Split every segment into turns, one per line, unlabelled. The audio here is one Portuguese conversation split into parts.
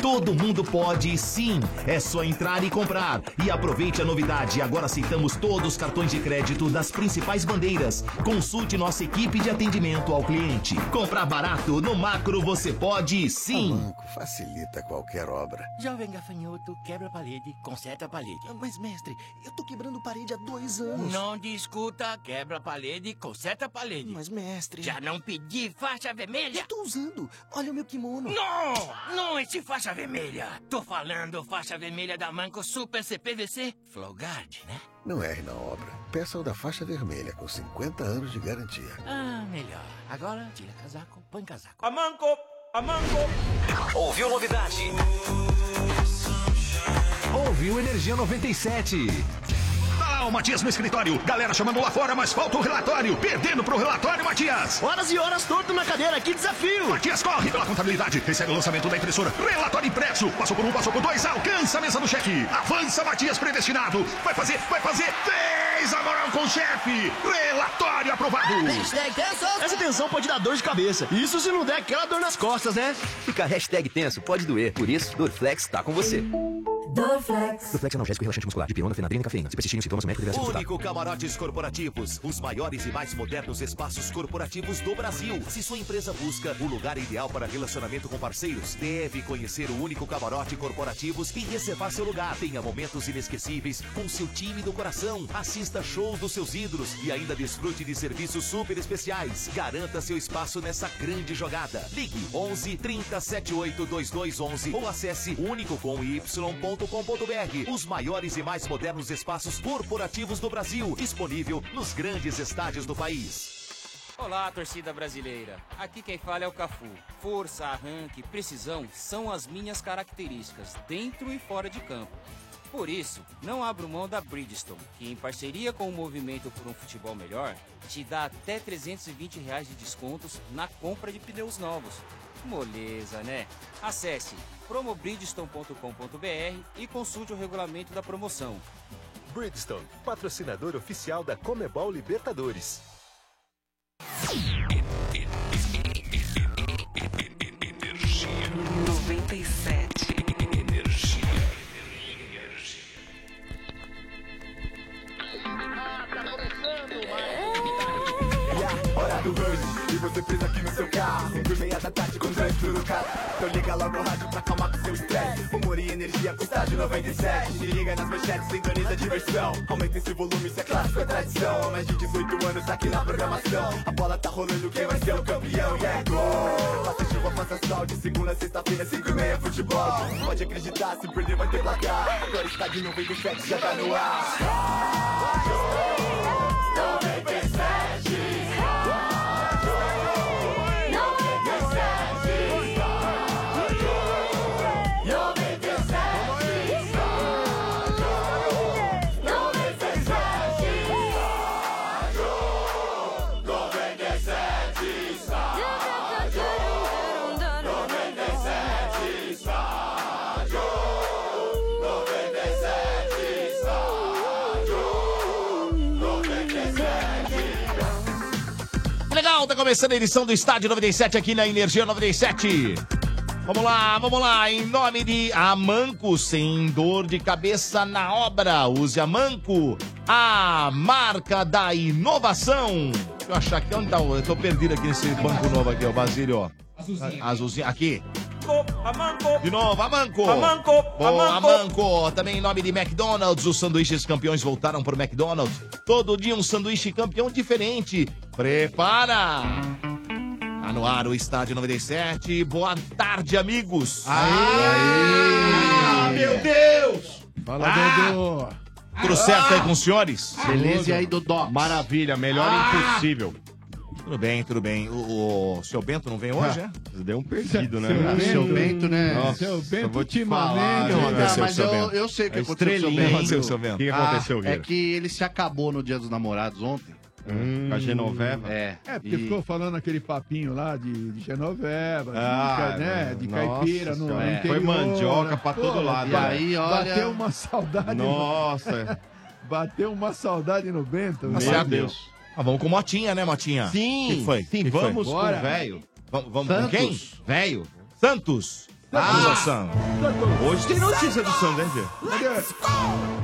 Todo mundo pode, sim. É só entrar e comprar. E aproveite a novidade. Agora aceitamos todos os cartões de crédito das principais bandeiras. Consulte nossa equipe de atendimento ao cliente. Comprar barato no macro você pode,
O
sim.
banco facilita qualquer obra.
Jovem gafanhoto, quebra a parede, conserta a parede.
Mas, mestre, eu tô quebrando parede há dois anos.
Não discuta, quebra a parede, conserta a parede.
Mas, mestre.
Já não pedi faixa vermelha?
Eu tô usando. Olha o meu kimono.
Não! Não esse faixa vermelha! Tô falando faixa vermelha da Manco Super CPVC Flowguard, né?
Não erre na obra. Peça o da faixa vermelha com 50 anos de garantia.
Ah, melhor. Agora, tira casaco, põe casaco.
Ouviu novidade?
Ouviu Energia 97.
Tá lá o Matias no escritório. Galera chamando lá fora, mas falta o relatório. Perdendo pro relatório, Matias.
Horas e horas torto na cadeira. Que desafio!
Matias corre pela contabilidade. Recebe o lançamento da impressora. Relatório impresso. Passou por um, passou por dois. Alcança a mesa do cheque. Avança, Matias predestinado. Vai fazer, vai fazer. Fez a moral com o chefe. Relatório aprovado.
Essa tensão pode dar dor de cabeça. Isso se não der aquela dor nas costas, né?
Ficar hashtag tenso pode doer, por isso, Dorflex tá com você.
Dorflex.
Dorflex é analgésico e relaxante muscular, dipirona, fenadrina e cafeína. Se persistirem os sintomas, o
é
médico deve ser consultado.
Único Camarotes Corporativos, os maiores e mais modernos espaços corporativos do Brasil. Se sua empresa busca o lugar ideal para relacionamento com parceiros, deve conhecer o Único Camarote Corporativos e reservar seu lugar. Tenha momentos inesquecíveis com seu time do coração. Assista shows dos seus ídolos e ainda desfrute de serviços super especiais. Garanta seu espaço nessa grande jogada. Ligue 11 30 78 2211 ou acesse unicocomy.com.br. Os maiores e mais modernos espaços corporativos do Brasil, disponível nos grandes estádios do país.
Olá, torcida brasileira. Aqui quem fala é o Cafu. Força, arranque, precisão são as minhas características, dentro e fora de campo. Por isso, não abro mão da Bridgestone, que em parceria com o Movimento por um Futebol Melhor, te dá até 320 reais de descontos na compra de pneus novos. Moleza, né? Acesse promobridgestone.com.br e consulte o regulamento da promoção.
Bridgestone, patrocinador oficial da Comebol Libertadores.
tá
Legal, tá começando a edição do Estádio 97 aqui na Energia 97. Vamos lá, vamos lá, em nome de Amanco, sem dor de cabeça na obra. Use Amanco, a marca da inovação. Deixa eu achar aqui, onde tá? o- Eu tô perdido aqui nesse banco novo aqui, ó, Basílio, ó. Azulzinho. aqui. De novo, Amanco. Amanco. Boa, Amanco. Também em nome de McDonald's, os sanduíches campeões voltaram pro McDonald's. Todo dia um sanduíche campeão diferente. Prepara. Tá no ar o Estádio 97. Boa tarde, amigos. Ah, meu Deus.
Fala,
Ah!
Dodô.
Tudo certo aí com os senhores?
Beleza e aí, Dodó?
Maravilha, melhor
Ah!
impossível.
Tudo bem, tudo bem. O, o seu Bento não vem hoje, é?
Deu um perdido, né?
Seu Bento,
Seu
né?
Nossa,
seu
eu
Bento
vou te falar,
Ah,
ultimamente.
viu?
Tá,
Aconteceu,
mas
seu
eu,
Bento.
eu sei o que
É
aconteceu com o
estrelinha,
Bento.
hein? Aconteceu, seu Bento? O que que
Ah,
aconteceu,
É
Guilherme?
que ele se acabou no Dia dos Namorados ontem.
Com a Genoveva.
É.
Hum. É,
porque ficou falando aquele papinho lá de, de Genoveva, de,
Ah,
música, né, de
nossa
caipira no, no
senhora.
interior.
Foi mandioca pra todo lado,
E
né?
aí, olha...
Bateu
Bateu uma saudade.
Nossa.
Bateu uma saudade no Bento.
Tá
viu?
certo. Ah, vamos com Motinha, né, Motinha?
Sim,
que foi?
sim,
Que foi?
vamos com
Bora.
o velho.
Vamos, vamos com
Santos.
quem?
Velho.
Santos.
Tá
Ah, Sam. Hoje tem notícia do Santos, hein, Gê?
Cadê,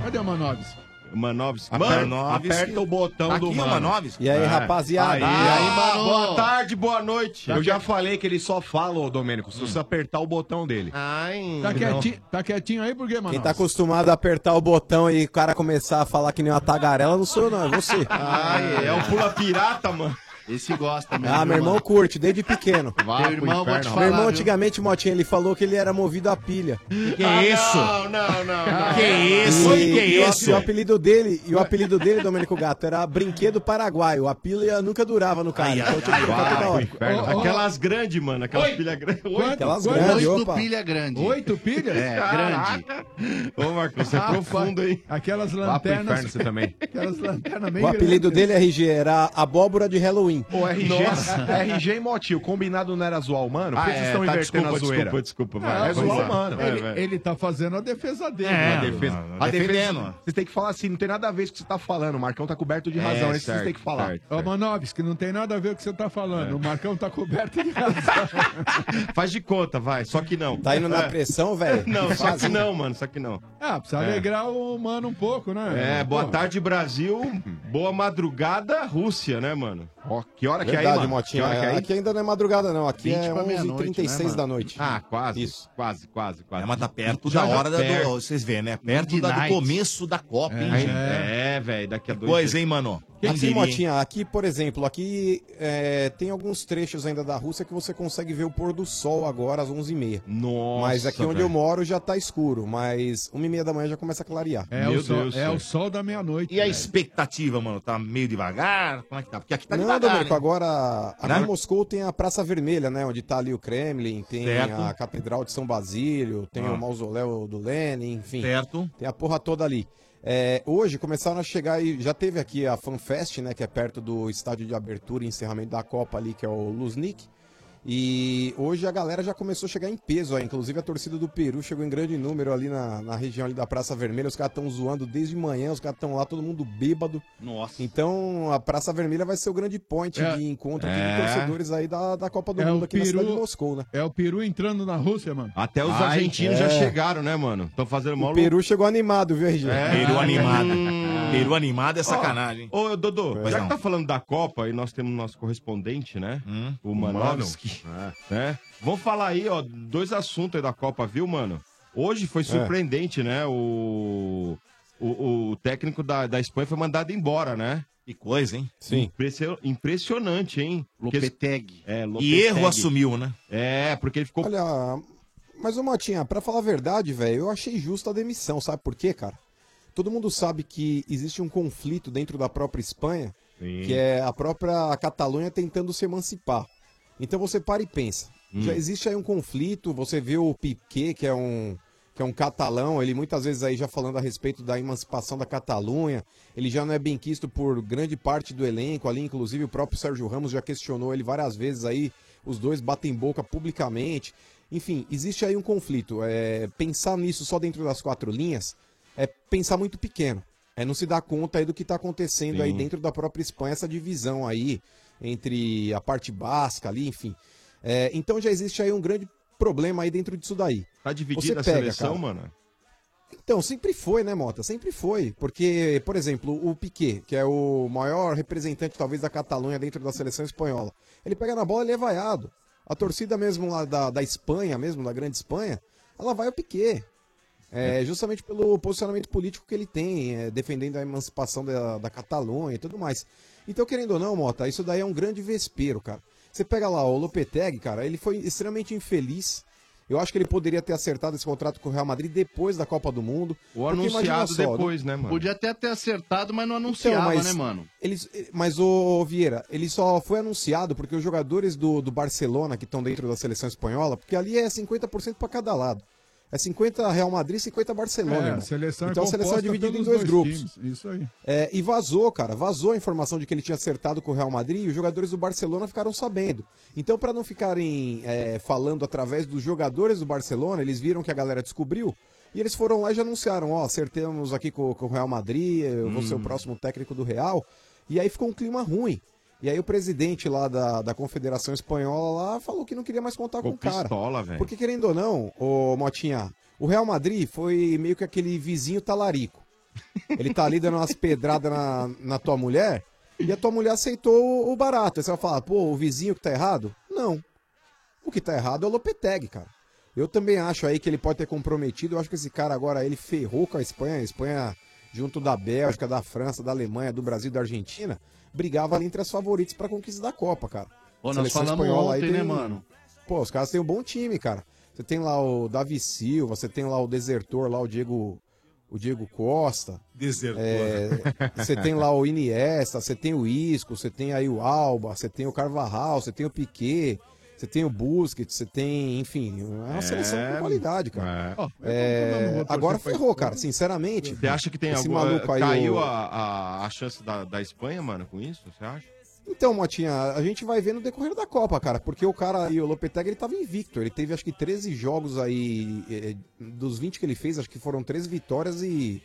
cadê o Manoves?
Manovski.
Mano,
Manovski. Aperta o botão
Aqui
do
o
Mano.
Manovski?
E aí,
É.
rapaziada?
Aí,
Ah,
aí, mano.
mano.
Boa tarde, boa noite.
Tá
Eu já
quieto.
falei que ele só fala, ô Domênico, se você apertar o botão dele.
Tá
Não.
quietinho, tá quietinho aí, por quê, Manoves?
Quem tá acostumado a apertar o botão e o cara começar a falar que nem uma tagarela, não sou eu, não, é você.
Ah, é, é o pula pirata, mano.
Esse gosta
Ah, meu irmão curte, desde pequeno.
Vá Meu pro irmão, vou te inferno. falar,
Meu irmão,
viu?
antigamente, Motinha, ele falou que ele era movido a pilha.
Que Ah, isso? não, não, não, não. Que isso?
E,
Que
e o-
isso?
E o apelido dele, e o apelido dele, Domênico Gato, era Brinquedo Paraguaio. A pilha nunca durava no cara. então, tipo, ficava toda hora.
Aquelas grandes, mano. Aquelas pilhas grandes.
Quanto? Aquelas grandes,
Oito
opa.
pilha grande.
Oito pilhas?
É, grande.
Ô, Marcos, você é profundo, hein?
Aquelas
Vá pro
lanternas.
inferno você também.
Aquelas lanternas bem
O apelido dele, RG, era Abóbora de Halloween.
O RG,
é
RG É e Motil, combinado não era zoar o mano? Por que
Ah,
vocês
é,
estão
tá,
invertendo
desculpa,
a zoeira?
desculpa, desculpa,
Ah,
É, é zoar o mano.
ele,
É,
ele tá fazendo a defesa dele.
É,
né?
a defesa. A defesa vocês têm que falar assim, não tem nada a ver com o que você tá falando. O Marcão tá coberto de
É,
razão, é isso que vocês
certo,
têm que falar.
Ó, Manoves, que não tem nada a ver com o que você tá
É.
falando. O Marcão tá coberto de razão.
Faz de conta, vai, só que não.
Tá indo na
É.
pressão, velho?
Não, só que
Quase.
não, mano, só que não.
Ah, precisa
É.
alegrar o mano um pouco, né?
É, boa
Pô.
tarde, Brasil. Boa madrugada, Rússia, né, mano? Ó, que hora que é aí,
Verdade,
mano?
Motinha.
Que hora que é aí?
Aqui ainda não é madrugada, não. Aqui
20
é
pra meia-noite,
11h36
né, mano?
da noite.
Ah, quase. Isso. Quase, quase, quase.
É, mas tá perto
Já
da
já
hora da
perto.
do. Vocês vêem, né? Perto
Midnight.
da, do começo da Copa, hein, gente?
É, é, velho, daqui a dois
Pois, hein, mano? Quem
Aqui,
diria, hein?
Motinha, aqui, por exemplo, aqui é, tem alguns trechos ainda da Rússia que você consegue ver o pôr do sol agora às 11h30.
Nossa,
Mas aqui onde
velho.
eu moro já tá escuro, mas 1h30 da manhã já começa a clarear.
É, o sol, é o sol da meia-noite.
E a expectativa, mano? Tá meio devagar? Como é que tá? Porque aqui tá
Não,
devagar.
Domenico,
né?
agora aqui
Né?
em Moscou tem a Praça Vermelha, né? Onde tá ali o Kremlin, tem
Certo.
a Catedral de São Basílio, tem
Ah.
o mausoléu do Lenin, enfim.
Certo.
Tem a porra toda ali. É, hoje começaram a chegar e já teve aqui a FanFest, né? Que é perto do estádio de abertura e encerramento da Copa ali, que é o Luznik. E hoje a galera já começou a chegar em peso, ó. inclusive a torcida do Peru chegou em grande número ali na, na região ali da Praça Vermelha. Os caras estão zoando desde manhã, os caras estão lá, todo mundo bêbado.
Nossa.
Então a Praça Vermelha vai ser o grande point
É.
de encontro
É.
de torcedores aí da, da Copa do
É
Mundo
o
aqui na cidade de
Peru.
Moscou, né?
É o Peru entrando na Rússia, mano.
Até os
Ai,
argentinos
é.
já chegaram, né, mano? Estão fazendo mó
O Peru chegou animado, viu, RG?
É. Peru animado.
Hum.
Peru animado é sacanagem.
É. Hum. Ô, Dodô,
Pois
já
não.
que tá falando da Copa e nós temos nosso correspondente, né?
Hum.
O
Mano.
Manovski. Né? Vamos falar aí, ó, dois assuntos aí da Copa, viu, mano? Hoje foi surpreendente, né? O, o, o técnico da, da Espanha foi mandado embora, né?
Que coisa, hein?
Sim.
impressionante, hein?
Lopetegui.
É,
E erro assumiu, né?
É, porque ele ficou.
Olha, mas ô Motinha, pra falar a verdade, velho, eu achei justa a demissão, sabe por quê, cara? Todo mundo sabe que existe um conflito dentro da própria Espanha,
Sim.
que é a própria Catalunha tentando se emancipar. Então você para e pensa.
Hum.
Já existe aí um conflito, você vê o Piquet, que é um que é um catalão, ele muitas vezes aí já falando a respeito da emancipação da Catalunha, ele já não é bem quisto por grande parte do elenco ali, inclusive o próprio Sérgio Ramos já questionou ele várias vezes aí, os dois batem boca publicamente. Enfim, existe aí um conflito. É, pensar nisso só dentro das quatro linhas é pensar muito pequeno. É não se dar conta aí do que está acontecendo aí
Sim.
dentro da própria Espanha, essa divisão aí entre a parte basca ali, enfim. É, então já existe aí um grande problema aí dentro disso daí.
Tá dividida
Você
a
pega,
seleção,
cara.
mano?
Então, sempre foi, né, Mota? Sempre foi. Porque, por exemplo, o Piquet, que é o maior representante, talvez, da Catalunha dentro da seleção espanhola, ele pega na bola e ele é vaiado. A torcida mesmo lá da, da Espanha, mesmo, da grande Espanha, ela vai ao Piquet. É, justamente pelo posicionamento político que ele tem, é, defendendo a emancipação da, da Catalunha e tudo mais. Então, querendo ou não, Mota, isso daí é um grande vespeiro, cara. Você pega lá o Lopetegui, cara, ele foi extremamente infeliz. Eu acho que ele poderia ter acertado esse contrato com o Real Madrid depois da Copa do Mundo.
Ou
Porque imagina
anunciado
só,
depois, né, mano?
Podia até ter acertado, mas não
então,
anunciava,
mas
né, mano?
Eles, eh, mas, ô Vieira, ele só foi anunciado porque os jogadores do, do Barcelona que estão dentro da seleção espanhola, porque ali é 50% para cada lado. É 50 Real Madrid, 50
né,
Barcelona.
É,
irmão.
a seleção
então
é
a seleção é
composta
dividida em
pelos
dois, grupos.
times, Isso aí.
É, e vazou, cara, vazou a informação de que ele tinha acertado com o Real Madrid e os jogadores do Barcelona ficaram sabendo. Então, para não ficarem é, falando através dos jogadores do Barcelona, eles viram que a galera descobriu e eles foram lá e já anunciaram: ó, acertamos aqui com, com o Real Madrid, eu vou ser o próximo técnico do Real. E aí ficou um clima ruim. E aí o presidente lá da, da Confederação Espanhola lá falou que não queria mais contar com o cara.
pistola, velho.
Porque querendo ou não, ô Motinha, o Real Madrid foi meio que aquele vizinho talarico. Ele tá ali dando umas pedradas na, na tua mulher e a tua mulher aceitou o- o barato. Aí você vai falar, pô, o vizinho que tá errado? Não. O que tá errado é o Lopeteg, cara. Eu também acho aí que ele pode ter comprometido. Eu acho que esse cara agora, ele ferrou com a Espanha. A Espanha, junto da Bélgica, da França, da Alemanha, do Brasil e da Argentina, brigava ali entre as favoritas pra conquista da Copa, cara.
Pô,
A
nós
seleção
falamos
espanhola aí
ontem, né, mano?
Pô, os caras têm um bom time, cara. Você tem lá o Davi Silva, você tem lá o desertor, lá o Diego, o Diego Costa.
Desertor.
É, Você tem lá o Iniesta, você tem o Isco, você tem aí o Alba, você tem o Carvajal, você tem o Piquet, você tem o Busquets, você tem, enfim, é uma
É,
seleção com qualidade, cara.
é. Ó,
É,
eu não vou torcer
agora
pra
ferrou, cara, sinceramente.
Você acha que tem
esse
alguma.
maluco aí,
caiu
o-
a, a, a chance da, da Espanha, mano, com isso? Você acha?
Então, Motinha, a gente vai ver no decorrer da Copa, cara, porque o cara aí, o Lopetegui, ele tava invicto, ele teve acho que 13 jogos aí, eh, dos 20 que ele fez, acho que foram 13 vitórias e,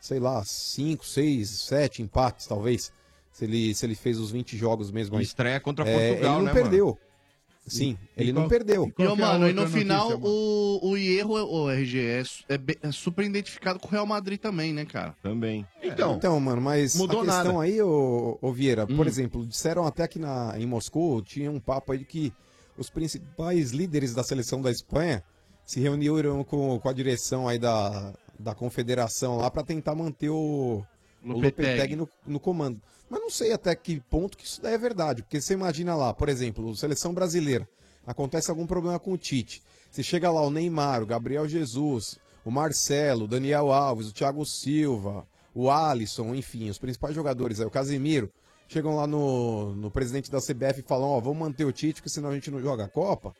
sei lá, 5, 6, 7 empates, talvez, se ele, se ele fez os 20 jogos mesmo aí.
Estreia contra
É,
Portugal,
ele não
né,
perdeu.
mano?
Sim,
E-
ele
e
não
qual- é
perdeu.
E, ô, mano, e no final, o, o Hierro, o RG, é, su- é be- é super identificado com o Real Madrid também, né, cara?
Também. É.
Então,
então mano, mas
mudou
a questão
nada. Hum.
aí, ô, ô Vieira, por exemplo, disseram até que na, em Moscou tinha um papo aí de que os principais líderes da seleção da Espanha se reuniram com, com a direção aí da, da confederação lá para tentar manter o o
Lopetegui.
Lopetegui no, no comando. Mas não sei até que ponto que isso daí é verdade, porque você imagina lá, por exemplo, seleção brasileira, acontece algum problema com o Tite. Você chega lá o Neymar, o Gabriel Jesus, o Marcelo, o Daniel Alves, o Thiago Silva, o Alisson, enfim, os principais jogadores aí, o Casemiro, chegam lá no, no presidente da CBF e falam, ó, vamos manter o Tite, porque senão a gente não joga a Copa.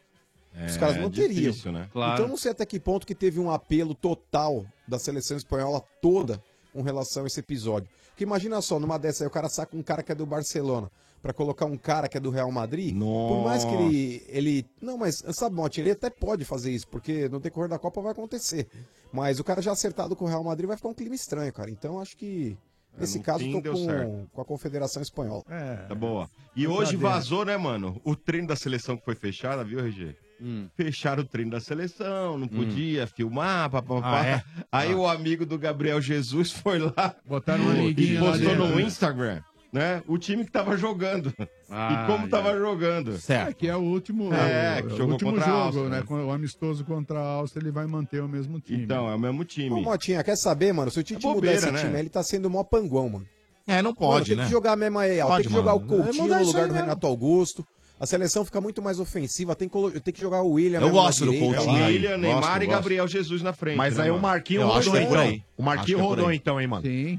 Os
É,
caras não
é
teriam.
difícil, né?
Então não sei até que ponto que teve um apelo total da seleção espanhola toda com relação a esse episódio. Porque imagina só, numa dessa aí o cara saca um cara que é do Barcelona pra colocar um cara que é do Real Madrid. Por mais que ele, ele... Não, mas sabe, Motti, ele até pode fazer isso, porque no decorrer da Copa vai acontecer. Mas o cara já acertado com o Real Madrid vai ficar um clima estranho, cara. Então acho que nesse
É, no
caso
fim,
tô
deu
com,
certo.
com a Confederação Espanhola.
Tá boa. E hoje vazou, né, mano? O treino da seleção que foi fechada, viu, RG?
Hum.
Fecharam o treino da seleção, não podia filmar, papapá.
Ah, é?
Aí o amigo do Gabriel Jesus foi lá
Botaram um amiguinho
e
lá
postou
dentro,
no
né?
Instagram, né? O time que tava jogando.
Ah,
e como tava jogando.
É, que é o último,
É,
é,
que
o
jogou
último
contra a
jogo,
Áustria,
né?
né?
Com O amistoso contra a Áustria, ele vai manter o mesmo time.
né?
Então, é o mesmo
Ô,
time.
Motinha, quer saber, mano? Se o Tite
É bobeira,
mudar esse
né?
time, ele tá sendo mó panguão, mano.
É, não
Mano,
pode,
tem
né?
que jogar mesmo aí, ó.
Pode,
tem que jogar
mano.
o
É,
Coutinho
mudar
no
isso
lugar
aí
do
mesmo.
Renato Augusto. A seleção fica muito mais ofensiva, tem que, colo- tem que jogar o William.
Eu
mesmo na
gosto do
direita, né?
Coutinho
lá.
aí. William, Neymar e Gabriel Jesus na frente.
Mas
né,
aí o
mano?
Marquinho
um
Eu acho
rodou,
que é por aí.
então. O Marquinho
Acho que é por
rodou,
aí.
então, hein, mano?
Sim.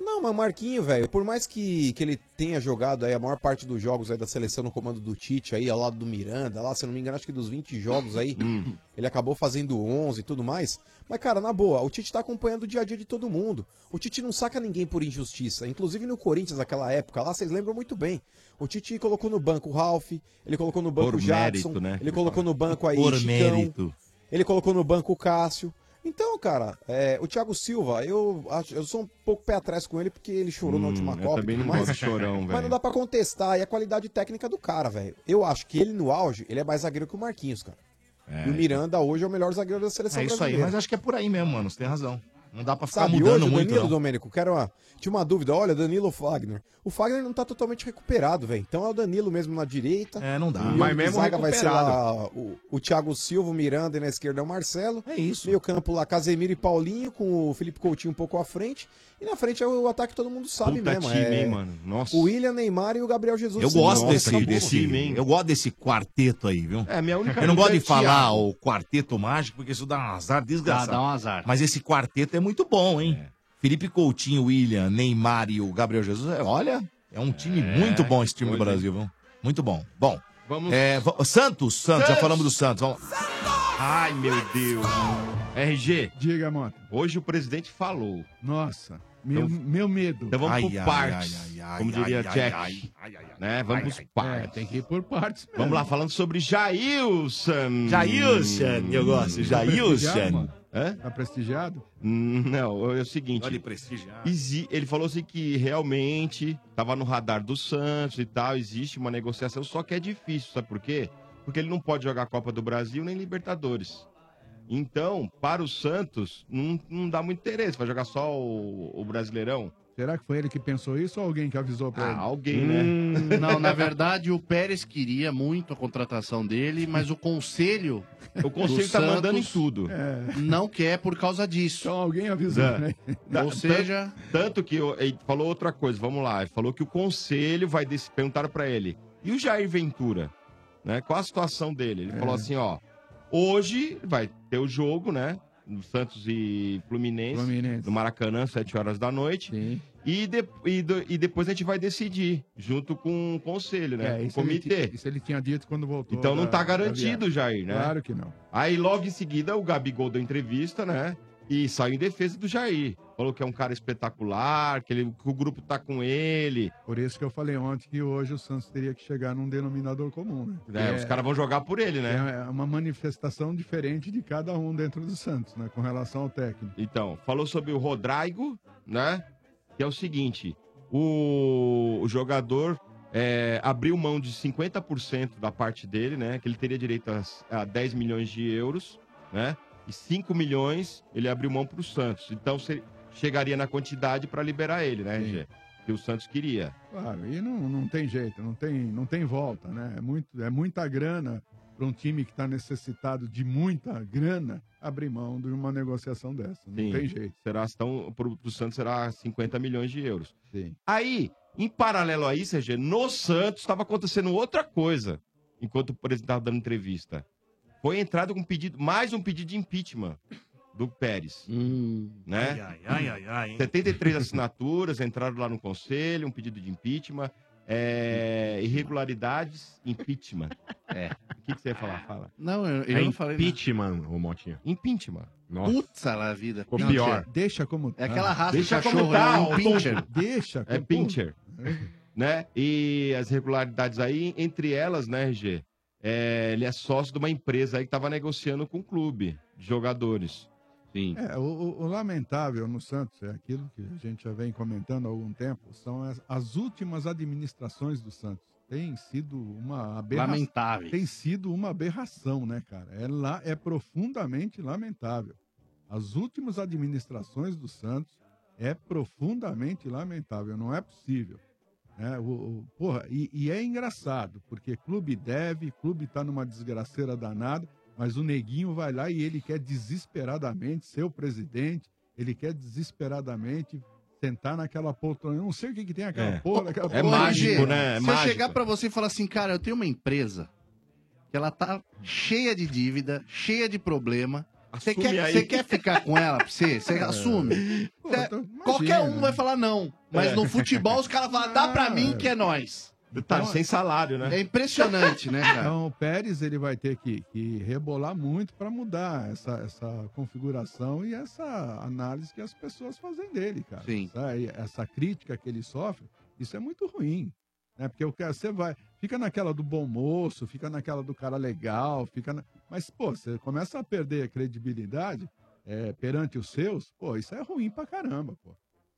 Não, mas o Marquinho, velho, por mais que, que ele tenha jogado aí a maior parte dos jogos aí da seleção no comando do Tite, aí ao lado do Miranda, lá, se eu não me engano, acho que dos 20 jogos aí, ele acabou fazendo 11 e tudo mais. Mas, cara, na boa, o Tite tá acompanhando o dia a dia de todo mundo. O Tite não saca ninguém por injustiça. Inclusive no Corinthians, naquela época lá, vocês lembram muito bem. O Tite colocou no banco o Ralf, ele colocou no banco
Por
o Jackson,
mérito, né, que
ele
ele
colocou no banco aí
Por
Chicão,
mérito.
ele colocou no banco o Cássio. Então, cara, é, o Thiago Silva, eu, acho- eu sou um pouco pé atrás com ele porque ele chorou na
Hum,
última
eu
Copa.
também
e tudo
não
mais,
gosto de chorão,
Mas
velho.
não dá pra contestar aí a qualidade técnica do cara, velho. Eu acho que ele no auge, ele é mais zagueiro que o Marquinhos, cara.
É,
e o Miranda hoje é o melhor zagueiro da seleção
É isso aí,
brasileira.
mas acho que é por aí mesmo, mano. Você tem razão. Não dá pra ficar
Sabe,
mudando
hoje o
muito,
Danilo,
não.
Domênico, quero uma... tinha uma dúvida. Olha, Danilo ou Fagner? O Fagner não tá totalmente recuperado, velho. Então é o Danilo mesmo na direita.
É, não dá.
E
Mas
o
mesmo
zaga vai ser lá
recuperado.
o, o Thiago Silva, o Miranda e na esquerda é o Marcelo.
É isso.
Meio campo lá, Casemiro e Paulinho, com o Felipe Coutinho um pouco à frente. E na frente é o ataque que todo mundo sabe
Puta
mesmo.
time,
é...
hein, mano? Nossa.
O William, Neymar e o Gabriel Jesus.
Eu gosto
Nossa, tá
desse,
acabou.
desse Eu gosto desse quarteto aí, viu?
É, minha única
eu
dúvida
não gosto
é
de falar
Thiago.
o quarteto mágico, porque isso dá um azar desgraçado.
Dá- dá um azar.
Mas esse quarteto é muito bom, hein? Felipe Coutinho, William, Neymar e o Gabriel Jesus. é, Olha, é um time muito bom esse time do Brasil, viu? Muito bom. Bom.
Vamos-
é, va- Santos, Santos, já
Santos!
falamos do Santos. Vamos lá.
Ai, meu Deus. RG.
Diga, Mota.
Hoje o presidente falou.
Nossa, meu, meu medo.
Então vamos por partes. como diria Jack. né? Vamos por partes.
É, tem que ir por partes mesmo.
Vamos lá, falando sobre Jailson.
Jailson, eu gosto. Jailson.
Hã?
Tá prestigiado?
Não, é o seguinte.
Olha, prestigiado.
exi- Ele falou assim que realmente estava no radar do Santos e tal, existe uma negociação, só que é difícil, sabe por quê? Porque ele não pode jogar Copa do Brasil nem Libertadores. Então, para o Santos, não, não dá muito interesse, vai jogar só o, o Brasileirão.
Será que foi ele que pensou isso ou alguém que avisou pra
Ah,
ele?
alguém, né? Hum,
Não, na verdade o Pérez queria muito a contratação dele, mas o conselho.
O conselho
do
tá mandando em tudo. É.
É.
Não quer por causa disso. Então
alguém avisou,
Zé. Da-
Ou
né? tan-
seja.
Tanto que o- ele falou outra coisa, vamos lá. Ele falou que o conselho vai dec- perguntaram pra ele. E o Jair Ventura? Né? Qual a situação dele? Ele falou assim, ó. Hoje vai ter o jogo, né? do Santos e Fluminense, no Maracanã, 7 horas da noite. E, de- e do- e depois a gente vai decidir, junto com o conselho, né?
É,
com o
isso, Ele,
comitê.
ti- isso ele tinha dito quando voltou.
Então não
da-
tá
da
garantido,
viagem.
Jair, né?
Claro que não.
Aí logo em seguida o Gabigol deu entrevista, né? E saiu em defesa do Jair. Falou que é um cara espetacular, que, ele- que o grupo tá com ele.
Por isso que eu falei ontem que hoje o Santos teria que chegar num denominador comum, né?
né?
Que
Os
é-
caras vão jogar por ele, né?
É uma manifestação diferente de cada um dentro do Santos, né? Com relação ao técnico.
Então, falou sobre o Rodrigo, né? Que é o seguinte: o, o jogador é, abriu mão de 50% da parte dele, né? Que ele teria direito a, a 10 milhões de euros, né? E 5 milhões ele abriu mão para o Santos. Então, se- chegaria na quantidade para liberar ele, né, RG? Que o Santos queria.
Claro, e não, não tem jeito, não tem, não tem volta, né? É, muito, é muita grana para um time que está necessitado de muita grana abrir mão de uma negociação dessa. né? Não
Sim.
tem jeito.
Será, então, pro, pro Santos será 50 milhões de euros. Aí, em paralelo a isso, RG, no Santos estava acontecendo outra coisa, enquanto o presidente estava dando entrevista. Foi entrado com um pedido, mais um pedido de impeachment do Pérez. Né?
Hum.
Ai, ai, ai, ai, ai, hein?
73 assinaturas, entraram lá no conselho, um pedido de impeachment. é, irregularidades, impeachment. É. O que, que você ia falar? Fala.
Não, eu, eu
É
não falei.
Impeachment, ô Motinha. Impeachment.
Nossa. Puta lá vida.
Ficou
Não,
pior.
tia,
Deixa como tá.
É aquela raça
Deixa
de cachorro,
como tá,
é
ô
um pincher.
tonto.
Deixa.
É pincher. né? E as regularidades aí, entre elas, né, RG? É, ele é sócio de uma empresa aí que tava negociando com o clube de jogadores. Sim.
É, o, o- o lamentável no Santos é aquilo que a gente já vem comentando há algum tempo, são as, as últimas administrações do Santos. Tem sido uma aberração.
Lamentáveis.
Tem sido uma aberração, né, cara? É, lá, é profundamente lamentável. As últimas administrações do Santos é profundamente lamentável, não é possível. né? O- o- porra, e, e é engraçado, porque clube deve, clube tá numa desgraceira danada, mas o neguinho vai lá e ele quer desesperadamente ser o presidente, ele quer desesperadamente sentar naquela poltrona. Eu não sei o que, que tem aquela
É.
porra, naquela
É
poltrona.
mágico,
Gê,
né? É
se
mágico.
eu chegar pra você e falar assim, cara, eu tenho uma empresa que ela tá cheia de dívida, cheia de problema. Você
Assume
quer,
aí.
você quer ficar com ela pra você? Você
É.
assume. Cê-
então
qualquer um vai falar não. Mas
É.
no futebol os caras falam, dá
Ah.
pra mim que é nós.
Tá sem salário, né?
É impressionante, né, cara?
Então o Pérez ele vai ter que, que rebolar muito para mudar essa, essa configuração e essa análise que as pessoas fazem dele, cara.
Sim.
Essa, essa crítica que ele sofre, isso é muito ruim. Né? Porque o cara, você vai. Fica naquela do bom moço, fica naquela do cara legal, fica na- Mas, pô, você começa a perder a credibilidade é, perante os seus, pô, isso é ruim pra caramba, pô.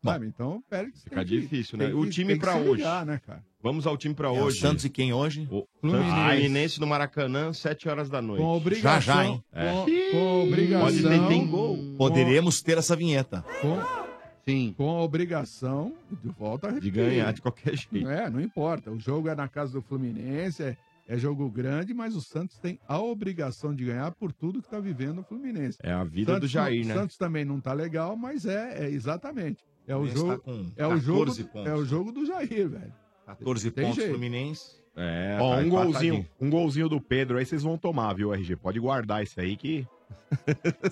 Sabe? Então o Pérez.
Fica
tem que-
difícil,
tem
né? O
que-
time
tem que
pra
se
hoje.
ligar, né, cara?
Vamos ao time pra
É, o
hoje.
Santos
e quem hoje?
O
Fluminense.
Santos e Fluminense no Maracanã, 7 horas da noite.
Com obrigação.
Já, já, hein?
É.
Com, com obrigação.
Pode meter em gol.
Poderemos ter essa vinheta.
Com, com a obrigação, de volta a repetir.
ganhar de qualquer jeito.
É, não importa. O jogo é na casa do Fluminense, é, é jogo grande, mas o Santos tem a obrigação de ganhar por tudo que está vivendo o Fluminense.
É a vida do Jair,
não-
né?
Santos também não tá legal, mas é, é exatamente. É o
Fluminense
jogo,
tá com
é o jogo,
14 pontos.
é o jogo do Jair, velho.
14
Tem
pontos
jeito.
Fluminense.
É,
Ó,
tá
um
empatadinho.
golzinho, um golzinho do Pedro aí vocês vão tomar, viu, RG? Pode guardar isso aí que.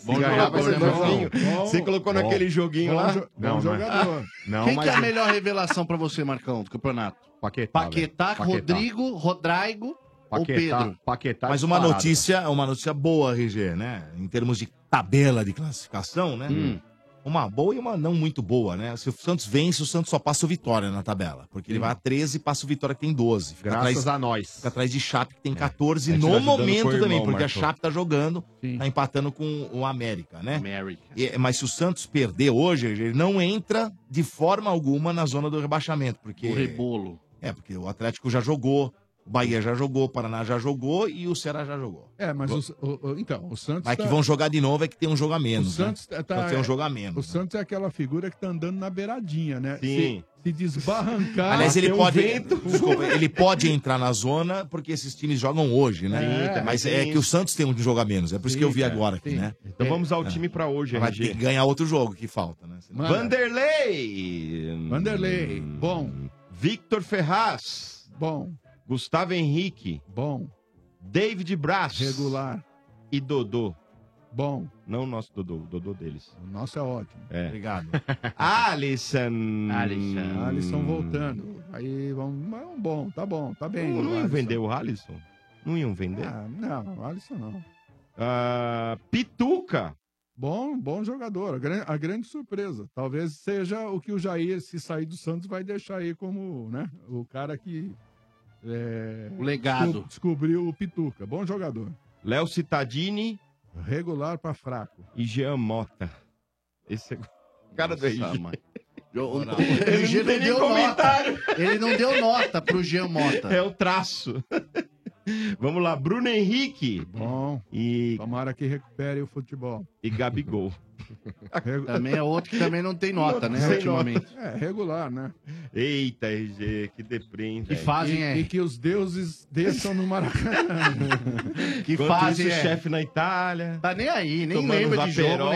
Bom jogador, né, Marcinho?
um.
Você colocou naquele joguinho lá?
Não, não é. Não,
Quem
mas
que é a melhor revelação pra você, Marcão, do campeonato?
Paquetá.
Paquetá,
velho. Paquetá.
Rodrigo, Rodrigo ou
Paquetá,
Pedro?
Paquetá
é
Mas uma
disparado.
notícia, uma notícia boa, RG, né? Em termos de tabela de classificação, né? uma boa e uma não muito boa, né? Se o Santos vence, o Santos só passa o Vitória na tabela. Porque ele vai a 13 e passa o Vitória que tem 12. Fica
Graças
atrás,
a nós.
Fica atrás de Chape que tem 14
A gente tá
no
ajudando
momento
com o irmão,
também, porque
Marcão.
a Chape tá jogando, tá empatando com o América, né? E- mas se o Santos perder hoje, ele não entra de forma alguma na zona do rebaixamento, porque...
O rebolo.
É, porque o Atlético já jogou, o Bahia já jogou, o Paraná já jogou e o Ceará já jogou.
É, mas o, o- o- então, o Santos.
Mas que
tá-
vão jogar de novo é que tem um jogo a
O
menos,
Santos
né?
tá- tá-
Então tem um jogo a menos.
O Santos é aquela figura que tá andando na beiradinha, né?
Sim.
Se, se desbarrancar.
Aliás, ele
tem um
pode,
vento.
desculpa, ele pode entrar na zona porque esses times jogam hoje,
Sim,
né?
também
Mas
tem
é que
isso.
o Santos tem um jogo a menos, é por isso que eu vi
Sim,
agora
é,
aqui,
sim.
né?
Então vamos ao time pra hoje,
Vai
RG.
ter que ganhar outro jogo que falta, né? Senão-
Hum. Vanderlei!
Vanderlei, bom.
Victor Ferraz.
Bom.
Gustavo Henrique.
Bom.
David Braz.
Regular.
E Dodô.
Bom.
Não o nosso Dodô, o Dodô deles.
O nosso é ótimo.
É.
Obrigado.
Alisson.
Ah, eles estão voltando. Aí vamos. mas é um Bom, tá bom, tá bem.
Não, não iam
Alisson.
vender o Alisson? Não iam vender?
Ah, não, Alisson não.
Ah, Pituca.
Bom, bom jogador. A gran- a grande, surpresa. Talvez seja o que o Jair, se sair do Santos, vai deixar aí como né, o cara que. é,
O legado.
desco- Descobriu o Pituca. Bom um jogador.
Léo Cittadini.
Regular pra fraco.
E Jean Mota. Esse é o cara do
Nossa,
RG.
mãe. O, o,
Ele
Gê
não tem nem comentário.
nota. Ele não deu nota pro Jean Mota.
É o traço. Vamos lá, Bruno Henrique.
Bom.
E,
Tomara que recupere o futebol.
e Gabigol.
Também é outro que também não tem nota, né?
Sem nota.
Ultimamente.
É, regular, né?
Eita, RG, que deprê,
E é. e, E que os deuses desçam no
Ah,
Maracanã.
Que
Enquanto
fase
isso,
é?
chefe na Itália.
Tá nem aí, nem
Tomando
lembra de jogo
Zaperol.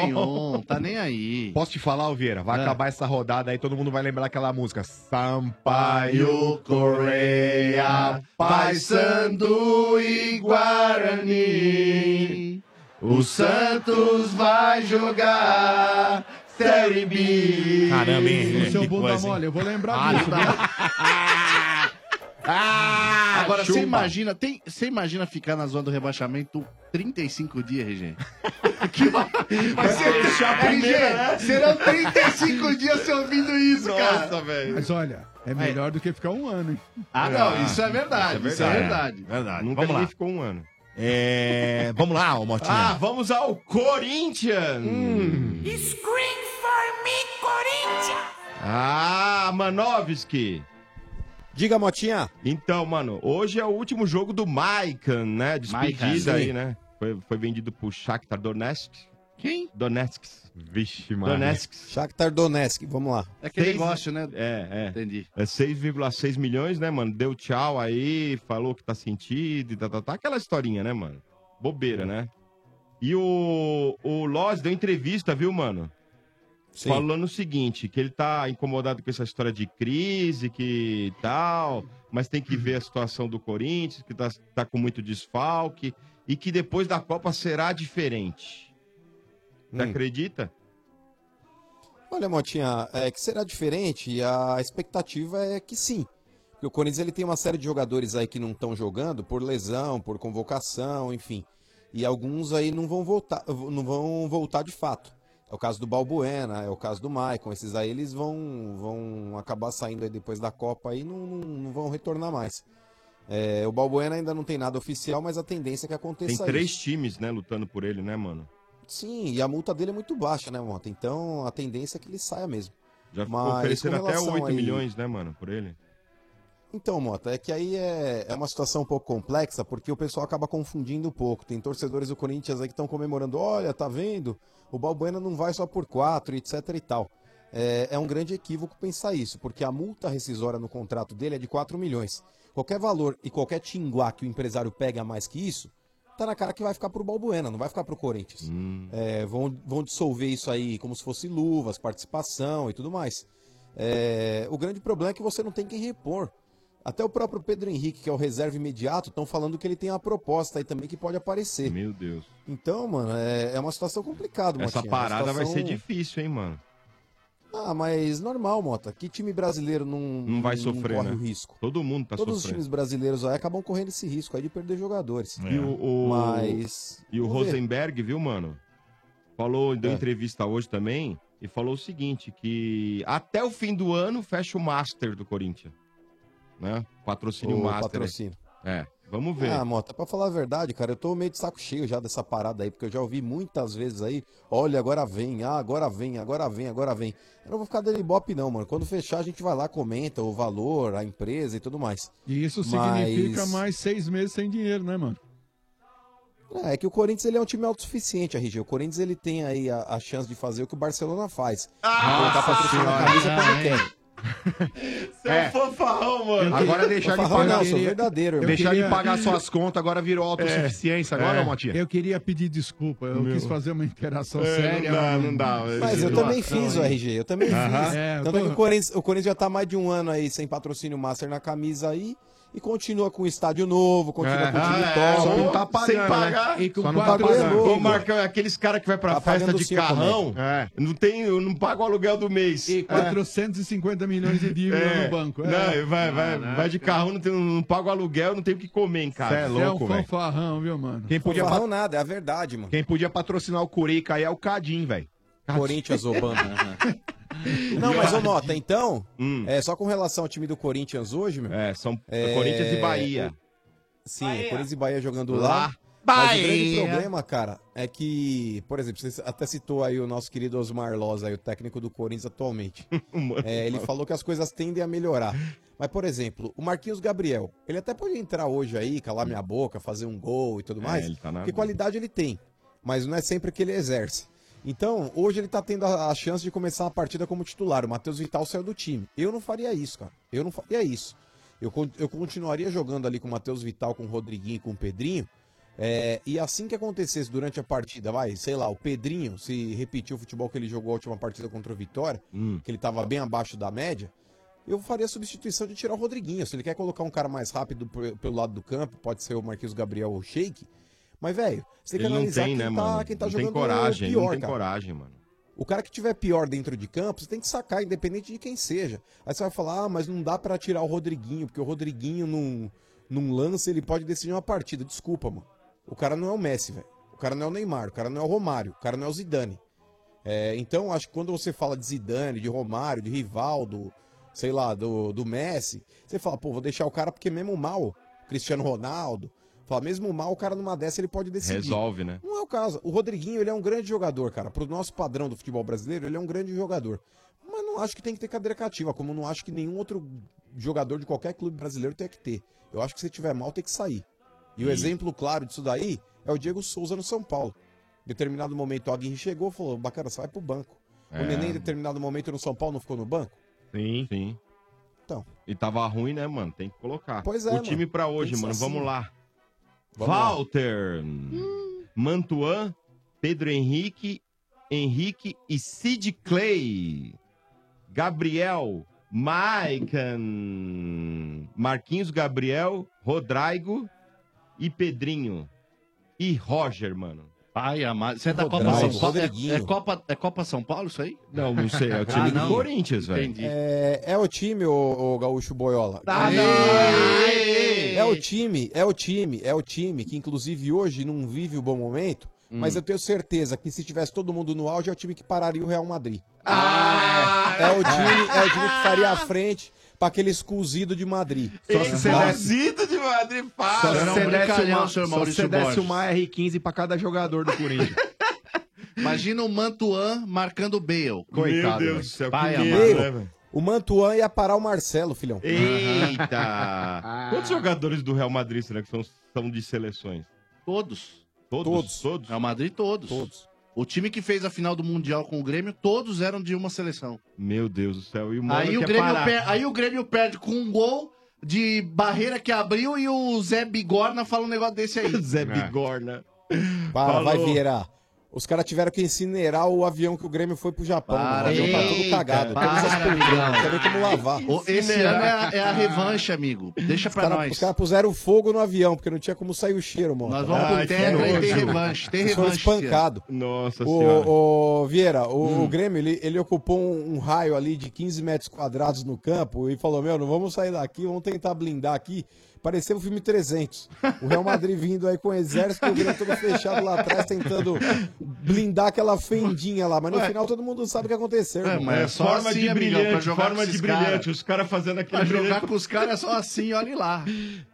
nenhum. Tá nem aí.
Posso te falar, Alvieira? Vai
É.
acabar essa rodada aí, todo mundo vai lembrar aquela música. Sampaio Correia,
Paysandu e Guarani. O Santos vai jogar Série B.
Caramba,
O
hein?
seu
Que
bunda
coisa, hein?
mole, eu vou lembrar
Ah,
disso.
tá.
né?
Agora,
chupa.
você imagina, tem, você imagina ficar na zona do rebaixamento 35 dias, RG? Que vai
ser deixar a primeira, né?
serão 35 dias se ouvindo isso, cara.
Mas olha, é melhor do que ficar um ano, hein?
Ah, não, isso é verdade, isso é verdade.
verdade.
Nunca
vamos lá.
ninguém ficou um ano.
É, vamos lá, ô Motinha.
Ah, vamos ao Corinthians.
Scream for me, Corinthians!
Ah, Manovski.
Diga, Motinha.
Então, mano, hoje é o último jogo do Maicon, né? Despedida
Maicon, sim.
aí, né? Foi, foi vendido pro Shakhtar Donetsk.
Quem?
Donetsk.
Vixe, mano.
Donetsk.
Shakhtar Donetsk, vamos lá.
É aquele
Seis-
negócio, né?
É, é.
Entendi.
É 6,6 milhões, né, mano? Deu tchau aí, falou que tá sentido e tá, tá, tá. Aquela historinha, né, mano? Bobeira,
É.
né? E o, o Loz deu entrevista, viu, mano? Falando o seguinte, que ele tá incomodado com essa história de crise, que tal, mas tem
Uhum.
que ver a situação do Corinthians, que tá, tá com muito desfalque, e que depois da Copa será diferente. Você
Hum.
acredita?
Olha, Motinha, é que será diferente e a expectativa é que sim. Porque o Corinthians ele tem uma série de jogadores aí que não estão jogando por lesão, por convocação, enfim. E alguns aí não vão voltar, não vão voltar de fato. É o caso do Balbuena, é o caso do Maicon. Esses aí eles vão, vão acabar saindo aí depois da Copa e não, não, não vão retornar mais. É, o Balbuena ainda não tem nada oficial, mas a tendência é que
Tem
aconteça
três
isso.
times, né, lutando por ele, né, mano?
Sim, e a multa dele é muito baixa, né, Mota? Então a tendência é que ele saia mesmo.
Já
Mas
ficou oferecendo
Ah, com
até
relação
8
aí-
milhões, né, mano, por ele.
Então, Mota, é que aí é, é uma situação um pouco complexa, porque o pessoal acaba confundindo um pouco. Tem torcedores do Corinthians aí que estão comemorando, olha, tá vendo? O Balbuena não vai só por quatro, etc e tal. É, é um grande equívoco pensar isso, porque a multa rescisória no contrato dele é de 4 milhões. Qualquer valor e qualquer tinguá que o empresário pega mais que isso, tá na cara que vai ficar pro Balbuena, não vai ficar pro Corinthians. É, vão, vão dissolver isso aí como se fosse luvas, participação e tudo mais. É, o grande problema é que você não tem quem repor. Até o próprio Pedro Henrique, que é o reserva imediato, estão falando que ele tem uma proposta aí também que pode aparecer.
Meu Deus.
Então, mano, é, é uma situação complicada,
Essa
Motinha. É uma
parada vai ser
situação-
difícil, hein, mano?
Ah, mas normal, Mota. Que time brasileiro não,
Não vai sofrer,
hum, corre
né?
o risco?
Todo mundo tá
Todos os
sofrendo.
times brasileiros aí acabam correndo esse risco aí de perder jogadores.
E o, o-
Mas.
e o
vamos ver.
Rosenberg, viu, mano? Falou, deu
É.
entrevista hoje também e E falou o seguinte, que até o fim do ano fecha o Master do Corinthians. Né? Patrocínio
O
Master. aí.
patrocínio.
É, vamos ver.
Ah, Mota, pra falar a verdade, cara, eu tô meio de saco cheio já dessa parada aí, porque eu já ouvi muitas vezes aí, olha, agora vem, ah, agora vem, agora vem, agora vem. Eu não vou ficar dando ibope não, mano. Quando fechar, a gente vai lá, comenta o valor, a empresa e tudo mais.
E isso significa mais seis meses sem dinheiro, né, mano?
É, é que o Corinthians ele é um time autossuficiente, RG. O Corinthians ele tem aí a, a chance de fazer o que o Barcelona faz. Ah, colocar patrocínio na camisa
senhora,
Ah,
quando quer.
Você é um
fofarrão, mano.
Agora deixar ele pagar.
Não, sou verdadeiro. irmão.
deixar ele pagar suas contas, agora virou autossuficiência, agora, Motinha?
É, Eu queria pedir desculpa, eu
Meu.
quis fazer uma interação
É, não
séria.
dá,
mas-
não dá, mas-
Mas eu também fiz o RG, eu também
Aham.
fiz.
É, eu
Tanto
tô-
é que o Corinthians, o Corinthians já tá mais de um ano aí sem patrocínio Master na camisa aí. E continua com o estádio novo,
É.
continua com o time
Ah,
top.
só não tá pagando, né?
E com
Só não
quatro
tá pagando.
anos.
Ô, Marcão, é aqueles caras que vai pra
Tá
festa
pagando
de
cinco,
carrão,
É.
não, tem, não paga o aluguel do mês. E
450 milhões de dívida no banco. É.
Não, vai, vai,
Caraca.
vai de carrão, não, tem, não paga o aluguel, não tem o que comer em casa. é
Você um fanfarrão, viu, mano?
Quem podia
Fanfarrão
pat-
nada, é a verdade, mano.
Quem podia patrocinar o Curica aí é o Cadim, velho.
Corinthians, Obama. Não, mas ô nota, então, é, só com relação ao time do Corinthians hoje, meu.
Hum. É, são Corinthians e Bahia.
Sim, Corinthians e Bahia jogando
Lá.
lá. Mas o grande
Bahia.
problema, cara, é que, por exemplo, você até citou aí o nosso querido Osmar Loz, aí, o técnico do Corinthians atualmente. É, ele falou que as coisas tendem a melhorar. Mas, por exemplo, o Marquinhos Gabriel, ele até pode entrar hoje aí, calar minha boca, fazer um gol e tudo
É,
mais,
ele tá na
porque qualidade ele tem, mas não é sempre que ele exerce. Então, hoje ele tá tendo a a chance de começar a partida como titular. O Matheus Vital saiu do time. Eu não faria isso, cara. Eu não faria isso. Eu, con- eu continuaria jogando ali com o Matheus Vital, com o Rodriguinho e com o Pedrinho. É, e assim que acontecesse durante a partida, vai, sei lá, o Pedrinho, se repetir o futebol que ele jogou a última partida contra o Vitória,
Hum.
que ele tava bem abaixo da média, eu faria a substituição de tirar o Rodriguinho. Se ele quer colocar um cara mais rápido pe- pelo lado do campo, pode ser o Marquinhos Gabriel ou o Sheik. Mas, velho, você tem que
Ele não
analisar
tem,
quem,
né,
tá,
mano?
quem tá
não
jogando
tem coragem,
pior,
não tem
cara.
coragem, mano.
O cara que tiver pior dentro de campo, você tem que sacar, independente de quem seja. Aí você vai falar, ah, mas não dá pra tirar o Rodriguinho, porque o Rodriguinho num, num lance ele pode decidir uma partida. Desculpa, mano. O cara não é o Messi, velho. O cara não é o Neymar, o cara não é o Romário, o cara não é o Zidane. É, então, acho que quando você fala de Zidane, de Romário, de Rivaldo, sei lá, do, do Messi, você fala, pô, vou deixar o cara porque mesmo mal, Cristiano Ronaldo, fala, mesmo mal, o cara numa dessa ele pode decidir.
Resolve, né?
Não é o caso. O Rodriguinho, ele é um grande jogador, cara. Pro nosso padrão do futebol brasileiro, ele é um grande jogador. Mas não acho que tem que ter cadeira cativa, como não acho que nenhum outro jogador de qualquer clube brasileiro tem que ter. Eu acho que se tiver mal, tem que sair. E o
Sim.
exemplo claro disso daí é o Diego Souza no São Paulo. Em determinado momento, o Aguirre chegou e falou, bacana, você vai pro banco.
É.
O Neném, em determinado momento, no São Paulo, não ficou no banco?
Sim. Sim.
né? Então.
E tava ruim, né, mano? Tem que colocar.
Pois é,
O time
mano.
pra
Tem
hoje,
que ser
mano.
assim.
Vamos lá.
Vamos lá.
Walter. Mantuan, Pedro Henrique, Henrique e Sid Clay. Gabriel, Maicon, Marquinhos Gabriel, Rodrigo e Pedrinho. E Roger, mano.
Ai, amado. Você é da
Rodrigo,
Copa São Paulo? É,
Rodriguinho.
é Copa, é Copa São Paulo isso aí? Ah,
Não, não sei.
Ah,
É o time do Corinthians, velho.
É, é o time, o, Gaúcho Boiola.
Tá,
Aê!
É o time, é o time, é o time que inclusive hoje não vive o bom momento,
Hum.
mas eu tenho certeza que se tivesse todo mundo no auge, é o time que pararia o Real Madrid.
Ah,
é, é o time, é o time que faria a frente pra aquele escusido de Madrid.
Só se você
Escusido de Madrid, para!
Só se
Era um
você desse
brincalhão, senhor
uma, só se
Maurício
você desse
Borges.
uma R15 pra cada jogador do Corinthians.
Imagina o Mantuan marcando o Bale.
Coitado,
velho.
velho.
Pai
né,
amado.
né,
Primeiro, o Mantuan ia parar o Marcelo, filhão.
Ah.
Eita! Quantos jogadores do Real Madrid será que são, são de seleções?
Todos.
Todos? Todos.
Real Madrid, todos. O time que fez a final do Mundial com o Grêmio, todos eram de uma seleção.
Meu Deus do céu. E o Mano
é
Aí o,
quer
Grêmio
parar.
per- aí o Grêmio perde com um gol de barreira que abriu e o Zé Bigorna fala um negócio desse aí.
Zé Bigorna.
Para, vai
Falou.
virar. Os caras tiveram que incinerar o avião que o Grêmio foi pro Japão. mano. O avião tá todo cagado. todas as poltronas, não tem nem como lavar.
Esse ano é a, é a revanche, amigo. Deixa
Os
pra
cara-
nós.
Os caras puseram fogo no avião, porque não tinha como sair o cheiro, mano.
Nós vamos pro Tetra e tem revanche, tem revanche,
Vocês foram
Ciano.
espancados.
Nossa Senhora. Hum.
O, o Vieira, o, o Grêmio, ele, ele ocupou um, um raio ali de 15 metros quadrados no campo e falou, meu, não vamos sair daqui, vamos tentar blindar aqui Pareceu o filme 300. O Real Madrid vindo aí com o exército, o Grêmio todo fechado lá atrás, tentando blindar aquela fendinha lá. Mas no final todo mundo sabe o que aconteceu.
É,
irmão.
mas é só forma de brilhante, forma de brilhante. Os caras fazendo aquele
Pra jogar
brilhante.
com os caras é só assim, olhe lá.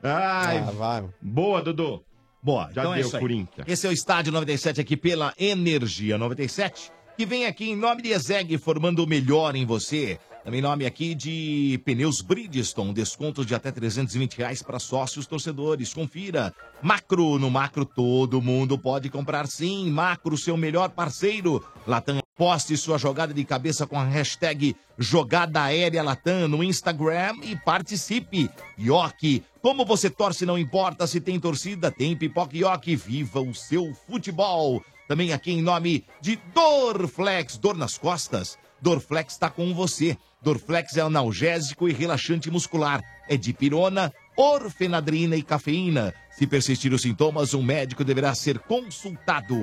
Ai,
Ah,
vai.
Boa, Dudu.
Boa,
Já
então é
deu,
isso aí.
Corinthians.
Esse é o Estádio 97 aqui pela Energia 97, que vem aqui em nome de Ezeg, formando o melhor em você. Também nome aqui de Pneus Bridgestone, descontos de até 320 reais para sócios torcedores. Confira. Macro, no Macro todo mundo pode comprar sim. Macro, seu melhor parceiro. Latam, poste sua jogada de cabeça com a hashtag Jogada Aérea Latam no Instagram e participe. Ioki, como você torce, não importa se tem torcida, tem pipoca Ioki. Viva o seu futebol. Também aqui em nome de Dorflex, dor nas costas. Dorflex está com você. Dorflex é analgésico e relaxante muscular. É de pirona, orfenadrina e cafeína. Se persistir os sintomas, um médico deverá ser consultado.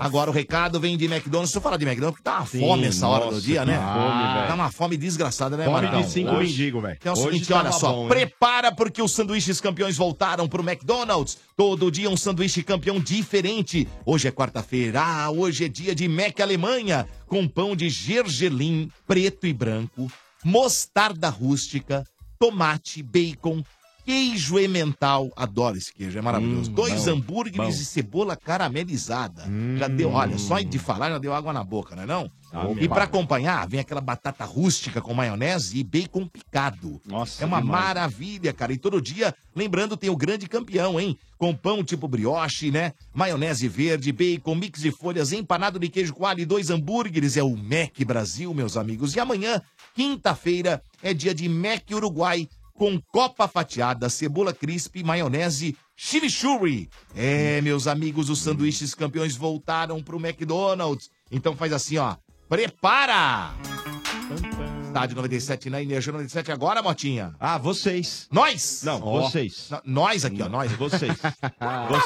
Agora o recado vem de McDonald's. Deixa eu falar de McDonald's, porque tá uma
Sim,
fome essa hora
nossa,
do dia,
que
né?
fome, velho.
tá uma fome desgraçada, né,
Fome
Marcão?
de cinco
Hoje-
mendigo, velho.
Então é o
Hoje
seguinte,
tava
olha só.
bom, hein?
Prepara porque os sanduíches campeões voltaram pro McDonald's. Todo dia um sanduíche campeão diferente. Hoje é quarta-feira. Ah, hoje é dia de Mac Alemanha. Com pão de gergelim preto e branco, mostarda rústica, tomate, bacon, queijo emmental. Adoro esse queijo, é maravilhoso.
Hum,
Dois
bom,
hambúrgueres
bom.
e cebola caramelizada. Já deu, olha, só de falar já deu água na boca, não é não?
Ah,
e
opa.
pra acompanhar, vem aquela batata rústica com maionese e bacon picado. Nossa, é uma
demais.
maravilha, cara. E todo dia, lembrando, tem o grande campeão, hein? Com pão tipo brioche, né? Maionese verde, bacon, mix de folhas, empanado de queijo coalho e dois hambúrgueres. É o Mac Brasil, meus amigos. E amanhã, quinta-feira, é dia de Mac Uruguai com copa fatiada, cebola crisp, maionese, chimichurri. É, meus amigos, os sanduíches campeões voltaram pro McDonald's. Então faz assim, ó. Prepara! Estádio 97 na Energia 97 agora, Motinha.
Ah, vocês.
Nós!
Não,
Ó.
vocês.
N- Nós aqui, ó, nós.
Vocês.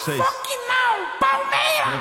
vocês.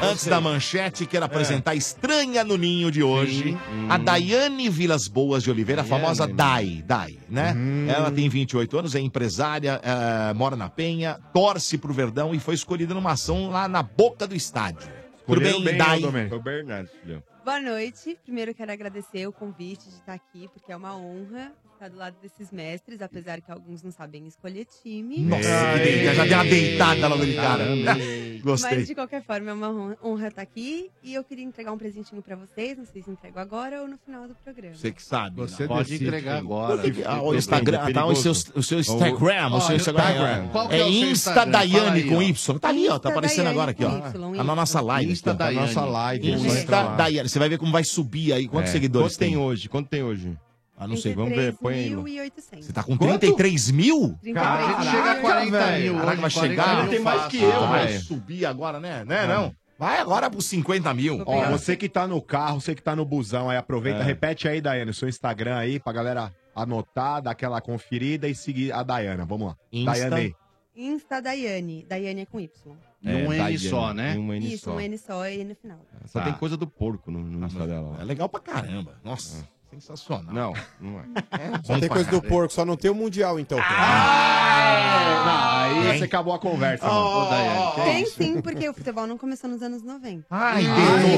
Antes da manchete,
É.
quero apresentar a estranha no ninho de hoje, a Daiane Vilas Boas de Oliveira, a
É,
famosa Dai, Dai, né?
Hum.
Ela tem 28 anos, é empresária, eh, mora na Penha, torce pro Verdão e foi escolhida numa ação lá na boca do estádio. Tudo
Escolheram
bem,
hein,
Dai?
Domênico? Foi o Bernardo, filhão.
Boa noite. Primeiro quero agradecer o convite de estar aqui, porque é uma honra estar do lado desses mestres, apesar que alguns não sabem escolher time.
Nossa, que delícia, já deu uma deitada logo de cara.
Caramba.
Mas de
Gostei.
qualquer forma é uma hon- honra estar aqui e eu queria entregar um presentinho pra vocês, não sei se entrego agora ou no final do programa.
Você que sabe.
Você
né?
decide, filho.
Você que- Ah, o
Depende,
Instagram,
é
tá? O seu,
perigoso.
o seu
Então,
Instagram, o
Ó,
seu Instagram.
Instagram. Qual que
É,
é o seu
Insta
Instagram? Fala
Daiane
aí,
com
ó.
Y. Tá ali, ó, tá
Insta
aparecendo
Daiane
agora aqui, ó.
com Y,
A nossa live.
Insta
aqui, ó.
Daiane. Nossa live, isso.
Insta Daiane. Você vai ver como vai subir aí. Quantos
É.
seguidores
Quanto tem hoje? Quanto tem hoje?
Ah, não
sei. Vamos ver, põe aí. Lu.
3.800.
Você tá com 33 mil?
33
Caraca,
mil.
Chega a 40
velho.
mil.
Caraca, vai
hoje, 40
chegar.
mil
Tem mais
fácil.
que eu,
Ah,
velho. subir agora, né? Né,
É,
não? Vai agora pros 50 mil.
Ó, você que tá no carro, você que tá no busão, aí aproveita,
É.
repete aí, Daiane, o seu Instagram aí pra galera anotar, dar aquela conferida e seguir a Dayana. Vamos lá.
Insta.
Daiane.
Insta Daiane. Daiane é com Y.
E um
é
N só, né?
e Um N
Isso,
só.
um N só e no final.
Só tem coisa do porco no, no Insta dela. É.
É legal pra caramba. Nossa, sensacional.
Não, não é.
Só tem coisa do porco, só não tem o mundial, então.
é.
Ah, aí
Hein?
você acabou a conversa, mano. Ah, Ô, Daiane, que
Tem
isso?
sim, porque o futebol não começou nos anos 90.
Ai,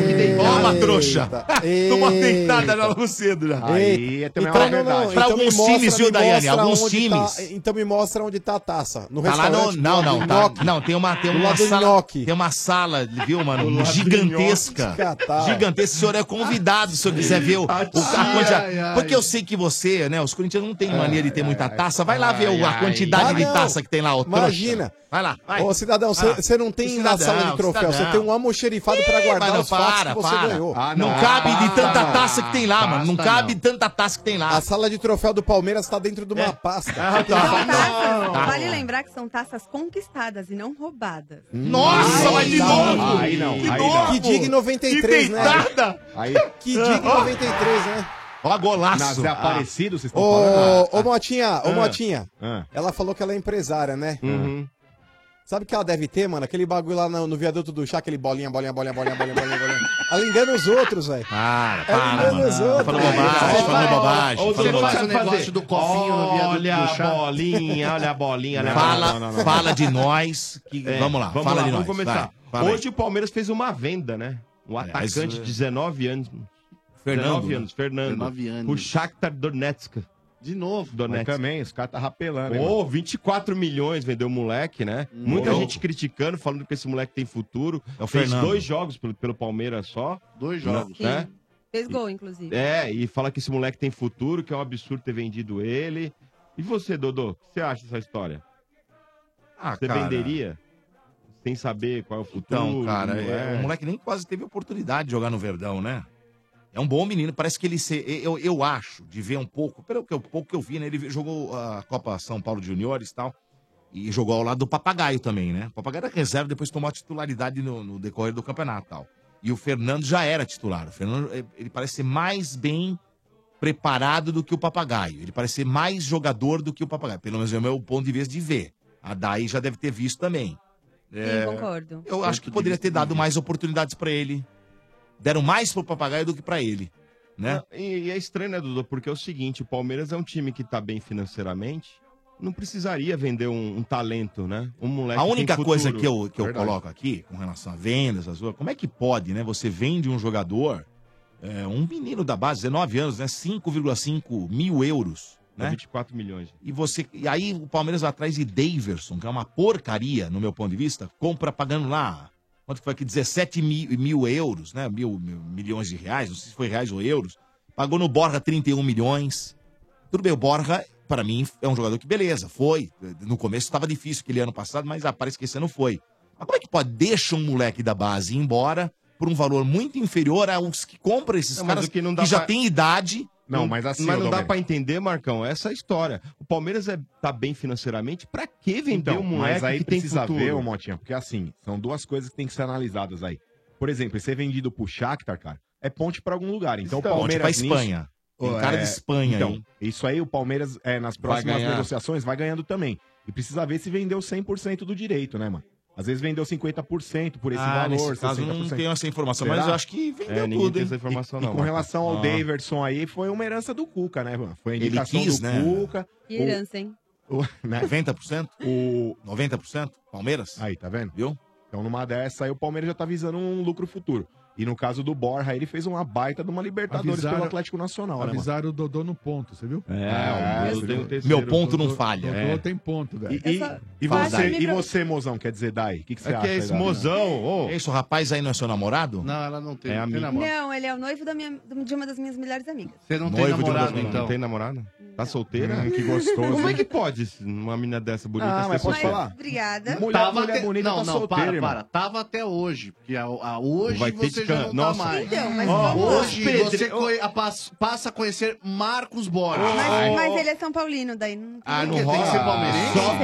deitou. Toma, trouxa.
tá
Toma deitada já logo cedo já.
Aí é também então, uma verdade.
Pra alguns times, viu, Daiane? Alguns times.
então me mostra onde tá a taça. No
tá lá no,
restaurante,
não,
do lado
não,
do
tá,
nhoque.
não, tem uma, tem
Do
uma
lado do
sala,
nhoque.
tem uma sala, viu,
Do
mano,
lado do
gigantesca,
nhoque, cara. tá.
gigantesca, o senhor é convidado, se o senhor quiser ver o, o- a
Ai,
quantidade,
ai, ai.
porque eu sei que você, né, os corintianos não tem mania de ter muita taça, vai lá
ai,
ver o- a
ai.
quantidade
Ah,
de
não.
taça que tem lá, ô trouxa.
Imagina.
Vai lá, vai.
Ô, cidadão,
Vai lá.
você não tem
O
na
cidadão,
sala de
o
troféu, você
cidadão.
tem um almoxerifado pra
Mas
guardar
não,
os fatos
para,
que você
para. Ah,
ganhou.
não, cabe de tanta taça que tem
Ah,
lá, mano. Não cabe tanta taça que tem lá.
A sala de troféu do Palmeiras tá dentro de uma pasta.
Ah, tá.
Taças,
Tá.
Vale lembrar que são taças conquistadas e não roubadas.
Nossa, mas de
tá.
novo!
Aí não,
de
aí
novo!
não. Que diga em 93,
que
né?
deitada!
Aí.
Que diga em 93, né?
Ó,
Na
golaço!
Zé Aparecido, vocês estão falando?
Ah. Ô, ô Motinha, ô
Ah.
Motinha.
Ah.
Uhum.
Ela falou que ela é empresária, né? Sabe o que ela deve ter, mano? Aquele bagulho lá no, no viaduto do chá, aquele bolinha, bolinha, bolinha, bolinha, bolinha, bolinha, bolinha. Ela engana os outros, velho.
Para,
Ela
para,
engana
mano.
os
Tá
outros.
falando bobagem, falando bobagem, falando
faz o
bobagem.
negócio do cofinho no viaduto
Olha
do
a
chá.
bolinha, olha a bolinha, olha a
Fala-
bolinha. Não, não, não. É.
fala de nós que- vamos lá, fala de nós,
Vamos começar.
vai, fala aí.
Hoje o Palmeiras fez uma venda, né? Um atacante
isso é-
de 19 anos.
Fernando,
19
né?
anos, Fernando.
19 anos.
O Shakhtar Donetsk.
De novo.
Donetsk.
Mas também, os caras tá rapelando. hein,
Ô, 24 milhões vendeu o moleque, né?
Hum.
Muita
louco.
gente criticando, falando que esse moleque tem futuro.
É o
Fez
Fernando.
dois jogos pelo, pelo Palmeiras só. Né?
Dois
Sim. Fez gol, inclusive.
É, e fala que esse moleque tem futuro, que é um absurdo ter vendido ele. E você, Dodô, o que você acha dessa história?
Ah,
você
cara.
venderia? Sem saber qual é o futuro?
Então, cara,
não
é, o moleque nem quase teve oportunidade de jogar no Verdão, né? É um bom menino, parece que ele se. Eu, eu acho, de ver um pouco, pelo que, o pouco que eu vi, né? Ele jogou a Copa São Paulo de Juniores e tal. E jogou ao lado do Papagaio também, né? O Papagaio era reserva, depois tomou a titularidade no, no decorrer do campeonato e tal. E o Fernando já era titular. O Fernando, eh, ele parece ser mais bem preparado do que o papagaio. Ele parece ser mais jogador do que o papagaio. Pelo menos é o meu ponto de vista de ver. A Daí já deve ter visto também. É,
concordo.
Eu acho que poderia ter dado mais oportunidades pra ele. Deram mais pro papagaio do que pra ele, né?
E, e é estranho, né, Dudu? Porque é o seguinte, o Palmeiras é um time que tá bem financeiramente, não precisaria vender um, um talento, né? Um moleque
a
que
única
tem
coisa
futuro.
que eu, que eu
Verdade.
coloco aqui, com relação a vendas, as outras, como é que pode, né? Você vende um jogador, é, um menino da base, 19 anos, né? 5,5 mil euros, né?
24 milhões.
E você. E aí o Palmeiras vai atrás de Daverson, que é uma porcaria, no meu ponto de vista, compra pagando lá. Quanto que foi aqui? 17 mil, mil euros, né? Mil, mil- milhões de reais, não sei se foi reais ou euros. Pagou no Borja 31 milhões. Tudo bem, o Borja, para mim, é um jogador que beleza, foi. No começo estava difícil aquele ano passado, mas ah, parece que esse ano foi. Mas como é que pode? Deixa um moleque da base ir embora por um valor muito inferior aos que compram esses
Não, mas
caras
o que não dá
já
pra-
tem idade.
mas assim, não dá
pra
pra entender, Marcão, essa é a história. O Palmeiras é, tá bem financeiramente, pra que vender
Então,
um moleque
mas aí
que tem
precisa
futuro?
ver, ô Motinha, porque assim, são duas coisas que tem que ser analisadas aí. Por exemplo, ser vendido pro Shakhtar, cara, é ponte pra algum lugar. Então, o
Ponte
Palmeiras
pra Espanha. Tem cara de Espanha
Então,
aí.
isso aí o Palmeiras, é, nas próximas
ganhar.
negociações, vai ganhando também. E precisa ver se vendeu 100% do direito, né, mano? Às vezes vendeu 50% por esse
Ah,
valor,
nesse caso, não
60%.
tenho essa informação, mas eu acho que vendeu É, ninguém tudo, tem hein? essa informação,
e,
não,
e com
Marcão.
relação ao
Ah.
Daverson aí, foi uma herança do Cuca, né, mano? Foi a
Ele
indicação
quis,
do
né?
Cuca.
E
o-
herança, hein?
o- né?
90%?
O...
90%? Palmeiras?
Aí, tá vendo?
Viu?
Então, numa dessa, aí o Palmeiras já tá visando um lucro futuro. E no caso do Borja, ele fez uma baita de uma Libertadores pelo Atlético Nacional, né, mano?
Avisaram o Dodô no ponto, você viu? Ah,
É, o Dodô tem o terceiro.
Meu ponto não
Dodô-
falha.
Dodô
É.
tem ponto, velho.
E, e- e
Fala,
assim,
você,
Dai.
e você, mozão, quer dizer, Dai? O que, que você acha? Dai?
É isso, o rapaz aí não é seu namorado?
Não, ela não tem.
É
não tem
amigo.
namorado.
Não, ele é o noivo da minha, de uma das minhas melhores amigas.
Você não
Noivo de
tem
um
uma
namorado,
pessoa que
então?
Não tem namorado? Tá solteira?
Hum, que gostoso,
Como é
hein?
que pode uma menina dessa bonita
Ah,
ser
mas pode
solteira?
falar?
Obrigada.
Tava até- não,
tá
não,
solteira,
para,
irmão.
para. Tava até hoje. Porque a, a hoje
Vai ter
você já
descanso.
não
Nossa.
tá mais.
Então, mas
Ó,
vamos lá.
hoje
Pedro,
você
ô.
conhe- a pas- passa a conhecer Marcos Borges.
Mas, mas ele é São Paulino, daí não
Ah, não
Porque
rola.
Tem que ser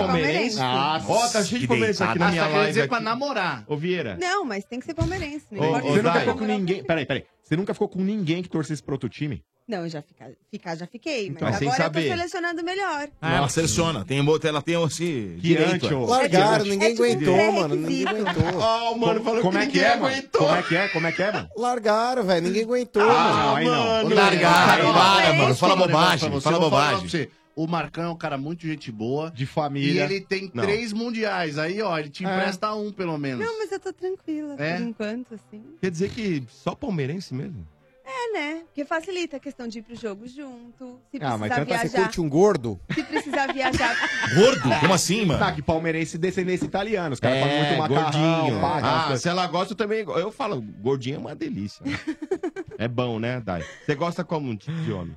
palmeirense.
Ah, ó, tá cheio de palmeirense aqui na
Ah,
minha
só quer
live.
dizer pra
aqui.
namorar.
Ô, Vieira.
Não, mas tem que ser palmeirense. né? Não
É. Ô,
importa.
você nunca
Dai.
ficou com ninguém. Peraí, peraí. Você nunca ficou com ninguém que torcesse pra outro time?
Não, eu já ficar, ficar já fiquei, mas
Então,
agora
sem
eu tô
saber.
selecionando melhor.
Ah, ela seleciona. Tem, mo- ela tem esse
ante,
direito.
ô.
ó.
Largaram,
É
ninguém
tipo um
aguentou,
pré-requisito.
mano. Ninguém aguentou.
Ó, o mano falou
Como
que
é
ninguém
mano?
aguentou.
Como
é que é? Como é que é, mano?
Largaram, velho. Ninguém aguentou,
Ah,
mano.
mano,
Largaram,
Carol,
para,
eu
mano.
posso falar
Fala
um negócio
bobagem.
pra você?
Fala
Eu vou falar pra
bobagem.
você. O Marcão é um cara muito gente boa.
De
E
família.
ele tem
Não.
três mundiais. Aí, ó, ele te
É.
empresta um, pelo menos.
Não, mas eu tô tranquila,
É?
por enquanto, assim.
Quer dizer que só palmeirense mesmo?
É, né? Porque facilita a questão de ir pro jogo junto. Se precisar
Ah, mas tanto
viajar.
você curte um gordo?
Se precisar viajar. Ah,
Gordo? Como assim, mano?
Tá, que palmeirense e descendência italiana. Os caras
É,
falam muito macarrão,
gordinho.
pá, aquelas
ah,
coisas.
se ela gosta, eu também. go- Eu falo, gordinho é uma delícia. né? é bom, né, Dai? Você gosta como tipo de homem?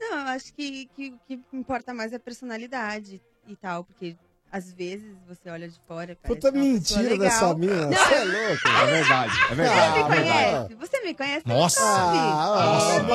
Não, eu acho que, que o que importa mais é a personalidade e tal, porque às vezes você olha de fora. Parece é
Puta
uma pessoa
mentira
legal.
dessa mina.
Não,
Você é
eu-
louco.
É verdade, é
Você me
verdade.
conhece? Você me conhece? você
Nossa.
sabe.
Ah,
Você
mano,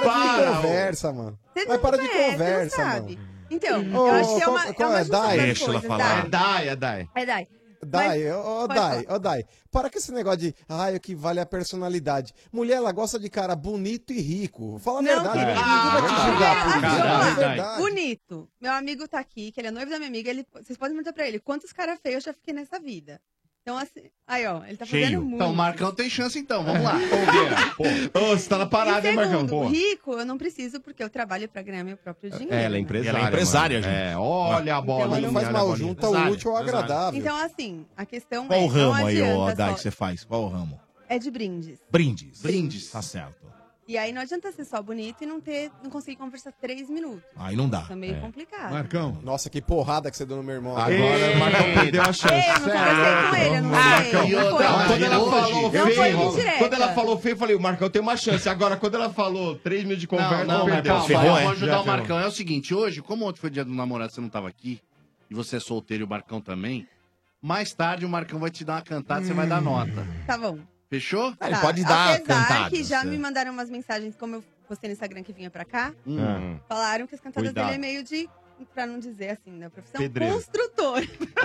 para,
para,
de conversa, mano.
Você
Mas
não
para
me
de
conhece, você
conversa,
não
mano.
sabe. Então,
Ô,
eu acho que é
qual-
uma,
qual
é uma
é?
junção
Dai?
das
Deixa ela
coisas, Dai.
falar.
Dai, é Dai.
É, Dai.
Dai, ô
pode
Dai, ô Dai, para com esse negócio de, ai, o que vale é a personalidade. Mulher, ela gosta de cara bonito e rico. Fala a verdade,
querido.
Ah,
ninguém vai
Ah,
te julgar por
Olha Ah,
isso.
é
lá,
Fala a verdade.
Bonito. Meu amigo tá aqui, que ele é noivo da minha amiga. Ele, vocês podem perguntar pra ele quantos caras feios eu já fiquei nessa vida. Então, assim. Aí, ó, ele tá fazendo muito.
Então, o Marcão tem chance então, vamos lá.
Ô, você tá na
e
parada, hein,
segundo,
Marcão? Pô.
rico eu não preciso, porque eu trabalho pra ganhar meu próprio dinheiro.
Ela é empresária.
Ela é empresária,
mano.
gente.
É, olha a bola.
Ela né? Então, não faz mal, junta o útil ao agradável.
Então, assim, a questão
Qual
é.
o
não
ramo aí, ô
adianta
Dai,
só-
que você faz? Qual o ramo?
É de brindes.
Brindes. Brindes. Tá certo.
E aí não adianta ser só bonito e não ter, não conseguir conversar três minutos.
Aí não
Isso é meio
Ah.
complicado.
Marcão. Nossa, que porrada que você deu no meu irmão.
Agora
é
o Marcão perdeu a chance.
Ei, eu não conversei com ele, eu não
Ah,
sei.
Marcão,
Não foi
não, quando
hoje.
ela falou
Não foi
feio,
indireta.
quando ela falou feio, eu falei, o Marcão tem uma chance. Agora, quando ela falou três minutos de
não,
conversa,
não, mas
perdeu.
calma, eu vou ajudar o Marcão. É o seguinte, hoje, como ontem foi dia do namorado, você não tava aqui, e você é solteiro e o Marcão também, mais tarde o Marcão vai te dar uma cantada, você vai dar nota.
Tá bom.
Fechou?
Ah,
Tá. Apesar que
é.
já me mandaram umas mensagens, como eu postei no Instagram que vinha pra cá,
Hum.
Ah.
falaram que as cantadas
Cuidado.
dele é meio de, pra não dizer assim, na profissão,
Pedreiro.
construtor.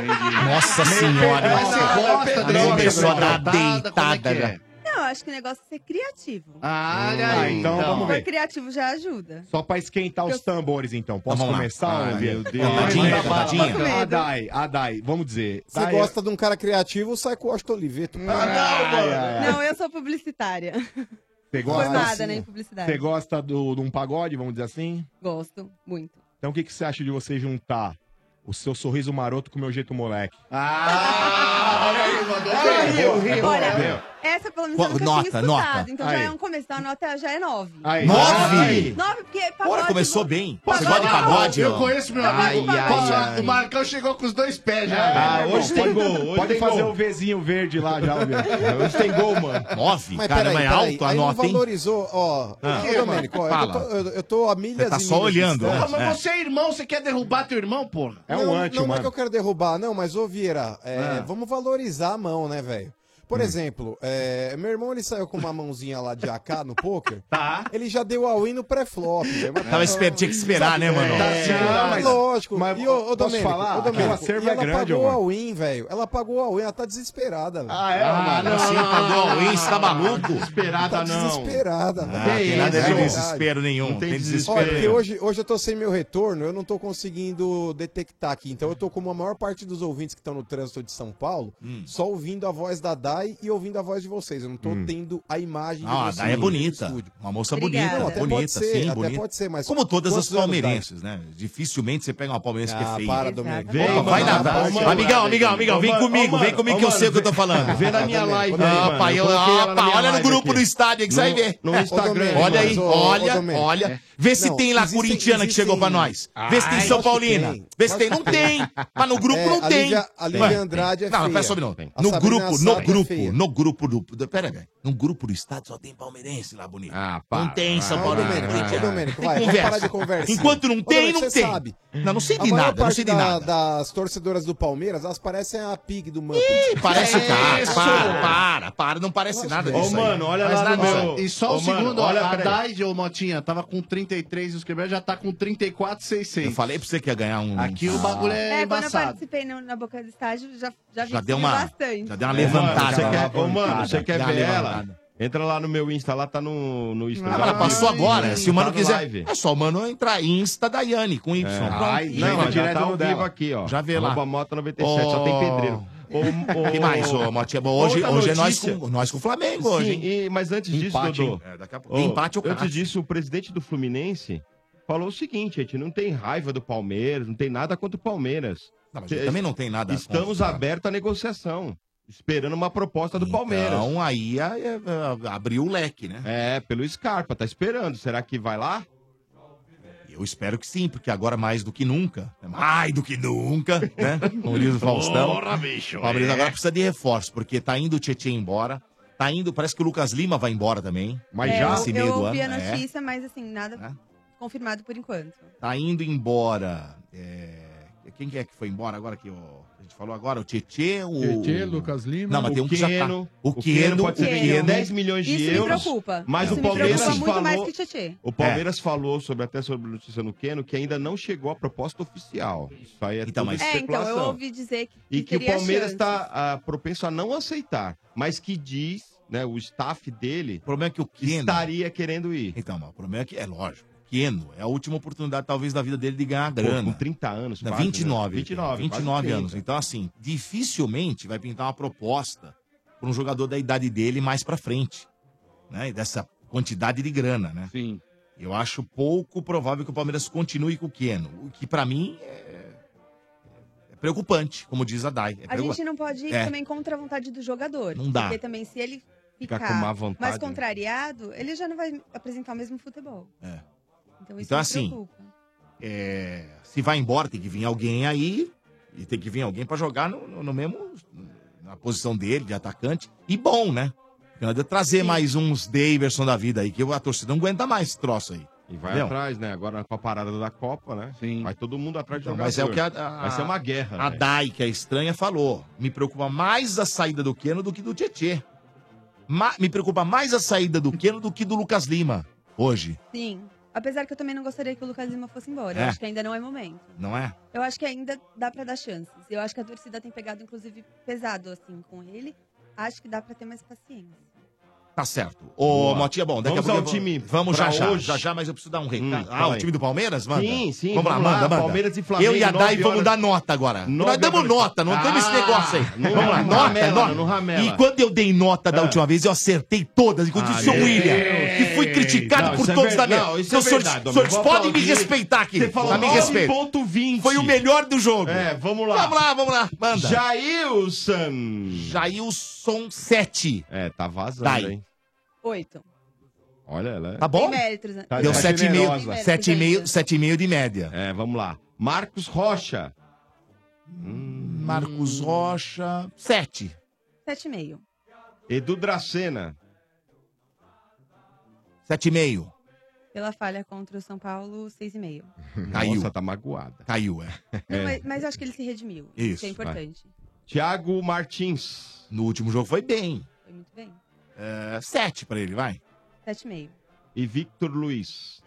Nossa senhora.
Mas você gosta,
A
Pedrão,
minha pessoa
Pedrão?
dá
Deitada, como é que
deitada.
é?
né?
Não, eu acho que o negócio é ser criativo.
Ah,
olha aí, então, vamos
Ser
ver.
criativo já ajuda.
Só pra esquentar os tambores, então. Posso
Vamos lá.
começar,
Ai,
Olivia?
meu Deus.
Vai,
Tadinha,
manda bala,
tadinha.
Marcão. Ah, Dai, ah, Dai, vamos dizer.
Você
Dai,
gosta de um cara criativo, sai com o Austin
Ah,
Oliveto.
não, mano.
Não, eu sou publicitária.
Você
Formada,
gosta,
né, em publicidade.
Você gosta do, de um pagode, vamos dizer assim?
Gosto muito.
Então o que, que você acha de você juntar o seu sorriso maroto com o meu jeito moleque?
Ah, olha aí, mandou bem.
Rio, Rio.
Olha, essa pelo menos eu
Qual-
nunca tinha
nota,
escutado.
nota.
Então já
Aí.
é um começo, então a nota já é nove.
Aí.
Nove?
Nove porque é
Bora,
pagode...
começou bem.
Pagode
Você gosta de
não,
pagode?
Eu
ó?
conheço meu amigo.
Ai, ai,
Posso-
ai.
O Marcão chegou com os dois pés já.
Ah,
né,
hoje
irmão?
tem gol. Hoje
Pode
tem
fazer
gol.
o
Vzinho verde lá já, viu?
Hoje tem gol, mano. Nove?
Mas
Caramba,
peraí,
é
peraí,
alto a
aí
nota,
não
hein?
valorizou, ó.
Ah.
ô,
Que, mano?
Domênico, ó, eu,
Fala.
tô, eu, eu tô a milhas
Você tá
e
só
milhas de
olhando,
distância.
né?
Ah, mas você é irmão, você quer derrubar teu irmão, porra?
um
não, Não, não é que eu quero derrubar, não, mas ô Vieira, é,
Ah.
vamos valorizar a mão, né, velho?
Hum.
Por exemplo, é, meu irmão ele saiu com uma mãozinha lá de AK no poker.
Tá.
Ele já deu all-in no pré-flop. velho, mas-
Tava esperto, tinha que esperar, né, mano?
Tá
É.
segurado, mas- lógico.
mas
e ô, ô
posso
Domênico,
falar?
ô, Domênico,
O acervo
e
é
ela
grande,
pagou
ô, mano.
a win, velho. Ela pagou a win, ela tá desesperada, velho.
é,
Ah,
Ah, não, você pagou a win, você tá maluco?
Tá
Desesperada,
não. Desesperada, É
Ah, tem nada de desespero nenhum. Não tem desespero.
Olha, porque hoje, hoje eu tô sem meu retorno, eu não tô conseguindo detectar aqui. Então eu tô como a maior parte dos ouvintes que estão no trânsito de São Paulo,
Hum.
só ouvindo a voz da Dai e ouvindo a voz de vocês. Eu não tô tendo a imagem
Ah, a
de vocês.
Day é bonita. Uma moça
Obrigada. Não,
bonita, é
até
bonita,
pode ser,
sim,
até
bonita.
pode ser, mas
Como todas as
quantos anos, Day?
palmeirenses, né? Dificilmente você pega uma palmeirense que é
Ah,
feia.
para, Domênico.
Vem,
Vem,
vai
mano,
na
para,
amigão,
mano.
amigão, amigão, amigão, vem
Ô, mano,
comigo,
ô,
vem
mano,
comigo
ô,
que eu
mano,
sei o que eu tô falando.
vê na minha live aí,
Ah,
mano.
pai,
Eu
eu-
coloquei ela na
rapaz,
minha
olha no
live
grupo
aqui.
do estádio que você vai
No-
ver.
no
É.
Instagram,
Olha aí,
mas, ô, ô,
olha,
Domênico.
olha.
É.
Vê se
Não,
tem lá
existem-
corintiana que chegou pra nós. Vê se tem
Ai,
São
acho que
Paulina.
tem.
Vê se
Acho
tem.
que
Não tem. Mas no grupo
É,
não
a
tem.
Lívia- a Lívia
Tem.
Andrade é
Não, não,
feia.
peraí, sobre não.
A
um No
Sabrina
grupo, no
Sato é
grupo,
feia.
no grupo do... do- Pera, velho. No grupo do estádio só tem palmeirense lá, bonito. Não tem São
Ô,
Paulo.
Domênico,
não tem
ô, Domênico,
tem
vai, vamos parar de conversa.
Enquanto não
Ô,
tem,
Domênico,
não
você
tem.
sabe.
Não, não sei
A
de
maior
nada, não
parte
sei de
da-
nada.
das torcedoras do Palmeiras, elas parecem a pig do Muppet. É
Ih, Parece tá, o cara.
Isso.
Para, para, para. Não parece nada
que é.
disso.
Ô,
aí.
mano, olha
Faz
lá
nada
no
disso
meu-
aí.
E só um
Ô, mano,
segundo,
olha,
a
peraí.
Daid, ô Motinha, tava com 33 e os quebrados já tá com 34,600.
Eu falei pra você que ia ganhar um.
Aqui o bagulho é,
É, quando eu
embaçado.
participei no- na boca do estágio, já, já vi
Já
que tinha
deu uma-
bastante.
já deu uma
Ô,
levantada.
Mano, você quer, ô, mano,
Levantada.
você quer
Dá
ver
levantada.
ela? Entra lá no meu Insta, lá tá no, no Insta.
Ah, mas ela passou agora. Se o mano
Tá no
quiser.
live.
É só o mano entrar. Insta Daiane com Y.
É.
Pronto.
Ai, gente,
Não,
já
direto
tá
no
ao
dela.
vivo aqui, ó.
Já vê lá.
Arroba Mota 97, só tem pedreiro.
O que mais, ô, Motinha? Bom, hoje-
Outra
hoje é nós
notícia.
com- nós com o Flamengo hoje, hein?
e- mas antes disso,
Empate,
Dodô.
hein? É, daqui a pouco. Empate ou
Antes
cacete.
disso, o presidente do Fluminense falou o seguinte, gente, não tem raiva do Palmeiras, não tem nada contra o Palmeiras.
Não, mas eu também não tenho nada
Estamos
contra.
abertos à negociação, esperando uma proposta do Palmeiras.
Então aí é, é, é, abriu o leque, né?
É, pelo Scarpa, tá esperando. Será que vai lá?
Eu espero que sim, porque agora mais do que nunca, né? mais do que nunca, né? Como diz o Faustão.
Porra, bicho,
O Fabrício
é.
agora precisa de reforço, porque tá indo o Tietchan embora, tá indo, parece que o Lucas Lima vai embora também. Mas
É, eu- eu, ouvi a
né?
notícia, mas assim, nada
É?
confirmado por enquanto.
tá indo embora. É, Quem que é que foi embora agora que o gente falou agora, o Tietê, o...
Tietê, Lucas Lima,
Não, mas tem um que já tá-
Keno.
O
O
Keno,
Keno
o é
pode ser vendido
Keno.
por 10 milhões de
Isso me
euros.
preocupa.
Mas
Isso
o
me
Palmeiras
preocupa muito
falou-
mais que o Tietê.
O
É.
Palmeiras falou sobre até sobre a notícia no Keno que ainda não chegou a proposta oficial. Isso aí é então, tudo
É, então, eu
especulação.
ouvi dizer que
E que o
teria
Palmeiras
tá-
chance.
está ah, propenso a não aceitar, mas que diz, né, o staff dele. O
problema é que o Keno
estaria querendo ir.
Então, mas o problema é que é lógico. Keno é a última oportunidade, talvez, da vida dele de ganhar
Pô,
grana.
com 30 anos,
Não,
quase, né?
29.
29,
29
quase
anos.
30.
Então, assim, dificilmente vai pintar uma proposta para um jogador da idade dele mais para frente. Né? E dessa quantidade de grana, né?
Sim.
Eu acho pouco provável que o Palmeiras continue com o Keno. O que, para mim, é... é preocupante, como diz a Dai. É
A gente
preocupante.
não pode ir
É.
também contra a vontade do jogador.
Não dá.
Porque também se ele
Ficar
ficar
com má vontade,
mais
né?
contrariado, ele já não vai apresentar o mesmo futebol.
É.
Então isso
Então,
me
assim,
preocupa.
É, se vai embora, tem que vir alguém aí e tem que vir alguém pra jogar no, no- no mesmo na posição dele de atacante e bom, né? Porque Não adianta trazer mais uns Daverson da vida aí que a torcida não aguenta mais esse troço aí.
E vai
Entendeu?
atrás, né? Agora com a parada da Copa, né?
Sim.
Vai todo mundo atrás de
Então,
jogador.
mas é o que a, a,
Vai ser uma guerra.
A
né?
Dai, que é estranha, falou. Me preocupa mais a saída do Keno do que do Tietê. Ma- me preocupa mais a saída do Keno do que do Lucas Lima hoje,
Sim. Apesar que eu também não gostaria que o Lucas Lima fosse embora. Eu
É.
acho que ainda não é momento.
não é?
Eu acho que ainda dá pra dar chances. Eu acho que a torcida tem pegado, inclusive, pesado, assim, com ele. Acho que dá pra ter mais paciência.
Tá certo. Ô,
Boa.
Motinha, bom, daqui
Vamos
a pouco.
ao time
Vamos já
pra
já,
hoje.
já já, mas eu preciso dar um recado. ah,
fala
o
aí.
time do Palmeiras? Manda?
Sim, sim,
Vamos, lá,
vamos lá,
manda, manda.
Palmeiras e Flamengo,
Eu e a Dai
nove
vamos
horas.
dar nota agora.
Nove
Nós damos
horas.
nota, não temos esse
Ah,
negócio aí.
não-
vamos lá,
não
nota,
ramela,
nota.
não ramela.
E quando eu dei nota da
Ah.
última vez, eu acertei todas, inclusive o
Ah,
senhor
meu
William,
Deus.
que foi criticado
Não,
por
isso é
todos da
verdade.
minha.
Não, isso
Então,
é
senhores-
verdade,
senhores,
Domingos.
podem
Vou
me
aplaudir.
respeitar aqui.
Você falou
Tá me respeita.
9.20.
Foi o melhor do jogo.
É, vamos lá.
Vamos lá, vamos lá. Manda.
Jailson.
Jailson 7.
É, tá vazando,
Dai.
hein?
Oito.
Olha ela. é-
Tá bom?
Tem méritos, né?
Tá-
Deu
tá
7,5.
generosa.
7,5 7,5 de média.
É, vamos lá. Marcos Rocha.
Hum. Marcos Rocha. 7.
Sete e meio.
Edu Dracena.
7,5.
Pela falha contra o São Paulo, seis e meio.
Caiu.
Nossa, tá magoada.
Caiu, é.
Não, mas, mas eu acho que ele se redimiu.
Isso,
Isso é importante.
Tiago Martins.
No último jogo foi bem.
Foi muito bem.
É, 7 pra ele, vai.
Sete e meio.
E Victor Luiz.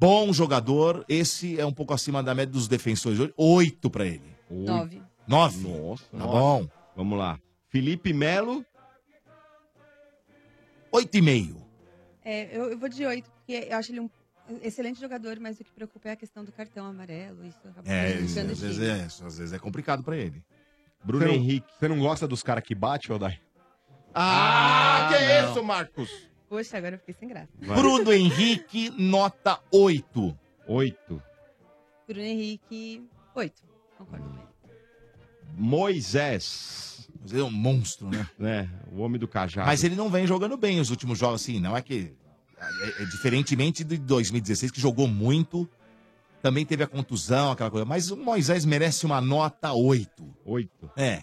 Bom jogador. Esse é um pouco acima da média dos defensores hoje. 8 pra ele.
Nove.
9.
Nossa,
Tá bom.
Vamos lá. Felipe Melo.
8,5.
É, eu, eu vou de oito, porque eu acho ele um excelente jogador, mas o que preocupa é a questão do cartão amarelo. Isso acaba
É, às
prejudicando o
vezes
time.
é, às vezes é complicado pra ele.
Bruno Henrique. Você não gosta dos caras que bate, Odai?
Ah, que é
não.
isso, Marcos?
Poxa, agora eu fiquei sem graça.
Vai.
Bruno Henrique, nota 8.
8.
Bruno Henrique, oito. Concordo com ele.
Moisés.
Moisés é um monstro, né?
o homem do cajado.
Mas ele não vem jogando bem os últimos jogos, assim, não é que. É, é diferentemente de 2016, que jogou muito, também teve a contusão, aquela coisa. Mas o Moisés merece uma nota 8.
8.
É.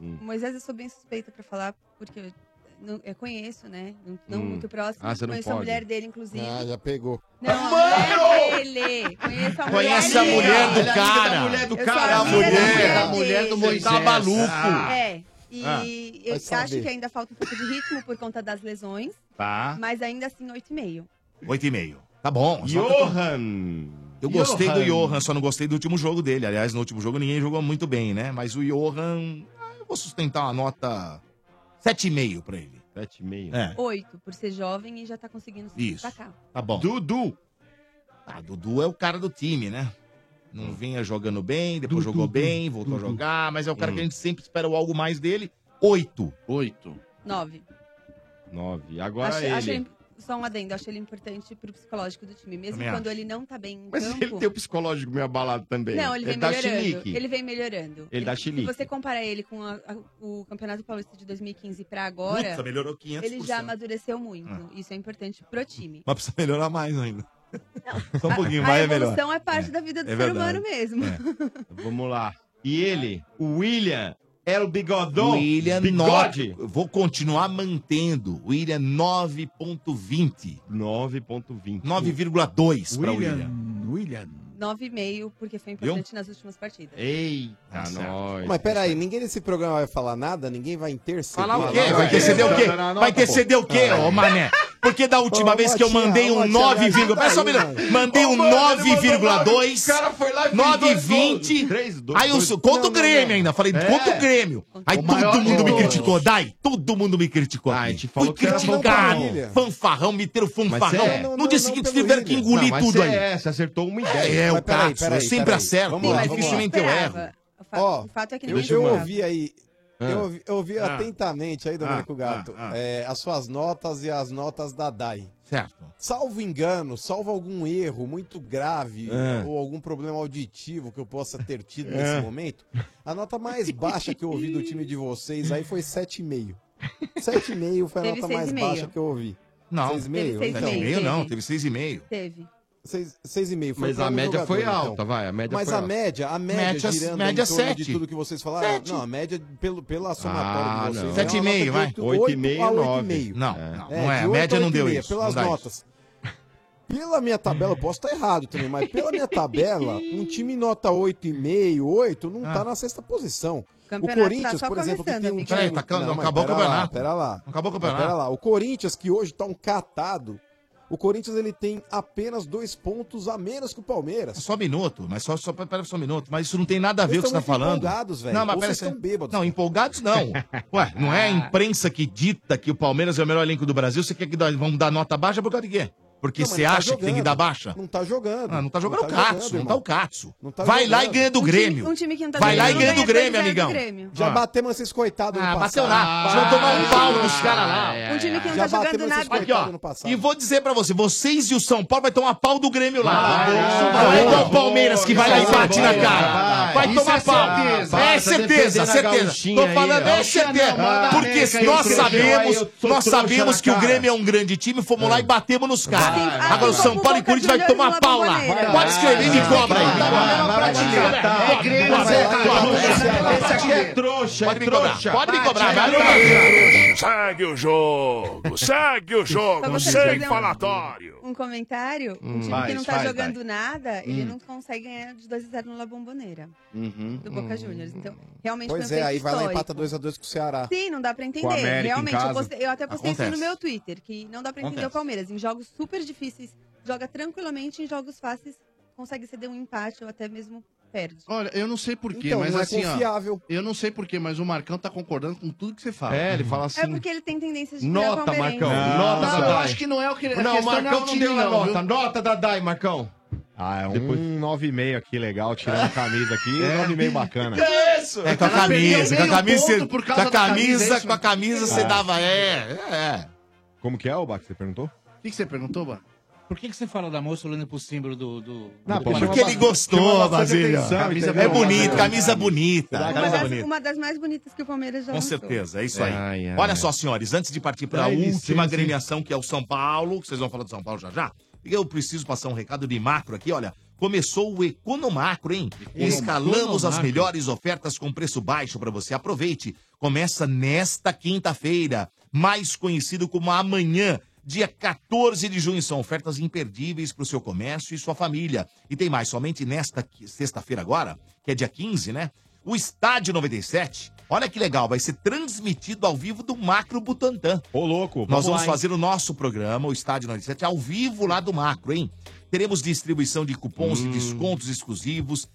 O Moisés eu sou bem suspeita pra falar, porque eu, não- eu conheço, né? Não, não
Hum.
muito próximo.
Ah, você não
conheço a
pode.
mulher dele, inclusive.
Ah, já pegou.
Não, a mulher é dele. Conheço a mulher
Conhece a
dele.
mulher do
Ela é
cara.
amiga da mulher do
Eu
cara.
sou
A
amiga da
mulher.
mulher dele.
Você tá
Moisés.
maluco.
Ah.
É. E
Ah,
eu
vai
acho
saber. Ah.
que ainda falta um pouco de ritmo por conta das lesões.
Tá.
Mas ainda assim, 8,5.
8,5. Tá bom.
Johan.
Eu gostei do
Johan.
Johan, só não gostei do último jogo dele. Aliás, no último jogo ninguém jogou muito bem, né? Mas o Johan. ah, Eu vou sustentar uma nota 7,5 pra ele.
7,5.
É.
8, por ser jovem e já tá conseguindo se
Isso.
destacar.
Tá bom.
Dudu.
Ah, Dudu é o cara do time, né? Não vinha jogando bem, depois jogou bem, voltou a jogar, mas é o cara que a gente sempre espera algo mais dele. Oito.
Oito.
9.
9. Agora
Acho-
ele.
acho ele- Só um adendo, acho ele importante pro psicológico do time. Mesmo
Também
quando
acho.
ele não tá bem em
Mas
campo.
ele tem o psicológico meio abalado também.
Não, ele vem
tá
melhorando.
chilique.
Ele vem melhorando.
Ele dá
Se
chilique.
você comparar ele com a- a- o Campeonato Paulista de 2015 pra agora,
Putz, melhorou 500%.
ele já amadureceu muito.
Ah.
Isso é importante pro time.
Mas precisa melhorar mais ainda. Só um
A-
pouquinho,
a,
mas é melhor.
evolução é parte da vida do
é
ser
verdade.
humano mesmo.
Vamos lá. E ele, o William, era o bigodão.
William
Bigode.
9. Vou continuar mantendo. William 9.20.
9.20.
9,2 pra William.
William.
9,5, porque foi importante nas últimas partidas.
Eita,
Tá
nós.
Mas peraí, ninguém nesse programa vai falar nada? Ninguém vai interceder?
Falar o quê? Vai interceder o quê? Vai interceder o quê, ô mané? Porque da última vez que eu mandei um 9, vírgula- pera só um minuto. mandei um 9,2, 9,20, aí eu sou, conta o Grêmio ainda, falei,
É.
conta o Grêmio. Aí todo mundo me
todos.
criticou, Dai, todo mundo me criticou. Ai, te Fui
falou que era
criticado,
fanfarrão.
fanfarrão, me ter o fanfarrão.
é.
No dia seguinte tiveram que engolir
mas
tudo
você
aí.
É, você acertou uma
É,
ideia.
eu caço, eu sempre acerto,
Vamos
eu
lá, vamos
dificilmente eu
lá.
erro.
O, fa- o fato é que
Eu,
ninguém
eu
esperava.
ouvi aí.
Ah.
Eu ouvi, eu ouvi
Ah.
atentamente aí, Domenico
Ah,
Gato, é, as suas notas e as notas da DAI.
Certo.
Salvo engano, salvo algum erro muito grave
Ah.
ou algum problema auditivo que eu possa ter tido
Ah.
nesse momento, a nota mais baixa que eu ouvi do time de vocês aí foi 7,5. 7,5 foi a
Teve
nota mais
6,5.
baixa que eu ouvi.
Não,
6,5?
teve
então.
6,5 não, teve 6,5.
Teve.
Seis- seis e meio. Foi
Mas
pra
a
um
média
jogador,
foi
então.
alta, vai, a média
Mas
foi
a
alta.
média, a média,
Média-
girando
média
em torno
sete.
de tudo que vocês falaram.
Sete.
Não, a média pelo, pela
Ah,
somatória de
não.
vocês.
Sete e meio, vai. Oito e meio, nove.
Não,
é.
não, não é,
de
a
oito
média
a
não
oito e
deu
meia,
isso,
Pelas
não dá
notas. Pela minha tabela, eu posso estar errado também, mas pela minha tabela, um time nota 8,5, 8, não
Ah.
tá na sexta posição.
Campeonato tá
o Corinthians,
só
por exemplo, que
começando,
tem um
amigo.
time...
Peraí, tá acabando-
mas
acabou o
é Ah,
pera lá,
campeonato.
Pera lá.
Acabou
Mas
o campeonato.
Pera lá. O Corinthians, que hoje tá um catado, o Corinthians ele tem apenas dois pontos a menos que o Palmeiras.
Só um minuto, mas só, só, pera só um minuto. Mas isso não tem nada a ver
Vocês
com o que você
estão
tá
muito
falando.
empolgados, velho.
Não, mas
Ou
pera
vocês Ah. estão bêbados.
Não, empolgados não. Ué, não é a imprensa que dita que o Palmeiras é o melhor elenco do Brasil. Você quer que dá, vamos dar nota baixa por causa de quê? Porque
Não, mas
você
não tá
acha que tem que
jogando.
dar baixa?
Não tá jogando.
Ah, não tá jogando o
tá
Catso,
jogando,
não tá
irmão.
o Catso.
Não tá
Vai lá e
jogando.
ganha do
Um time-
Grêmio.
Um time que não tá
Vai lá e
jogando,
ganha do
ganha dois,
Grêmos,
ganha do
amigão.
Grêmio.
Já
Ah.
batemos esses coitados no
Ah, bateu
passado.
lá. Vocês vão tomar um
Ah,
pau dos caras lá.
é.
Um time que não Já tá jogando batemos esses nada.
Aqui, ó.
coitados no passado.
E vou dizer pra você, vocês e o São Paulo vai tomar pau do Grêmio lá.
Vai,
Não
vai,
é igual
vai,
o Palmeiras que vai lá e
vai,
bate na
vai,
cara.
vai.
Vai
Isso
tomar
é
pau.
certeza.
É
Tá
certeza,
defendendo a
certeza.
gauchinha
Tô
aí,
falando,
ó.
é
Gauchinha
certeza.
não, manda América
Porque
aí,
nós
trouxa.
sabemos,
Aí eu sou
nós
trouxa
sabemos
na
que o
cara.
Grêmio é um grande time, fomos lá e batemos nos caras.
Vai, vai,
Agora o
vai.
São Paulo e Corinthians vai tomar pau lá. Pode escrever de cobra aí.
É Grêmio,
Pode
Zé
cobrar.
Carioca. Esse aqui é trouxa, é
Pode me cobrar,
trouxa.
pode me cobrar, vai
Bate,
Segue o jogo, segue o
Só
jogo,
gostaria de
sem
fazer um-
né?
falatório.
Um comentário, um
Hum,
time que
faz,
não tá
faz,
jogando
vai.
nada, ele
Hum.
não consegue ganhar de 2 a 0 no La Bomboneira,
Uhum.
do Boca Juniors. Então, realmente
Pois
foi um
é,
feito
aí vai lá e
histórico.
empata 2x2 com o Ceará.
Sim, não dá pra
Com a América
entender.
em
Realmente, eu,
casa.
postei- eu até postei isso
Acontece.
no meu Twitter, que não dá pra entender
Acontece.
o Palmeiras. Em jogos super difíceis, joga tranquilamente, em jogos fáceis, consegue ceder um empate ou até mesmo perde.
Olha, eu não sei porquê,
Então,
mas
não é
assim,
confiável.
ó. Eu não sei porquê, mas o Marcão tá concordando com tudo que você fala.
É, ele fala assim.
É porque ele tem tendência de virar
Nota,
palmeirense.
Marcão. nota,
Não,
Dadai.
eu acho que não é o que- a
Não,
questão
Marcão
não é o
um
não,
time,
deu a
não,
nota.
viu?
Nota, Dadai, Marcão.
Ah, é um 9,5 aqui, legal, tirando a camisa aqui. Um
É.
9,5 bacana.
É isso? É com a camisa, com a camisa, você- com a camisa, é com a camisa você
Ah.
dava, é, é.
Como que é, o que você perguntou?
O que, que você perguntou, Bá?
Por que, que você fala da moça olhando pro símbolo do. do...
Não,
do-
Porque ele gostou,
chama bastante
Basílio.
atenção,
Camisa
entendeu?
É bonito,
Mas-
camisa
né?
bonita.
Uma
Camisa
Uma das-
bonita.
Uma das mais bonitas que o Palmeiras já
Com
lançou.
certeza, é isso aí.
Ai, ai.
Olha só, senhores, antes de partir para a
Dá licença,
última
hein?
agremiação, que é o São Paulo, que vocês vão falar do São Paulo já já, eu preciso passar um recado de macro aqui, olha. Começou o Economacro, hein? Escalamos as
Economacro.
melhores ofertas com preço baixo para você. Aproveite. Começa nesta quinta-feira, mais conhecido como amanhã, dia 14 de junho. São ofertas imperdíveis para o seu comércio e sua família. E tem mais, somente nesta qui- sexta-feira agora, que é dia 15, né? O Estádio 97, olha que legal, vai ser transmitido ao vivo do Macro Butantan.
Ô, louco,
Nós
vamos
vamos
lá, hein?
fazer o nosso programa, o Estádio 97, ao vivo lá do Macro, hein? Teremos distribuição de cupons e descontos exclusivos,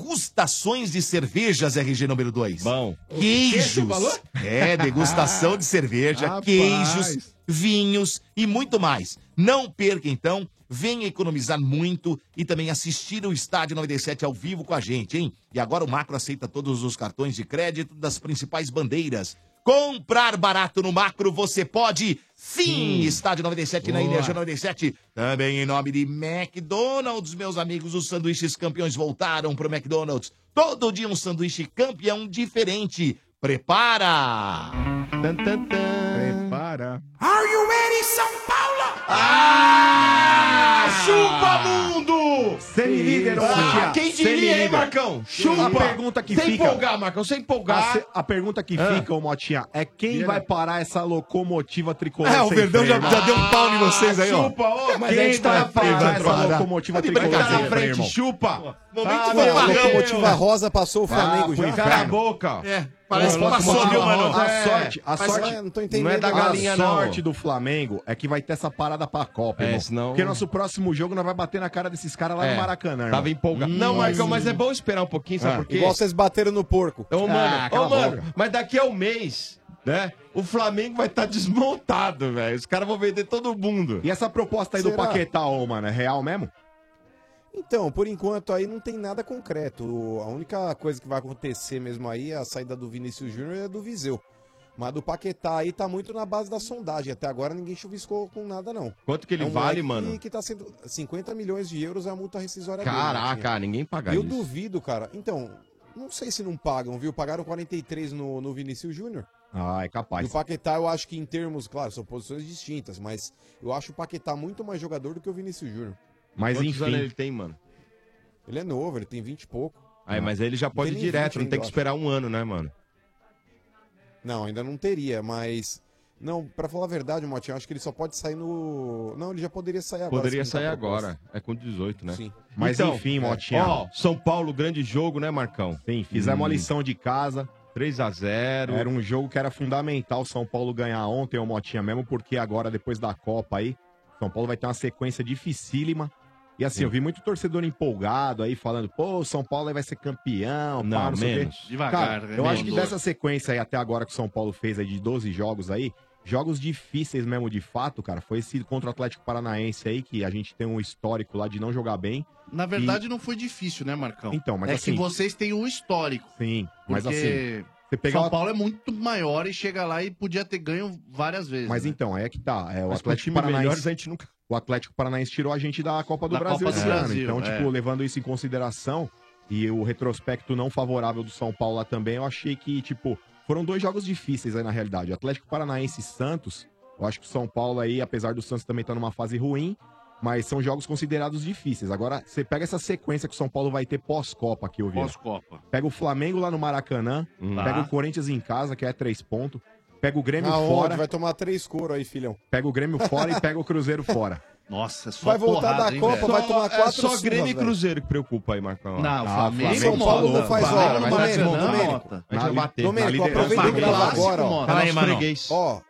degustações de cervejas RG número 2. Bom.
Esse o
Queijos.
valor?
É, degustação de cerveja,
Rapaz.
queijos, vinhos e muito mais. Não perca então, venha economizar muito e também assistir o Estádio 97 ao vivo com a gente, hein? E agora o Macro aceita todos os cartões de crédito das principais bandeiras. Comprar barato no Macro você pode. Sim, Estádio 97 na
Boa.
Energia 97. Também em nome de McDonald's, meus amigos, os sanduíches campeões voltaram pro McDonald's. Todo dia um sanduíche campeão diferente. Prepara!
Para.
Are you ready, São Paulo?
Ah.
Chupa Ah, mundo!
Marcão?
Semi-líder ontem.
Ah, quem diria, hein,
Semi-líder.
Marcão?
A
Chupa!
pergunta que
Sem
fica.
empolgar, Marcão, sem
A,
empolgar.
se- a pergunta que
Ah.
fica, ô Motinha, é quem
Vira.
vai parar essa locomotiva tricolor?
É, o
sem
Verdão já-
freio?
já deu um pau em vocês aí, ó.
Chupa, ô, mas
Quem
quem vai
tá preso,
parar essa
troca?
locomotiva
Tá de
tricolor?
brincadeira.
sem
Na frente,
freio, irmão?
Chupa!
Ah, meu, a locomotiva rosa passou o Flamengo
Ah, foi
já.
inferno. Cala a boca.
É,
parece que passou, viu, mano?
A
É,
sorte, a
mas
sorte
não é- não tô entendendo
não é da
nada.
galinha,
Só.
não. A sorte do Flamengo é que vai ter essa parada pra Copa,
É,
irmão.
senão-
Porque nosso próximo jogo nós vai bater na cara desses caras lá
É,
no Maracanã, irmão.
Tava empolgado. Não, Marcão, mas é bom esperar um pouquinho, sabe
Ah.
por quê?
Igual
Vocês bateram no porco.
Ô, mano,
Ah,
ô,
cala a
mano,
boca.
mas daqui a um mês, né? O Flamengo vai estar desmontado, velho. Os caras vão vender todo mundo.
E essa proposta aí do
Será?
Paquetá, ô, mano, é real mesmo?
Então, por enquanto aí não tem nada concreto. O- A única coisa que vai acontecer mesmo aí é a saída do Vinícius Júnior e a do Viseu. Mas do Paquetá aí tá muito na base da sondagem. Até agora ninguém chuviscou com nada, não.
Quanto que ele
É um
vale,
moleque
mano?
Que, que tá sendo 50 milhões de euros é a multa rescisória né? dele.
Caraca,
né?
Marquinhos.
ninguém paga
Eu
isso.
duvido, cara. Então, não sei se não pagam, viu? Pagaram 43 no, no Vinícius Júnior.
Ah, é
E
capaz.
o Paquetá, eu acho que em termos, claro, são posições distintas, mas eu acho o Paquetá muito mais jogador do que o Vinícius Júnior.
Mas
Quantos
enfim.
anos ele tem, mano?
Ele é novo, ele tem 20 e pouco.
Aí, É, mas aí ele
né?
já
Não
pode
tem
ir
nem
direto,
20
não
ainda,
tem que
eu
esperar um ano, né, mano?
acho. Não, ainda não teria, mas. Não, pra falar a verdade, Motinho, eu acho que ele só pode sair no. Não, ele já poderia sair agora.
Poderia
se não
sair
tá proposta.
agora. É com 18, né?
Sim.
Mas enfim, Motinha.
Ó, São Paulo, grande jogo, né, Marcão? Hum. Sim,
Fizemos a lição de casa.
3x0.
Era um jogo que era fundamental o São Paulo ganhar ontem, o Motinha, mesmo porque agora, depois da Copa aí, São Paulo vai ter uma sequência dificílima. E assim, eu vi muito torcedor empolgado aí falando, pô, o São Paulo aí vai ser campeão,
Não,
pá, não sei o quê.
menos.
Cara,
Devagar,
eu
né?
acho que
Menos.
dessa sequência aí até agora que o São Paulo fez aí de 12 jogos aí, jogos difíceis mesmo de fato, cara, foi esse contra o Atlético Paranaense aí, que a gente tem um histórico lá de não jogar bem.
Na verdade, não foi difícil, né, Marcão?
Então, mas
é
assim-
que vocês têm o histórico.
Sim, mas
Porque
assim, você pegar
São
o-
Paulo é muito maior e chega lá e podia ter ganho várias vezes.
Mas
né?
então, aí é que tá. É, o
Mas com
Atlético
time
Paranaense.
melhores,
a gente nunca...
O Atlético Paranaense tirou a gente da Copa do
Da
Brasil
Copa do
esse ano.
Brasil,
Então,
é.
tipo, levando isso em consideração e o retrospecto não favorável do São Paulo lá também, eu achei que, tipo, foram dois jogos difíceis aí na realidade. Atlético Paranaense e Santos. Eu acho que o São Paulo aí, apesar do Santos também estar numa fase ruim, mas são jogos considerados difíceis. Agora, você pega essa sequência que o São Paulo vai ter pós-Copa aqui, eu vi.
Pós-Copa.
Pega o Flamengo lá no Maracanã,
Tá.
pega o Corinthians em casa, que é três pontos. Pega o Grêmio
Aonde?
fora.
Vai tomar três couro aí, filhão.
Pega o Grêmio fora e pega o Cruzeiro fora.
Nossa,
só Vai voltar porrada, da hein, Copa, velho? vai tomar
é
quatro
só
surras,
Grêmio e
velho.
Cruzeiro que preocupa aí, Marcão. Ah,
Não,
o
Flamengo
São Paulo não faz, ó,
hora,
Domênico, Domênico.
A gente vai bater. Na
Domênico,
liderança,
aproveita e
Flamengo.
grava agora, ó.
Fala aí, mano.
Ó,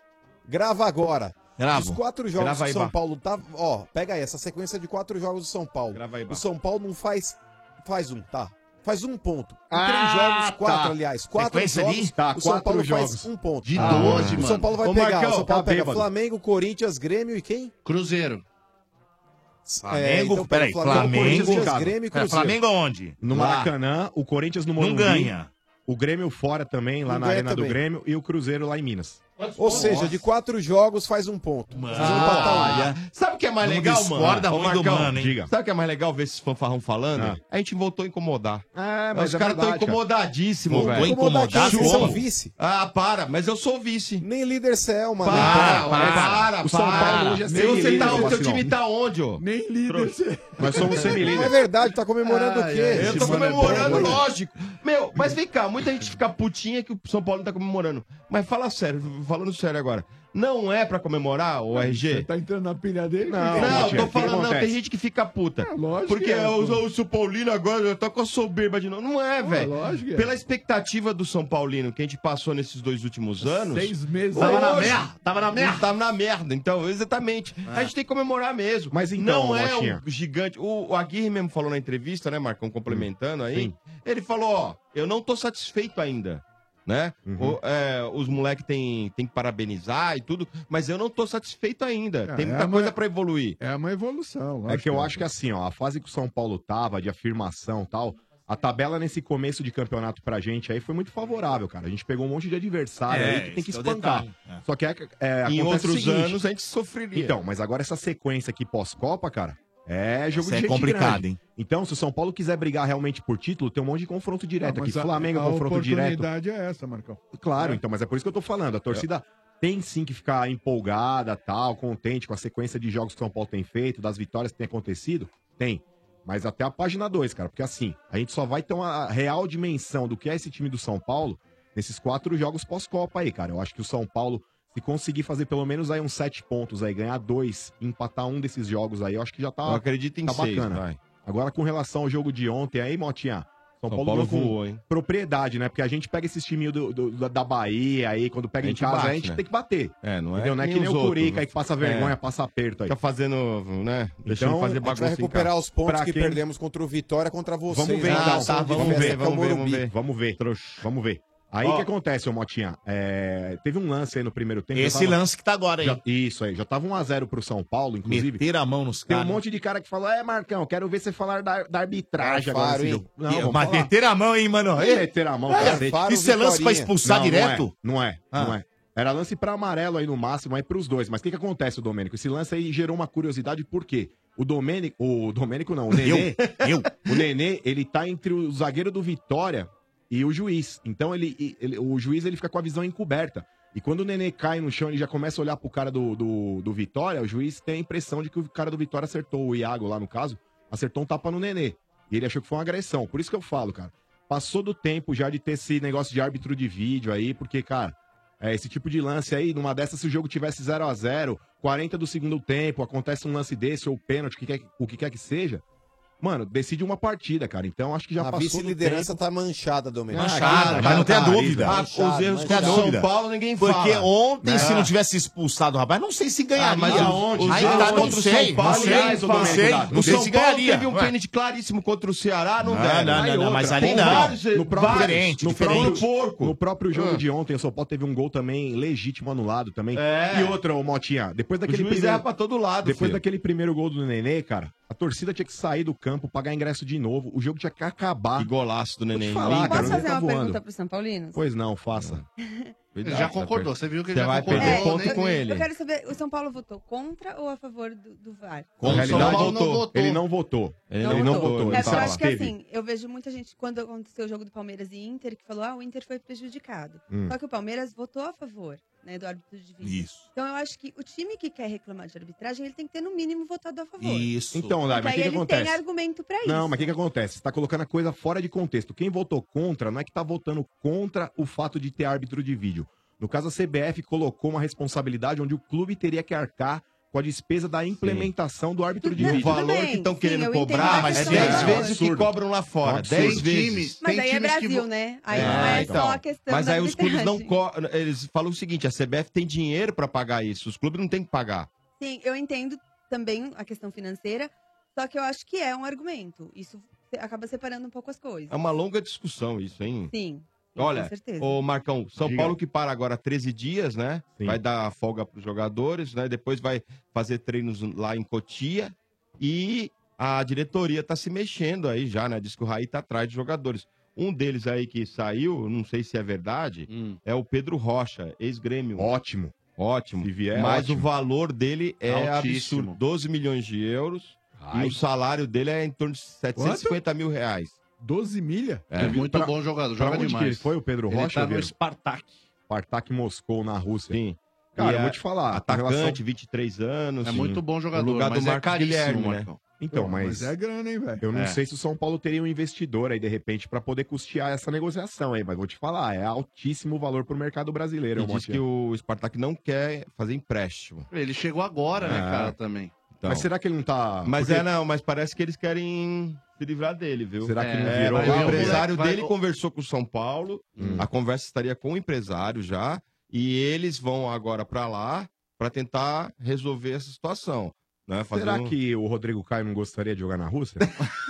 grava agora.
Gravo.
Os quatro jogos
Grava aí,
do São
Bá.
Paulo tá... Ó, pega aí, essa sequência de quatro jogos do São Paulo.
Grava aí, Bá.
o São Paulo não faz... Faz um, tá. Faz um ponto. Em três
Ah,
jogos, quatro,
tá.
aliás. Quatro
Sequência
jogos,
ali? Tá,
o São
quatro
Paulo
jogos.
faz um ponto.
De 12,
O São
mano.
Paulo vai
Ô,
pegar,
Marcão,
o São Paulo
tá
pega
bêbado.
Flamengo, Corinthians, Grêmio e quem? É, então
Cruzeiro.
É,
Flamengo,
então
pega
peraí,
Corinthians,
Flamengo,
Chicago.
Grêmio e Pera, Cruzeiro. Flamengo aonde?
No
Lá.
Maracanã, o Corinthians no Morumbi.
Não ganha.
O Grêmio fora também, lá
Não
na
ganha
Arena do
também.
Grêmio, e o Cruzeiro lá em Minas.
Ou seja, de quatro jogos faz um ponto. Mano.
Sabe o que é mais
Não
legal, mano?
discorda
Ô,
muito do mano, hein? Ah.
diga. Sabe o que é mais legal ver esses fanfarrão falando? A gente voltou a incomodar.
É,
Os caras estão incomodadíssimos,
Voltou
velho.
a incomodar, vocês são vice.
Ah, para, mas eu sou vice.
Nem líder você é, mano.
Para,
Então,
para, para.
O São Paulo hoje é
Meu, você
semi-líder,
tá- o seu
vacilão.
time tá onde, ó?
Nem líder você
Nós somos
Não é
semilíder.
verdade, tá comemorando o quê?
Eu tô
é
comemorando, lógico. Meu, mas vem cá, muita gente fica putinha que o São Paulo não tá comemorando. Mas fala sério, falando sério agora. Não é pra comemorar o RG?
Você tá entrando na pilha dele?
Não, não, tô falando, não, tem gente que fica puta.
lógico
porque
que é,
eu
pô.
sou- eu sou paulino agora, eu tô com a soberba de novo. Não é, velho.
lógico que é.
Pela expectativa do São Paulino que a gente passou nesses dois últimos anos.
Seis meses.
hoje-
Tava na merda, tava na merda.
Tava na merda, então, exatamente. A gente tem que comemorar mesmo.
Mas então,
Não é
Mochinha.
um gigante. O, o Aguirre mesmo falou na entrevista, né, Marcão, complementando aí. Ele falou, ó, eu não tô satisfeito ainda. Né? O- é, os moleques tem, tem que parabenizar e tudo, mas eu não tô satisfeito ainda. tem
é
muita
uma-
coisa pra evoluir.
É uma evolução.
É
lógico
que eu acho que assim, ó, a fase que o São Paulo tava, de afirmação e tal, a tabela nesse começo de campeonato pra gente aí foi muito favorável, cara. A gente pegou um monte de adversário
É,
aí que tem que
esse é o
espancar.
detalhe, é.
Só que é, é,
Em
acontece o
outros
seguinte,
anos a gente sofreria.
Então, mas agora essa sequência aqui pós-Copa, cara, é jogo
Isso
de
é
gente
complicado,
grande.
hein?
Então, se o São Paulo quiser brigar realmente por título, tem um monte de confronto direto
Não,
aqui.
Ah, mas a-
Flamengo,
a
confronto direto.
oportunidade é essa, Marcão.
Claro,
Né?
então, mas é por isso que eu tô falando. A torcida tem sim que ficar empolgada, tal, contente com a sequência de jogos que o São Paulo tem feito, das vitórias que tem acontecido. Tem. Mas até a página 2, cara, porque assim, a gente só vai ter uma real dimensão do que é esse time do São Paulo nesses quatro jogos pós-Copa aí, cara. Eu acho que o São Paulo, se conseguir fazer pelo menos aí uns sete pontos aí, ganhar dois, empatar um desses jogos aí, eu acho que já tá,
Eu acredito em
tá
seis,
bacana.
vai.
Agora, com relação ao jogo de ontem aí, Motinha, São,
São
Paulo,
Paulo
jogou com
voou, hein?
propriedade, né? Porque a gente pega esses times do- do- da- da Bahia aí, quando pega
A
em
gente
casa,
bate,
a gente
né?
tem que bater.
É, não é
Entendeu? Não é que nem
os
o
outros.
Curica aí que passa vergonha,
É.
passa aperto aí.
Fica fazendo, né? Deixando
Então,
fazer
a gente vai
bagunça.
Vai
em
recuperar
casa.
os pontos
Pra
que
quem?
perdemos contra o Vitória contra vocês.
Vamos ver,
na
então,
ação
tá,
de
vamos ver,
festa
vamos
Morumbi.
ver, vamos ver, vamos ver, vamos ver. Aí o
Ó.
que acontece, ô Motinha? É, teve um lance aí no primeiro tempo. já
Esse lance que tá agora, hein?
Já- isso aí, já tava 1x0 pro São Paulo, inclusive.
Meter a mão nos
Tem um
caras.
monte de cara que falou, é, Marcão, quero ver você falar da, da arbitragem
Alfaro,
agora. nesse
hein?
jogo."
E-
vamos
mas
falar.
meter a mão, hein, mano?
Não é Meter a mão,
É,
cacete.
Alfaro, Isso é lance pra Vitorinha. expulsar
Não,
direto?
Não é, não é.
Ah.
não é. Era lance pra amarelo aí no máximo, aí pros dois. Mas o que que acontece, Domênico? Esse lance aí gerou uma curiosidade, por quê? O Domênico, o Domênico não, o Nenê, o Nenê, ele tá entre o zagueiro do Vitória e o juiz. Então ele, ele- o juiz ele fica com a visão encoberta. E quando o Nenê cai no chão, ele já começa a olhar pro cara do, do, do Vitória, o juiz tem a impressão de que o cara do Vitória acertou, o Iago lá no caso, acertou um tapa no Nenê. E ele achou que foi uma agressão. Por isso que eu falo, cara. Passou do tempo já de ter esse negócio de árbitro de vídeo aí, porque, cara, é, esse tipo de lance aí, numa dessas, se o jogo tivesse 0 a 0 40 do segundo tempo, acontece um lance desse, ou pênalti, o que quer, o que, quer que seja, mano, decide uma partida, cara. Então acho que já
A
passou.
vice-liderança tá manchada, Domênico.
Manchada, mas não tem a dúvida.
Ah,
Manchada,
os erros
manchada. um
contra o São Paulo
ninguém
Porque
fala.
ontem,
Né?
É.
se não tivesse expulsado o rapaz, não sei se ganharia.
Ah, mas aonde?
Aí
Os
tá,
erros
não
contra o
sei,
São
não
Paulo,
sei,
aliás, ô
não
Domênico,
sei.
cuidado.
Não
O
sei
São
se
Paulo
ganharia.
teve um
Ué.
pênalti claríssimo contra o Ceará, não
Não,
deram.
não,
Aí
não,
outra.
mas ali
Com
não.
vários-
No próprio,
vários-
no
Próprio
próprio,
porco.
no próprio jogo
Ah.
de ontem, o São Paulo teve um gol também legítimo anulado também.
É.
E outra, ô Motinha, depois daquele
juiz erra pra todo lado,
Depois
filho.
daquele primeiro gol do Nenê, cara, a torcida tinha que sair do campo, pagar ingresso de novo, o jogo tinha que acabar. Que
golaço do Nenê.
falar, cara,
Posso
o Nenê
fazer
tá
uma
voando.
pergunta para São Paulinos?
Pois não, faça.
Ele já concordou, você viu que ele
Você
já
vai
concordou.
perder
né?
ponto com ele.
É, Eu quero saber, o São Paulo votou contra ou a favor do, do VAR?
Na
Como
realidade,
São Paulo não
ele não
votou.
Ele não votou.
Ele não votou,
É, porque eu acho que
Teve.
assim, eu vejo muita gente, quando aconteceu o jogo do Palmeiras e Inter, que falou, ah, o Inter foi prejudicado.
Hum.
Só que o Palmeiras votou a favor, né, do árbitro de vídeo.
Isso.
Então eu acho que o time que quer reclamar de arbitragem, ele tem que ter no mínimo votado a favor.
Isso. Então, Lai, mas o
Porque
que,
aí
que
ele
acontece?
tem argumento pra
É
isso.
Não, mas o que, que acontece? Você tá colocando a coisa fora de contexto. Quem votou contra não é que tá votando contra o fato de ter árbitro de vídeo. No caso, a CBF colocou uma responsabilidade onde o clube teria que arcar com a despesa da implementação do árbitro de
Não,
vídeo.
tudo O valor bem. que tão Sim, querendo eu entendo cobrar a
mas
questão é 10 do vezes o que absurdo. cobram lá fora.
É um absurdo.
10 vezes.
Mas
Tem
aí é
times que
Brasil,
vo-
né? Aí
É,
não é
então.
só a questão
Mas
da
aí os clubes não
arbitragem.
co- eles falam o seguinte, a CBF tem dinheiro pra pagar isso, os clubes não tem que pagar.
Sim, eu entendo também a questão financeira, só que eu acho que é um argumento. Isso acaba separando um pouco as coisas.
É uma longa discussão isso, hein?
Sim.
Olha,
com certeza.
o Marcão, São
Diga.
Paulo que para agora 13 dias, né? Vai dar folga para os jogadores, né? Depois vai fazer treinos lá em Cotia e a diretoria tá se mexendo aí já, né? Diz que o Raí tá atrás de jogadores. Um deles aí que saiu, não sei se é verdade, é o Pedro Rocha, ex-grêmio.
Ótimo.
Ótimo.
vier,
Mas
ótimo.
o valor dele é
Altíssimo.
absurdo. 12 milhões de euros.
Ai.
E o salário dele é em torno de 750 mil reais.
12 milha?
É. É muito bom jogador,
pra
joga
onde
demais.
que ele foi, o Pedro
Ele
Rocha?
tá no
Spartak. Spartak Moscou, na Rússia.
Sim.
Cara,
E
eu
é
vou te falar. com
Atacante,
relação-
23 anos.
É
sim.
muito bom jogador,
No lugar
mas
do
é
Marcos
caríssimo,
Guilherme, né?
Marcão. Então,
Pô,
mas-
mas é grana, hein, velho?
Eu não
É.
sei se o São Paulo teria um investidor aí, de repente, pra poder custear essa negociação aí. Mas vou te falar, é altíssimo o valor pro mercado brasileiro.
E
ô
diz
Motinha.
que o Spartak não quer fazer empréstimo.
Ele chegou agora, né,
Ah.
É.
cara, também.
Então.
Mas será que ele não tá...
Mas
Porque-
é, não, mas parece que eles querem se livrar dele, viu?
Será que
É,
não virou?
mas O
Vai,
empresário
vai,
dele
vai.
conversou com o São Paulo, a conversa estaria com o empresário já, e eles vão agora pra lá pra tentar resolver essa situação. Né? Fazer
Será
um-
que o Rodrigo Caio não gostaria de jogar na Rússia?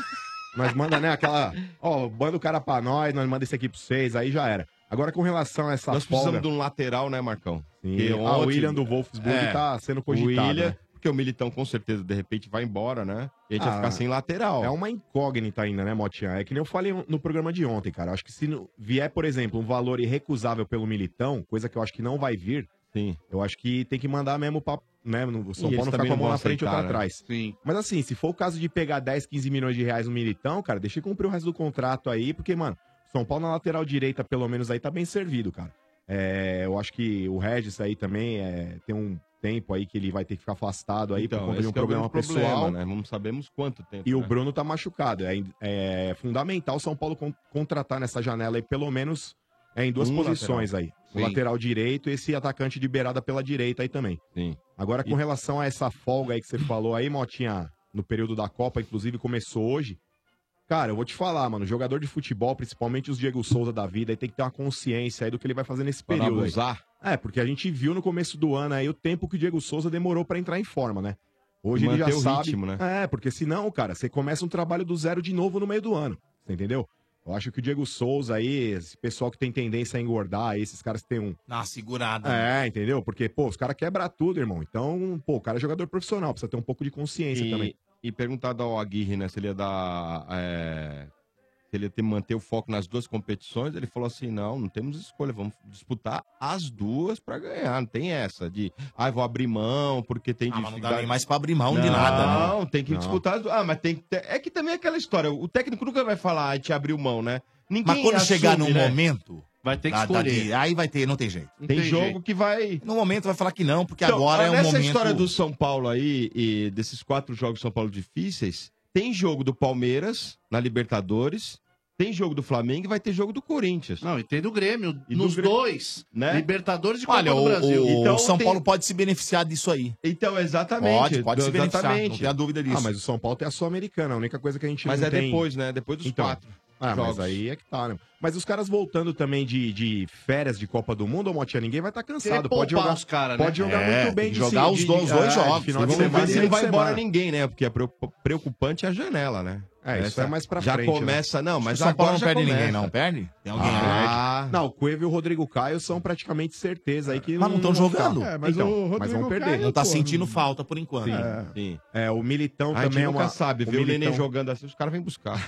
nós manda, né, aquela... Ó, manda o cara pra nós, nós manda esse aqui pra vocês, aí já era. Agora, com relação a essa
Nós
Tá folga...
precisamos de um lateral, né, Marcão?
Sim.
Porque
Ah, o William do Wolfsburg tá sendo cogitado,
é, O William,
né?
porque o Militão com certeza de repente vai embora, né? E a gente vai
Ah,
ficar sem lateral.
É uma incógnita ainda, né, Motinha? É que nem eu falei no programa de ontem, cara. Eu acho que se não- vier, por exemplo, um valor irrecusável pelo Militão, coisa que eu acho que não vai vir,
Sim.
eu acho que tem que mandar mesmo pra. Né, no- o São
E
Paulo
eles
não ficar
também
com a
não
mão
vão
na frente e outra
aceitar, né?
atrás.
Sim.
Mas assim, se for o caso de pegar 10, 15 milhões de reais no Militão, cara, deixa eu cumprir o resto do contrato aí, porque, mano, São Paulo na lateral direita, pelo menos aí, tá bem servido, cara. É, eu acho que o Regis aí também é, tem, um, tem tempo aí que ele vai ter que ficar afastado aí por
Então,
conta de
esse
um
que é o
problema
grande
pessoal.
problema, né? Não sabemos quanto tempo.
E o
né?
Bruno tá machucado. É, é fundamental o São Paulo con- contratar nessa janela aí, pelo menos é, em duas
Um
posições
lateral.
aí.
Sim.
O lateral direito e esse atacante de beirada pela direita aí também.
Sim.
Agora, com relação a essa folga aí que você falou aí, Motinha, no período da Copa, inclusive começou hoje. Cara, eu vou te falar, mano, jogador de futebol, principalmente os Diego Souza da vida, aí tem que ter uma consciência aí do que ele vai fazer nesse
Pra não
período. aí.
abusar.
É, porque a gente viu no começo do ano aí o tempo que o Diego Souza demorou pra entrar em forma, né? Hoje ele
Manter
já
o
sabe.
ritmo, né?
É, porque senão, cara, você começa um trabalho do zero de novo no meio do ano. Você entendeu? Eu acho que o Diego Souza aí, esse pessoal que tem tendência a engordar, aí, esses caras que tem um.
Na segurada.
É, entendeu? Porque, pô, os caras quebram tudo, irmão. Então, pô, o cara é jogador profissional, precisa ter um pouco de consciência
e,
também.
E perguntado ao Aguirre, né, se ele ia dar. é, se ele ia ter, manter o foco nas duas competições, ele falou assim: não, não temos escolha, vamos disputar as duas pra ganhar. Não tem essa de, ah, eu vou abrir mão porque tem
Ah, mas não
dificuldade.
dá nem mais pra abrir mão de nada, né?
Não, tem que
Não.
disputar as duas. Ah, mas tem que. ter- É que também é aquela história: o técnico nunca vai falar, ah, te abriu mão, né? Ninguém
Mas quando chegar num
assume, né?
momento.
Vai ter que
da- da-
escolher.
de- aí vai ter, não tem jeito.
Tem jogo que vai.
No momento vai falar que não, porque
Então,
agora é um
nessa
momento.
história do São Paulo aí, e desses quatro jogos do São Paulo difíceis, tem jogo do Palmeiras na Libertadores, tem jogo do Flamengo e vai ter jogo do Corinthians.
Não, e tem do Grêmio, nos dois. Libertadores e Copa
Olha,
do
é o-
Brasil.
o-
Então, o São
né? tem-
Paulo pode se beneficiar disso aí.
Então, exatamente.
Pode, pode se beneficiar,
Exatamente.
não tenha dúvida disso.
Ah, mas o São Paulo tem a Sul-Americana, a única coisa que a gente
Mas
não
é
tem-
depois, né? Depois dos quatro
Ah,
jogos.
mas aí é que tá, né? Mas os caras voltando também de, de férias de Copa do Mundo, ô Motinha, ninguém vai estar cansado.
Querer
Pode
poupar
jogar,
os cara, né?
pode jogar
É,
muito bem
tem que
de
jogar
se-
os
de-
dois-
de-
dois
é, de
jogos.
final de
Vamos ver
semana,
se
de
não vai
semana.
embora ninguém, né? Porque é preocup- preocupante é a janela, né?
É, isso é mais pra
já
frente, né?
Já começa, não,
Acho
mas
que o São Paulo
agora
não
já
perde
começa. né?
ninguém, não
perde? Tem alguém
ah,
aí?
Não, o Cueva e o Rodrigo Caio são praticamente certeza aí que
Mas não estão
vão
jogando.
ficar.
É, mas
então,
o
mas
Rodrigo
vão perder.
Caio, Não tá pô, sentindo não- falta por enquanto.
Sim,
É.
sim. É, o Militão
A gente
também é
nunca
uma...
sabe,
o
vê o Nenê
Militão-
jogando assim, os caras vêm buscar.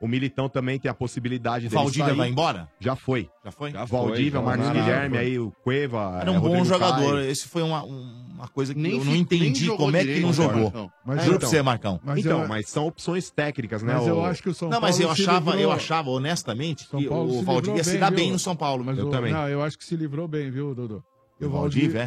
o Militão também tem a possibilidade dele
Valdívia
sair.
vai embora?
Já foi.
Já foi? Já foi,
Valdívia,
já
Marcos
foi.
Guilherme,
Foi.
aí o Cueva. é,
Era um bom
Rodrigo
jogador.
Caio.
Esse foi uma, uma coisa que
Nem
eu não
fi-
entendi
nem
como é que
jogou
não
direito,
juro
Marcão.
Mas é,
Mas
juro
então-
pra você, Marcão.
Mas Então, eu- mas são opções técnicas, né?
Mas eu
o-
acho que o São
não, mas
Paulo
eu
se
achava,
livrou-
eu achava, honestamente, que
Paulo
o
se
Valdívia
livrou
se dá
viu?
bem no São Paulo.
Mas
eu
o-
também.
Não, eu acho que se livrou bem, viu, Dudu? E o
Valdívia,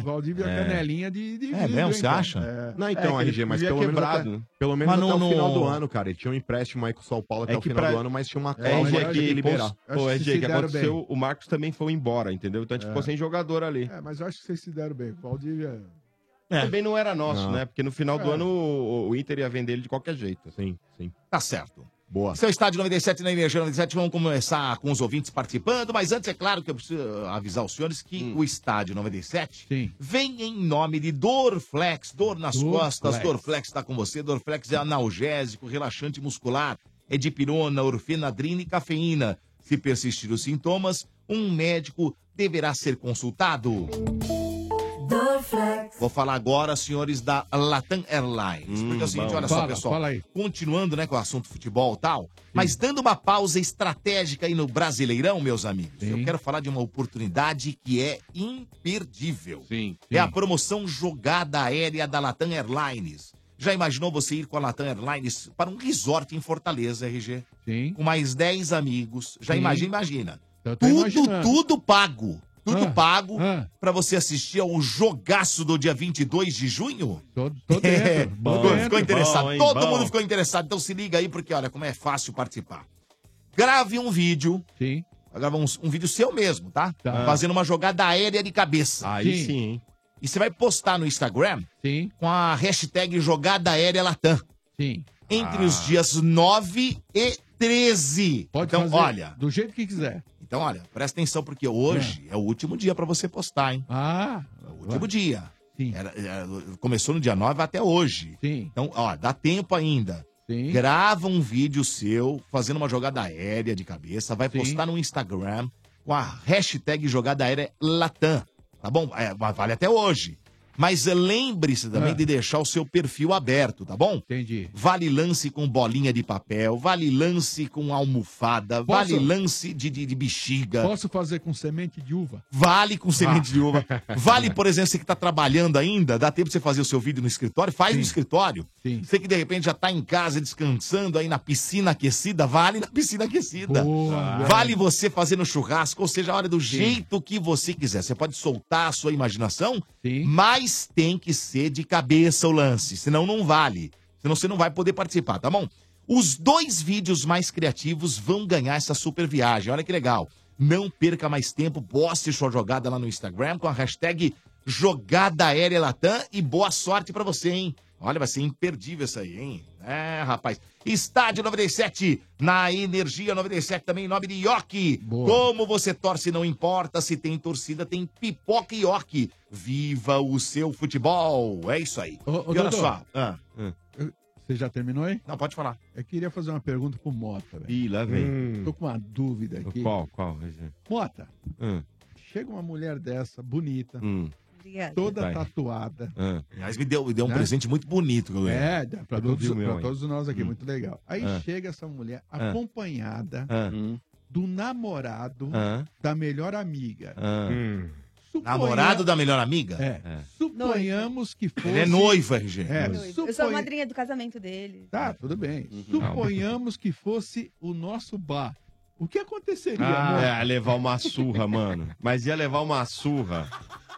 Valdívia,
é?
Valdívia é
É.
canelinha de, de
É mesmo,
hein,
você
cara?
acha?
É.
Não, então,
É, que
RG,
ele
mas
vivia
pelo menos, até,
quebrado.
pelo menos
Mas
até
não-
o final
não-
do ano, cara. Ele tinha um empréstimo aí com o São Paulo até
É
o
que
final
pra-
do ano, mas tinha uma
É,
cláusula
RG,
que
que,
liberar.
pô, RG, que aconteceu, o Marcos também foi embora, entendeu? Então a gente ficou sem jogador ali.
É, mas eu acho que vocês se deram bem. O é- Valdívia.
Também É. não era nosso,
Não.
né? Porque no final do
É.
ano o, o Inter ia vender ele de qualquer jeito.
Sim, sim.
Tá certo.
Boa.
Seu estádio 97 na Energia 97, vamos começar com os ouvintes participando, mas antes é claro que eu preciso eh, avisar os senhores que
Hum.
o estádio 97 vem em nome de Dorflex, dor nas costas,
Dorflex.
Dorflex está com você, Dorflex é analgésico, relaxante muscular, é dipirona, orfenadrina e cafeína. Se persistir os sintomas, um médico deverá ser consultado. Vou falar agora, senhores da Latam Airlines. porque é o seguinte,
Hum, bom.
olha só,
Fala,
pessoal.
fala aí.
Continuando, né, com o assunto futebol e tal, mas dando uma pausa estratégica aí no Brasileirão, meus amigos. Eu quero falar de uma oportunidade que é imperdível. É a promoção jogada aérea da Latam Airlines. Já imaginou você ir com a Latam Airlines para um resort em Fortaleza, RG?
Sim.
Com mais 10 amigos. Já
Sim.
imagina, imagina.
Eu tô
Tudo,
imaginando.
tudo pago. Tudo
Ah,
pago pra você assistir ao jogaço do dia 22 de junho.
Tô, tô dentro.
É,
Bom,
ficou-
dentro.
ficou interessado.
Bom, hein,
Todo
bom.
mundo ficou interessado. Então se liga aí, porque olha como é fácil participar. Grave um vídeo.
Sim.
Grava um, um vídeo seu mesmo, tá?
Tá.
Fazendo uma jogada aérea de cabeça.
Aí Sim. sim, hein?
E você vai postar no Instagram
sim.
com a hashtag jogada aérea Latam.
Sim. Ah.
Entre os dias 9 e 13.
Pode
então,
fazer
olha.
Do jeito que quiser.
Então, olha, presta atenção, porque hoje é, o último dia pra você postar, hein?
Ah!
É o último dia. Era- era- começou no dia 9 até hoje.
Sim.
Então, ó, dá tempo ainda.
Sim.
Grava um vídeo seu, fazendo uma jogada aérea de cabeça, vai postar no Instagram com a hashtag jogada aérea Latam. Tá bom? É, mas vale até hoje. Mas eh, lembre-se também
Ah.
de deixar o seu perfil aberto, tá bom?
Entendi.
Vale lance com bolinha de papel, vale lance com almofada,
Posso?
vale lance de, de, de bexiga.
Posso Ah. fazer com semente de uva?
Vale com semente de uva.
É.
Vale, por exemplo, você que tá trabalhando ainda, dá tempo de você fazer o seu vídeo no escritório, faz no escritório. Você que de repente já tá em casa descansando aí na piscina aquecida, vale na piscina aquecida.
Boa,
vale você fazer no churrasco, ou seja, olha, do jeito que você quiser. Você pode soltar a sua imaginação, mas mas tem que ser de cabeça o lance, senão não vale. Senão você não vai poder participar, tá bom? Os dois vídeos mais criativos vão ganhar essa super viagem. Olha que legal. Não perca mais tempo, poste sua jogada lá no Instagram com a hashtag Jogada Aérea Latam e boa sorte pra você, hein? Olha, vai ser imperdível isso aí, hein? É, rapaz. Estádio 97, na Energia 97, também em nome de Ioki. Como você torce, não importa. Se tem torcida, tem pipoca e Ioki. Viva o seu futebol. É isso aí.
Ô, ô,
e olha
Dodô.
só. Ah.
Eu- Você já terminou aí?
Não, pode falar.
Eu queria fazer uma pergunta pro Mota, velho.
Ih, lá vem.
Hum, Tô com uma dúvida aqui.
Qual, qual? Regina?
Mota,
Hum,
chega uma mulher dessa, bonita,
hum,
Obrigada.
toda
Vai.
tatuada.
hum.
Aliás, me deu, me deu um
Né?
presente muito bonito. que eu ganhei.
É, dá pra,
Eu não
todos,
vi o meu
pra
ainda.
todos nós aqui,
Hum.
muito
É.
legal. Aí
Ah.
chega essa mulher
Ah.
acompanhada
Ah.
do namorado
Ah.
da melhor amiga.
Ah.
Suponha-
Namorado da melhor amiga?
Hum. É. Suponhamos que fosse...
Ele é noivo, RG.
É,
Noivo.
Eu sou a
suponha-
madrinha do casamento dele.
Tá, tudo bem.
Uhum.
Suponhamos que fosse o nosso bar. O que aconteceria, né? amor?
Ah, é, levar uma surra, mano. Mas ia levar uma surra.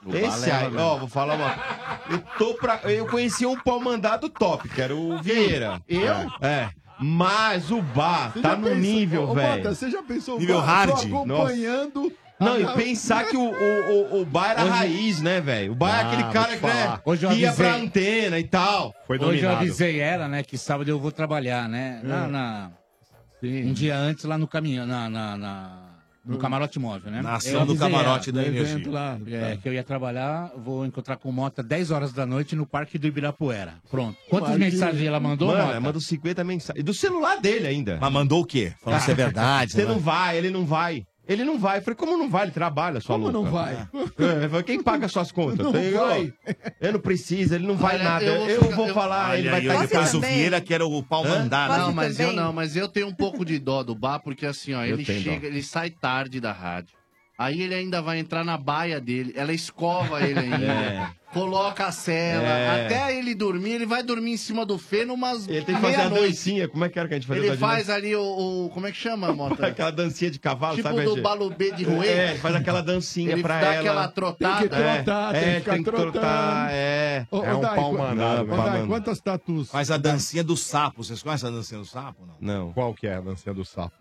O
Esse
Balela
aí,
mesmo.
ó, vou falar uma. Eu tô pra. Eu conheci um pau mandado top, que era o Vieira.
Eu?
É. Mas o Bar tá no nível,
Ô, Mota,
velho.
você já pensou
Nível
Mota,
hard.
tô acompanhando...
Não,
Ah,
e pensar que o, o, o, o Bar era
Hoje-
raiz, né, velho? O Bar é
Ah,
aquele
vou
cara
te
que, né,
falar. Hoje eu
que ia
avisei.
pra antena e tal. Foi
Hoje eu
dominado.
avisei ela, né, que sábado eu vou trabalhar,
É.
né? Na,
Hum.
na- Um dia antes lá no caminhão, na, na- na- no camarote móvel, né?
Na ação
Eu
do
avisei
camarote da
no
Energia. Tá.
evento lá, é, que eu ia trabalhar, vou encontrar com o Mota 10 horas da noite no Parque do Ibirapuera. Pronto. Quantas
Imagina.
mensagens ela mandou,
Mano,
é
Mota?
ela mandou 50 mensagens. E Do celular dele ainda.
Mas mandou o quê? Falando se é verdade.
Você não vai, ele não vai. Ele não vai. Eu falei, como não vai? Ele trabalha, sua
Como
louca.
não vai?
É, ele falou, quem paga suas contas?
Não
eu,
vai.
eu não preciso, ele não vai
Olha,
nada.
eu
Eu
vou
vou,
ficar- eu-
falar, ele
Olha
vai tá
aí,
estar
ó, depois o Vieira, que era o pau mandado.
Não, mas eu
também?
não, mas eu tenho um pouco de dó do bar, porque assim, ó,
assim Eu
ele
tenho
chega,
dó.
ele sai tarde da rádio. Aí ele ainda vai entrar na baia dele, ela escova ele ainda,
É.
coloca a cela,
É.
até ele dormir, ele vai dormir em cima do feno umas
Ele tem que fazer a
meia-noite.
dancinha. Como é que era que a gente fazia?
Ele
da dinâmica?
faz ali o, o- Como é que chama, Mota?
Aquela dancinha de cavalo,
Tipo
sabe?
do
Ed?
Balubê de Ruê.
É, faz aquela dancinha
Ele
pra
dá
ela.
aquela trotada.
Tem que trotar,
é,
tem que
é,
ficar
tem que trotar,
trotando.
é.
Ô, ô,
é um
Dai,
pau
qu-
mandado.
ô,
pau
Dai,
mandado.
quantas tatus?
Mas a dancinha do sapo, vocês conhecem a dancinha do sapo? Não.
Não.
Qual que é a dancinha do sapo?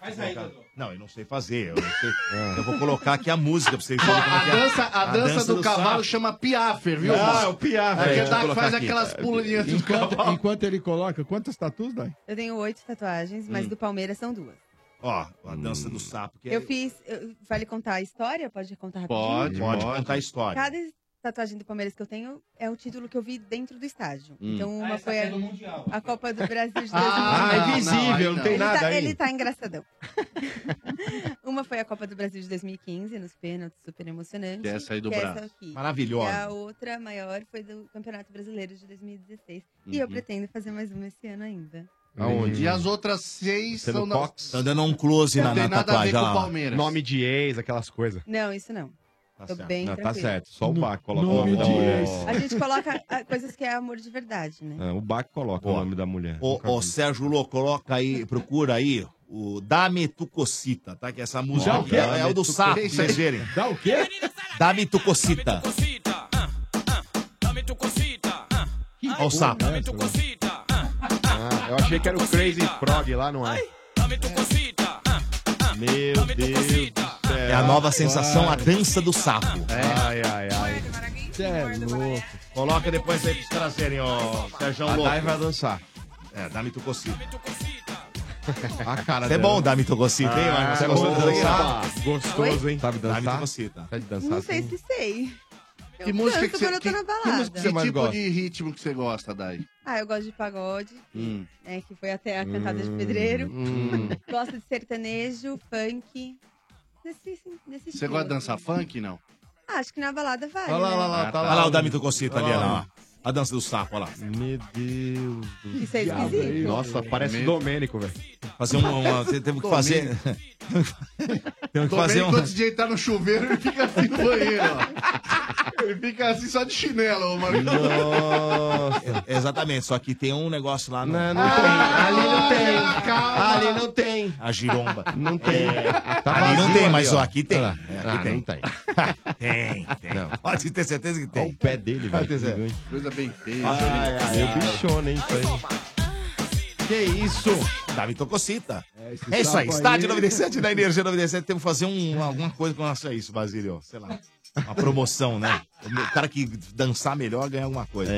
Faz aí, Não, eu não sei fazer. Eu, não sei. eu vou colocar aqui a música pra vocês
Ó,
verem como é
a
que é.
dança, a dança do, cavalo
sapo.
chama Piaffer, viu?
Ah,
Mota?
é o Piaffer.
Aquele
Deixa eu
lá que
colocar
faz
aqui.
aquelas pulinhas do
Enquanto,
cavalo.
enquanto ele coloca, quantas tatus, Dai?
Eu tenho oito tatuagens, mas
Hum.
do Palmeiras são duas.
Ó, a dança do sapo. Que é-
Eu fiz. eu- vale contar a história? Pode contar rapidinho?
Pode, pode, contar a história.
Cada tatuagem do Palmeiras que eu tenho é o título que eu vi dentro do estádio.
Hum.
Então, uma
essa
foi
aqui
a,
é do Mundial.
a Copa do Brasil de 2000.
Ah, é invisível, não tem
ele
nada
tá,
aí.
Ele tá engraçadão. uma foi a Copa do Brasil de 2015, nos pênaltis, super emocionante.
Que é essa aí do
que é
braço.
essa aqui.
Maravilhosa.
E a outra maior foi do Campeonato Brasileiro de 2016. E eu
Uhum.
pretendo fazer mais uma esse ano ainda.
E as outras seis são na-
Tá dando um close na,
Não tem
na
nada a ver
tatuagem.
com
olha
o
lá.
Palmeiras.
Nome de ex, aquelas coisas.
Não, isso não. Tô
certo.
bem
Não, tá
tranquila.
certo, só o No- Baco coloca o
nome nome da de mulher. ex.
A gente coloca ah, coisas que é amor de verdade, né?
É, o Baco coloca o nome da mulher.
Ô, ô, Sérgio Lô, coloca Tá aí, procura aí o Dame Tucocita, tá? Que essa música
Já
aqui é, é o do sapo, pra vocês verem.
Dá o quê?
Dame Tucocita. Ó o sapo.
Ah, eu achei que era o Crazy Frog lá, não é?
Meu Deus do céu.
É a nova sensação, a dança do sapo.
Ai, ai, ai.
Você é louco.
Coloca depois aí pra vocês trazerem, ó. Sérgio
A
Lô.
Dai vai dançar.
É, Dame Tucocita.
A cara
Isso é bom, Dami Togocita, hein? é
Ah,
Você gosta de
boa.
dançar?
Gostoso, hein? Sabe
Dami
dançar?
Togocita.
Sabe
Não
dançar?
sei se sei. Eu
Que música
canto
que você-
quando eu tô
que-
na
que
balada.
Que tipo de ritmo que você gosta, Dai?
Ah, eu gosto de pagode,
Hum.
né? Que foi até a cantada de pedreiro.
Hum.
gosto de sertanejo, funk. Nesse, nesse
Você
estilo.
gosta de dançar funk, não?
Ah, acho que na balada vai.
Olha lá,
né?
olha lá,
Ah,
tá
tá
lá.
lá o Dami Togocita ali,
Olha
olha
lá.
lá. ó. A dança do sapo, olha lá.
Meu Deus do
Isso é esquisito.
Nossa, parece
Meu-
Domênico, velho.
Fazer um. uma- você teve que fazer. Teve que
Tô vendo
fazer um.
enquanto o DJ tá no chuveiro e fica assim no banheiro, ó. Ele fica assim só de chinelo, mano.
É, Exatamente, só que tem um negócio lá no.
Ali não tem.
Ali não tem. A giromba. Não tem.
Tá
ali não
vazio
tem,
ali,
mas
ó.
ó, aqui tem.
Olha lá.
É, aqui
Ah,
tem.
não tem.
tem, tem. Pode ter certeza que tem. Olha o
pé dele,
velho.
Coisa bem feia.
Ai, ai,
Meu bichona, hein?
Que isso? Davi Tococita. É,
esse
isso aí.
sapo
Estádio
aí.
97 da né, Energia 97. Temos que fazer um, alguma coisa com relação a isso, Basílio. Sei lá. Uma promoção, né? O cara que dançar melhor ganha alguma coisa.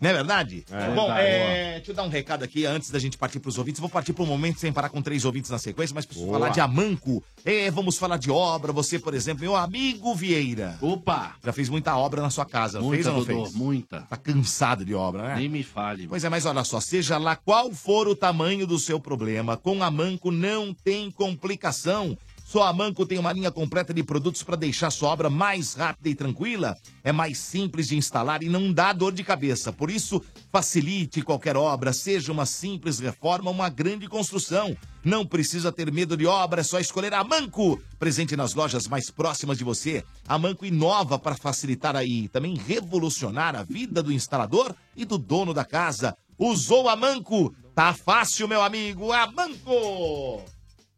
Não é verdade?
É.
Bom,
Tá,
é, deixa eu dar um recado aqui antes da gente partir para os ouvintes. Vou partir para um momento sem parar com três ouvintes na sequência, mas preciso
Boa.
falar de Amanco. É, vamos falar de obra. Você, por exemplo, meu amigo Vieira.
Opa!
Já fez muita obra na sua casa.
Muita,
fez ou não
Dodô,
fez?
muita.
Tá cansado de obra, né?
Nem me fale.
Pois é, mas olha só, seja lá qual for o tamanho do seu problema, com a Manco não tem complicação. Só a Manco tem uma linha completa de produtos para deixar sua obra mais rápida e tranquila. É mais simples de instalar e não dá dor de cabeça. Por isso, facilite qualquer obra, seja uma simples reforma, uma grande construção. Não precisa ter medo de obra, é só escolher a Manco. Presente nas lojas mais próximas de você, a Manco inova para facilitar aí, também revolucionar a vida do instalador e do dono da casa. Usou a Manco? Tá fácil, meu amigo. A Manco!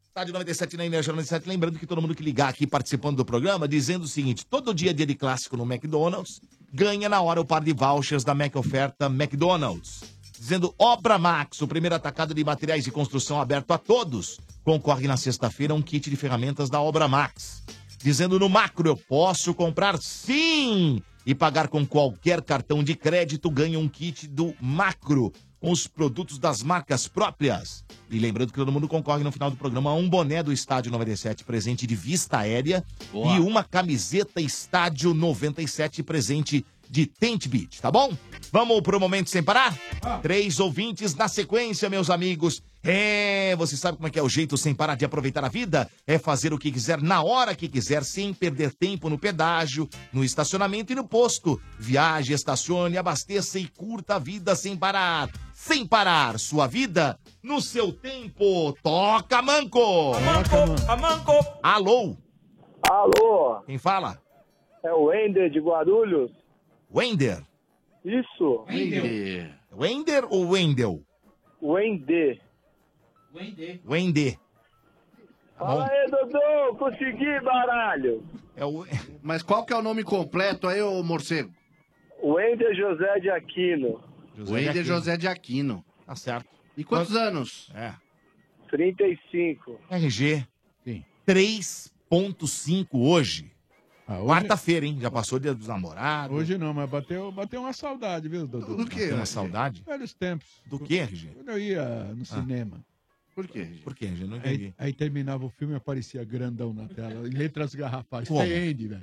Estádio 97 na Energia 97. Lembrando que todo mundo que ligar aqui participando do programa, dizendo o seguinte: todo dia é dia de clássico no McDonald's, ganha na hora o par de vouchers da Mac Oferta McDonald's. Dizendo Obra Max, o primeiro atacado de materiais de construção aberto a todos. Concorre na sexta-feira um kit de ferramentas da Obra Max dizendo no macro: eu posso comprar sim! E pagar com qualquer cartão de crédito ganha um kit do macro, com os produtos das marcas próprias. E lembrando que todo mundo concorre no final do programa a um boné do Estádio 97 presente de vista aérea
Boa.
e uma camiseta Estádio 97 presente de Tent Beat, tá bom? Vamos pro momento sem parar? Três ouvintes na sequência, meus amigos. É, você sabe como é que é o jeito sem parar de aproveitar a vida? É fazer o que quiser na hora que quiser, sem perder tempo no pedágio, no estacionamento e no posto. Viaje, estacione, abasteça e curta a vida sem parar. Sem parar, sua vida no seu tempo. Toca, Manco! Manco! Manco! Alô!
Alô,
Quem fala?
é o Ender de Guarulhos?
Wender.
Isso.
Wender ou Wendel?
Wender.
Wender.
Tá
Fala aí, Dodô, consegui, baralho.
É
Mas qual que é o nome completo aí, ô morcego?
Wender José de Aquino.
José Wender José de Aquino.
Tá certo.
E quantos anos?
É.
35.
RG. 3.5 hoje. Quarta-feira, hein? Já passou o dia dos namorados.
Hoje não, mas bateu, bateu uma saudade, viu, Dudu?
Do quê? Bateu uma saudade?
Velhos tempos.
Do quê, Ah. RG?
Quando eu ia no cinema.
Por quê?
Por quê, RG? Não entendi.
Aí, aí terminava o filme e aparecia grandão na tela, em letras garrafais.
Como?
The End, velho.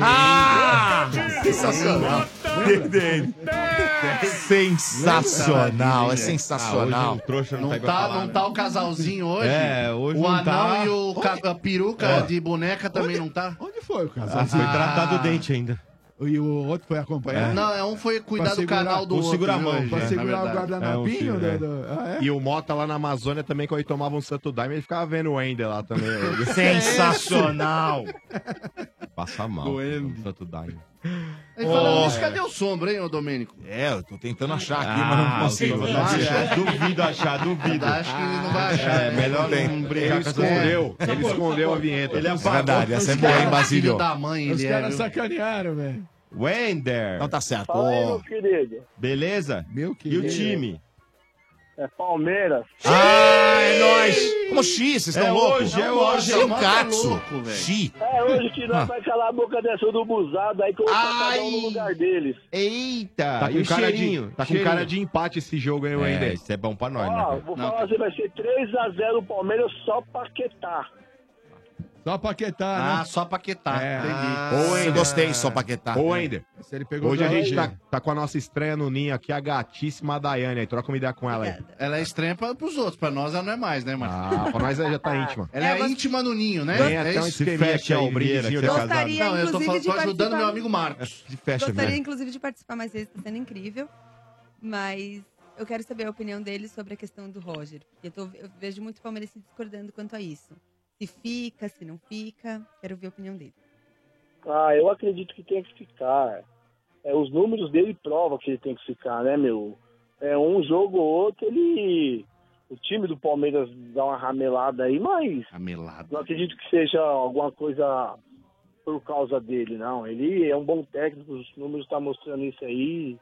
Ah!
The End.
Sensacional!
Lembra?
É
Ah,
sensacional, é sensacional.
Não tá, não tá o casalzinho hoje?
É, hoje
O
não
anão
tá.
e o ca- a peruca
É.
de boneca também não tá?
Onde foi o
Ah, foi tratado o dente ainda.
E o outro foi acompanhar?
Não, é um foi cuidar
Pra
do
segurar-
canal do
um
outro.
segura a
né?
É,
mão, pra
na
segurar o
verdade.
guardanapinho,
É, um
né,
filho,
do- Ah, é?
E o Mota lá na Amazônia também, quando ele tomava um Santo Daime, ele ficava vendo o Ender lá também.
Sensacional!
Passa mal.
um
o Santo Daime.
E falando
Oh,
nisso,
é.
cadê o sombra, hein, ô Domênico?
É, eu tô tentando achar aqui,
Ah,
mas não consigo.
o Silva, deixa. Duvido achar, duvido.
Acho que ele não vai achar.
É, melhor não brincar
Ele
com essa
escondeu.
mulher. Ele escondeu a vinheta.
Ele
É
apagou.
verdade, essa é
Os
boa, hein,
caras,
Basílio?
filho da mãe, ele
Os
é,
caras
viu?
sacanearam, velho.
Wender. Então
tá certo.
Fala aí, meu querido.
Beleza?
Meu
E o
querido.
time?
É Palmeiras.
Ah, é nóis! Como Xi, vocês estão
É
loucos?
hoje, é hoje,
um
Xi, o
mano,
Caxo.
é louco,
velho. Xi.
É hoje que nós vai calar a boca dessa do buzado aí, colocar cada um no lugar deles. Ah,
Eita!
Tá
e
com,
o
cara de,
cheirinho?
tá com
Cheirinho.
cara de empate esse jogo, hein, Wender?
É, isso é bom pra nós,
Ó,
né?
vou falar assim, vai ser 3x0 o Palmeiras só paquetar.
Só né? paquetar,
Ah, só paquetar.
Entendi. Ô, Ender.
Gostei, só paquetar.
Ô, Ender.
Se É. ele pegou
Hoje a
pra
gente tá,
hoje.
tá com a nossa estreia no Ninho aqui, a gatíssima Daiane. Aí troca uma ideia com ela aí.
Ela é estranha pra, pros outros, pra nós ela não é mais, né, mano?
Ah, pra nós ela já tá íntima.
Ela é, íntima no ninho, né?
Tem
é
até um
isso.
esqueminha
Se
aqui, ó, o brindezinho
que
da
você
casada.
Gostaria,
Não, eu tô,
inclusive,
falando,
de
tô ajudando
participar.
meu amigo Marcos.
De fecha, né?
Gostaria, inclusive, de participar mais vezes, tá sendo incrível. Mas eu quero saber a opinião dele sobre a questão do Roger. porque Eu, tô, eu vejo muito palmeirense discordando quanto a isso. Se fica, se não fica. Quero ver a opinião dele.
Ah, eu acredito que tem que ficar. é, os números dele provam que ele tem que ficar, né, meu? É, um jogo ou outro, ele. O time do Palmeiras dá uma ramelada aí, mas.
Ramelada.
Não acredito que seja alguma coisa por causa dele, não. Ele é um bom técnico, os números estão mostrando isso aí.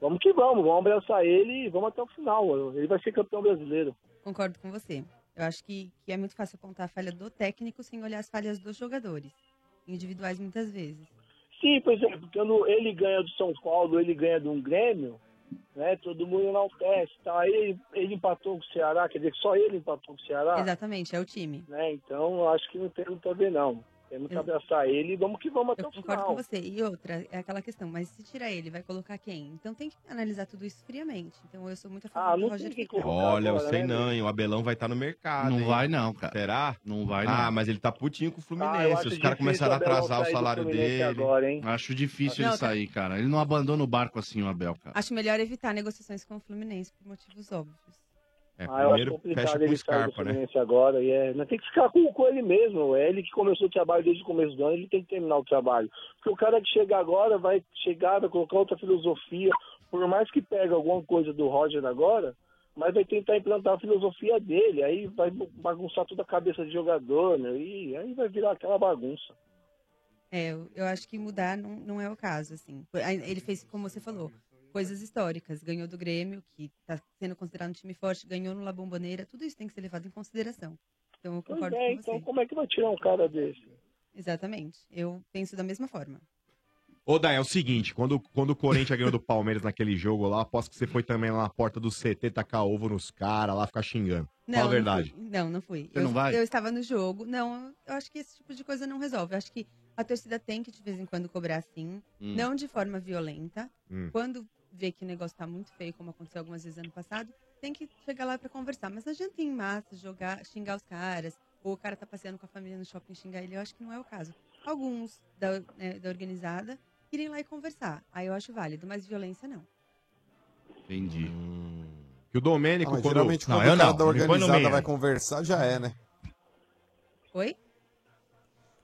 Vamos que vamos, vamos abraçar ele e vamos até o final. Ele vai ser campeão brasileiro.
Concordo com você. Eu acho que, que é muito fácil apontar a falha do técnico sem olhar as falhas dos jogadores, individuais muitas vezes.
Sim, pois é, porque quando ele ganha do São Paulo, ele ganha de um Grêmio, né? Todo mundo enaltece, tá? Aí ele, ele empatou com o Ceará, quer dizer que só ele empatou com o Ceará.
Exatamente, é o time.
Né? Então, eu acho que não tem muito a ver, não. Temos que
Eu-
abraçar ele e vamos que vamos até
Eu
o
concordo
Então, final.
com você. E outra, é aquela questão, mas se tirar ele, vai colocar quem? Então tem que analisar tudo isso friamente. Então eu sou muito a favor
Ah,
do
não
Roger
tem que
ficar.
Olha, eu
agora,
sei
né,
não, hein? O Abelão vai estar no mercado.
Não
hein?
vai não, cara.
Será?
Não vai
Ah,
não.
mas ele tá putinho com o
Ah, eu
Fluminense.
acho
Os
difícil
caras começaram
o
a
Abelão
atrasar o
sair do
salário
Fluminense
dele.
agora, Acho difícil
Não,
ele
tá-
sair, cara. Ele não abandona o barco assim, o Abel, cara.
Acho melhor evitar negociações com o Fluminense por motivos óbvios.
É,
Ah, eu acho complicado ele sair do
né?
Fluminense agora. E é, não tem que ficar com, com ele mesmo. É ele que começou o trabalho desde o começo do ano, ele tem que terminar o trabalho. Porque o cara que chega agora vai chegar, vai colocar outra filosofia. Por mais que pegue alguma coisa do Roger agora, mas vai tentar implantar a filosofia dele. Aí vai bagunçar toda a cabeça de jogador, meu. E aí vai virar aquela bagunça.
É, eu, eu acho que mudar não, não é o caso, assim. Foi- aí Ele fez, como você falou, coisas históricas. Ganhou do Grêmio, que está sendo considerado um time forte, ganhou no La Bombonera. Tudo isso tem que ser levado em consideração. Então eu
Pois
concordo
é,
com você.
então como é que vai tirar um cara desse?
Exatamente. Eu penso da mesma forma.
Ô, Dai, é o seguinte, quando, quando o Corinthians ganhou do Palmeiras naquele jogo lá, aposto que você foi também lá na porta do CT tacar ovo nos caras, lá ficar xingando. Fala a verdade.
Não, fui. não, não fui.
Você
eu,
não vai?
eu estava no jogo. Não, eu acho que esse tipo de coisa não resolve. Eu acho que a torcida tem que de vez em quando cobrar sim,
Hum.
não de forma violenta.
Hum.
Quando vê que o negócio tá muito feio, como aconteceu algumas vezes ano passado, tem que chegar lá para conversar. Mas não adianta ir em massa, jogar, xingar os caras, ou o cara tá passeando com a família no shopping xingar ele, eu acho que não é o caso. Alguns da, né, da organizada irem lá e conversar. Aí eu acho válido, mas violência não.
Entendi.
Hum. Que o Domênico,
Ah, mas
quando...
geralmente quando o cara da organizada vai conversar, já é, né?
Oi?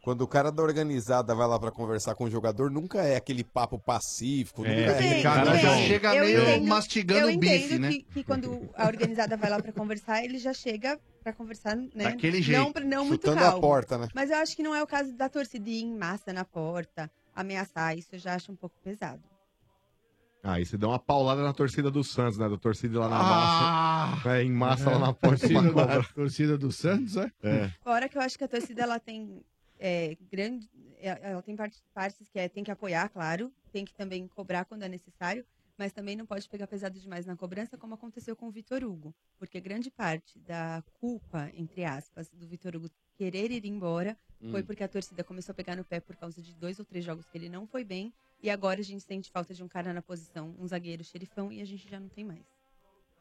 Quando o cara da organizada vai lá pra conversar com o jogador, nunca é aquele papo pacífico.
É,
nunca
aquele cara
Não
já
é.
chega
Eu
meio
entendo-
mastigando
eu
o
entendo
bife, né?
Que, que quando a organizada vai lá pra conversar, ele já chega pra conversar, né?
Daquele
Não,
jeito,
pra- não muito
chutando a
calmo.
porta, né?
Mas eu acho que não é o caso da torcida ir em massa na porta, ameaçar, isso eu já acho um pouco pesado.
Ah, Aí você deu uma paulada na torcida do Santos, né? Da torcida lá na
Ah!
massa. É, em massa lá na porta.
torcida,
uma
do,
cobra.
torcida do Santos, é?
É.
Fora que eu acho que a torcida, ela tem é, grande... é- Ela tem parte- partes que é- tem que apoiar, claro, tem que também cobrar quando é necessário, mas também não pode pegar pesado demais na cobrança, como aconteceu com o Vitor Hugo. Porque grande parte da culpa, entre aspas, do Vitor Hugo querer ir embora foi
Hum.
porque a torcida começou a pegar no pé por causa de dois ou três jogos que ele não foi bem, e agora a gente sente falta de um cara na posição, um zagueiro, xerifão, e a gente já não tem mais.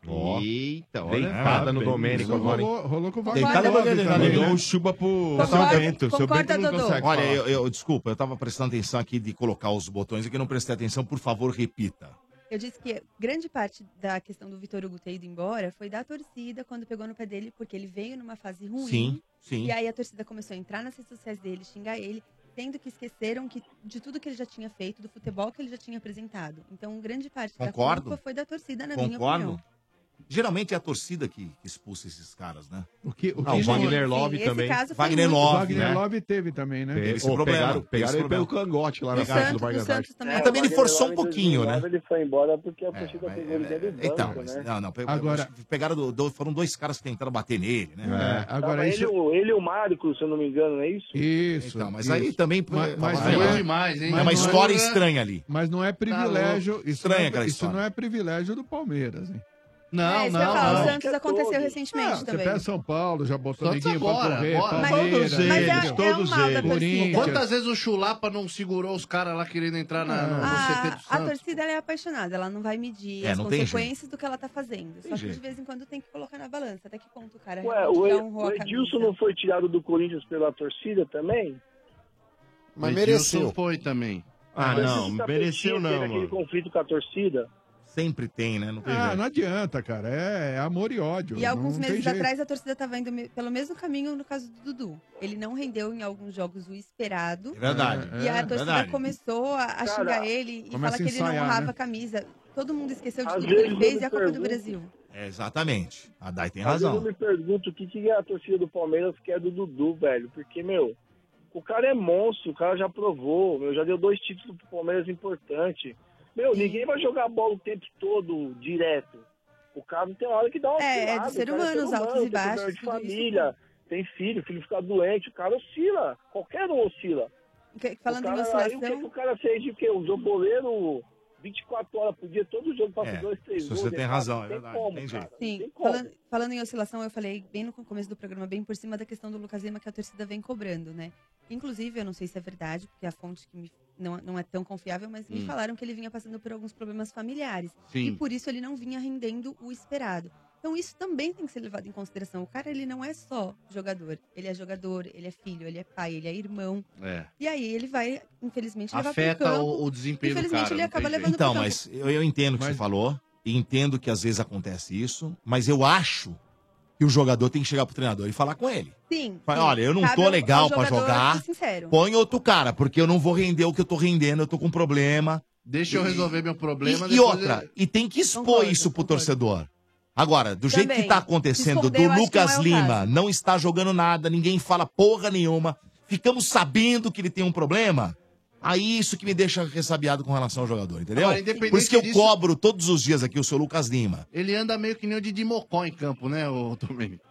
Ó.
Eita, olha.
Deitada no
Ah,
Domênico
beleza.
agora, hein?
Rolou-
rolou com o
Deitada
Wagner Love
no
também,
Domênico.
né?
Dou um chuba pro
Concorda-
seu Bento. Seu
concorda,
Bento não
Dodô?
consegue
Olha,
falar.
eu, eu- desculpa, eu tava prestando atenção aqui de colocar os botões e que não prestei atenção, por favor, repita.
Eu disse que grande parte da questão do Vitor Hugo ter ido embora foi da torcida quando pegou no pé dele, porque ele veio numa fase ruim.
Sim, sim.
E aí a torcida começou a entrar nas redes sociais dele, xingar ele, tendo que esqueceram que, de tudo que ele já tinha feito, do futebol que ele já tinha apresentado. Então, grande parte da
Concordo.
culpa foi da torcida, na minha opinião.
Concordo. Geralmente é a torcida que, que expulsa esses caras, né?
O que, o
Ah, o
que-
Wagner
Sim,
Love
esse
também.
caso foi
Wagner
muito-
Love,
Wagner
né?
Love teve também, né?
Teve esse
Ô,
problema.
pegaram-
Pegaram, ele pelo cangote lá na
O
casa do
Santos- o
Vargas Vargas.
Santos também.
Mas também ele
É, o Wagner
forçou um
Love, em
pouquinho,
2009, Ele foi embora porque a torcida pegou ele dentro do banco,
É, Então, mas,
né?
não, não. pe-
Agora-
acho que Pegaram do- do- foram dois caras que tentaram bater nele, né?
É, agora
Tava
isso-
ele, o- ele e o Marco, se eu não me engano, não é isso?
Isso.
Então, mas aí também-
Mas, mas
Tava
não
eu
é,
demais, hein?
mas
É
não
uma história estranha ali.
Mas
Tá
não é privilégio.
louco.
isso
Estranha
não é-
aquela
Isso
história.
não é privilégio do Palmeiras, hein?
Não,
é, isso que eu ia falar, O Santos aconteceu recentemente
Você
também.
É,
um
pega São Paulo, já botou
Santos
ninguém pra
agora,
correr,
agora.
Palmeiras,
Todos eles, Mas é- é
todos mal da eles. torcida.
Quantas vezes o Chulapa não segurou os caras lá querendo entrar na, no CT do
A
Santos?
torcida ela é apaixonada, ela não vai medir
É,
as
não tem jeito.
consequências do que ela tá fazendo. Só
Tem
que de
jeito.
vez em quando tem que colocar na balança. Até que ponto o cara
Ué,
realmente
o,
já
E-
honrou
o
a
Edilson
camisa.
não foi tirado do Corinthians pela torcida também?
Mas mereceu. foi Ah, também.
Ah,
Mas
não,
o Tapetinho
mereceu
tá
tá
teve
Ah, não,
aquele
mano.
conflito com a torcida?
Sempre tem, né? Não tem
Ah,
jeito.
não adianta, cara. É, é amor e ódio.
E alguns
não tem
meses
jeito.
atrás a torcida estava indo me- pelo mesmo caminho no caso do Dudu. Ele não rendeu em alguns jogos o esperado.
É verdade,
E a
é
torcida
verdade.
começou a, a
Cara,
xingar ele e
começa
falar
a
que ele não
ensaiar,
honrava
né?
a camisa. Todo mundo esqueceu de
Às
tudo que ele
vezes
fez
eu
e
me
a Copa do
pergunto-
Brasil.
É, exatamente. A Dai tem
Às vezes
razão.
Eu me pergunto o que, que é a torcida do Palmeiras quer do Dudu, velho. Porque, meu, o cara é monstro, o cara já provou, meu, já deu dois títulos pro Palmeiras importante. Meu, ninguém vai jogar bola o tempo todo direto. O cara tem hora que dá uma
É, é do
oscilada,
ser
o cara é
humano, os altos e
tem problema
baixos,
de
tudo isso.
família, tem filho, o filho fica doente, o cara oscila. Qualquer um oscila.
Que-
o
falando
cara,
em
aí, o que,
oscilação,
que o cara fez de quê? Usou goleiro 24 horas por dia, todo jogo passa
É,
dois, três
isso
gols.
você tem
fácil,
razão, é
tem
verdade,
como,
tem
cara.
jeito.
Sim, falando, falando em oscilação, eu falei bem no começo do programa, bem por cima da questão do Lucas Lima que a torcida vem cobrando, né? Inclusive, eu não sei se é verdade, porque a fonte que me, não, não é tão confiável, mas me
Hum.
falaram que ele vinha passando por alguns problemas familiares.
Sim.
E por isso ele não vinha rendendo o esperado. Então isso também tem que ser levado em consideração. O cara, ele não é só jogador. Ele é jogador, ele é filho, ele é pai, ele é irmão.
É.
E aí ele vai, infelizmente, levar pro
Afeta
campo.
o, o desempenho do
Infelizmente,
cara.
ele
não
acaba
tem jeito.
levando
Então,
pro campo.
mas eu, eu entendo o que você falou, e entendo que às vezes acontece isso, mas eu acho que o jogador tem que chegar pro treinador e falar com ele.
Sim.
Fala,
sim.
olha, eu não
Cabe
é
tô
um
ao-
legal
ao
pra
jogador
jogar.
ser sincero.
Põe outro cara, porque eu não vou render o que eu tô rendendo, eu tô com problema.
Deixa eu resolver meu problema.
E, e
depois
outra,
eu-
e tem que expor isso pro torcedor. Agora, do jeito que
Também.
tá acontecendo,
Esconder, eu
do
acho
Lucas
que não é o
Lima
caso.
não está jogando nada, ninguém fala porra nenhuma, ficamos sabendo que ele tem um problema, aí é isso que me deixa ressabiado com relação ao jogador, entendeu?
Agora, independente
Por isso que eu
disso-
cobro todos os dias aqui o seu Lucas Lima.
Ele anda meio que nem o Didi Mocó em campo, né, ô Domênico?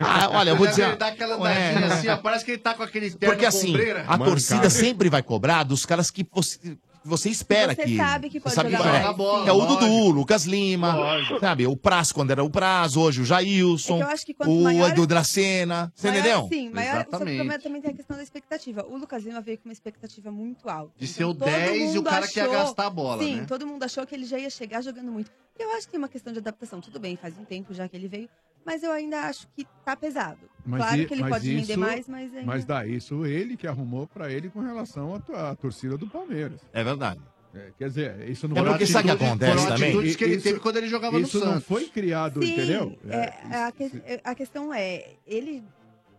Ah, olha, eu vou
Já
dizer- É.
viu? Ele dá aquela
Ué.
andadinha assim, ó, parece que ele tá com aquele terno
Porque assim,
ombreira.
a torcida sempre vai cobrar dos caras que você, que você espera
Você
que.
sabe que pode
que
jogar
vai-
bola,
é,
bola,
é o
lógico.
Dudu, o Lucas Lima, sabe? O Praz, quando era o Praz, hoje o Jailson,
É que eu acho que quanto
o
maior-
Edu Dracena, você
Maior-
entendeu?
Sim, maior, só que também- é também tem a questão da expectativa. O Lucas Lima veio com uma expectativa muito alta. Então
De ser o
todo
10 e o
mundo
cara que ia gastar a bola,
Sim,
né?
todo mundo achou que ele já ia chegar jogando muito. Eu acho que tem uma questão de adaptação. Tudo bem, faz um tempo já que ele veio, mas eu ainda acho que tá pesado. claro
i-
que ele
mas
pode render
isso-
mais, mas ainda...
Mas dá isso ele que arrumou pra ele com relação à to- à torcida do Palmeiras.
É verdade.
quer dizer, isso não
É porque sabe o que acontece
foram
também?
atitudes
que ele teve
quando ele jogava no
isso Isso não
Santos.
foi criado,
Sim,
entendeu?
é, a, que- a questão é, ele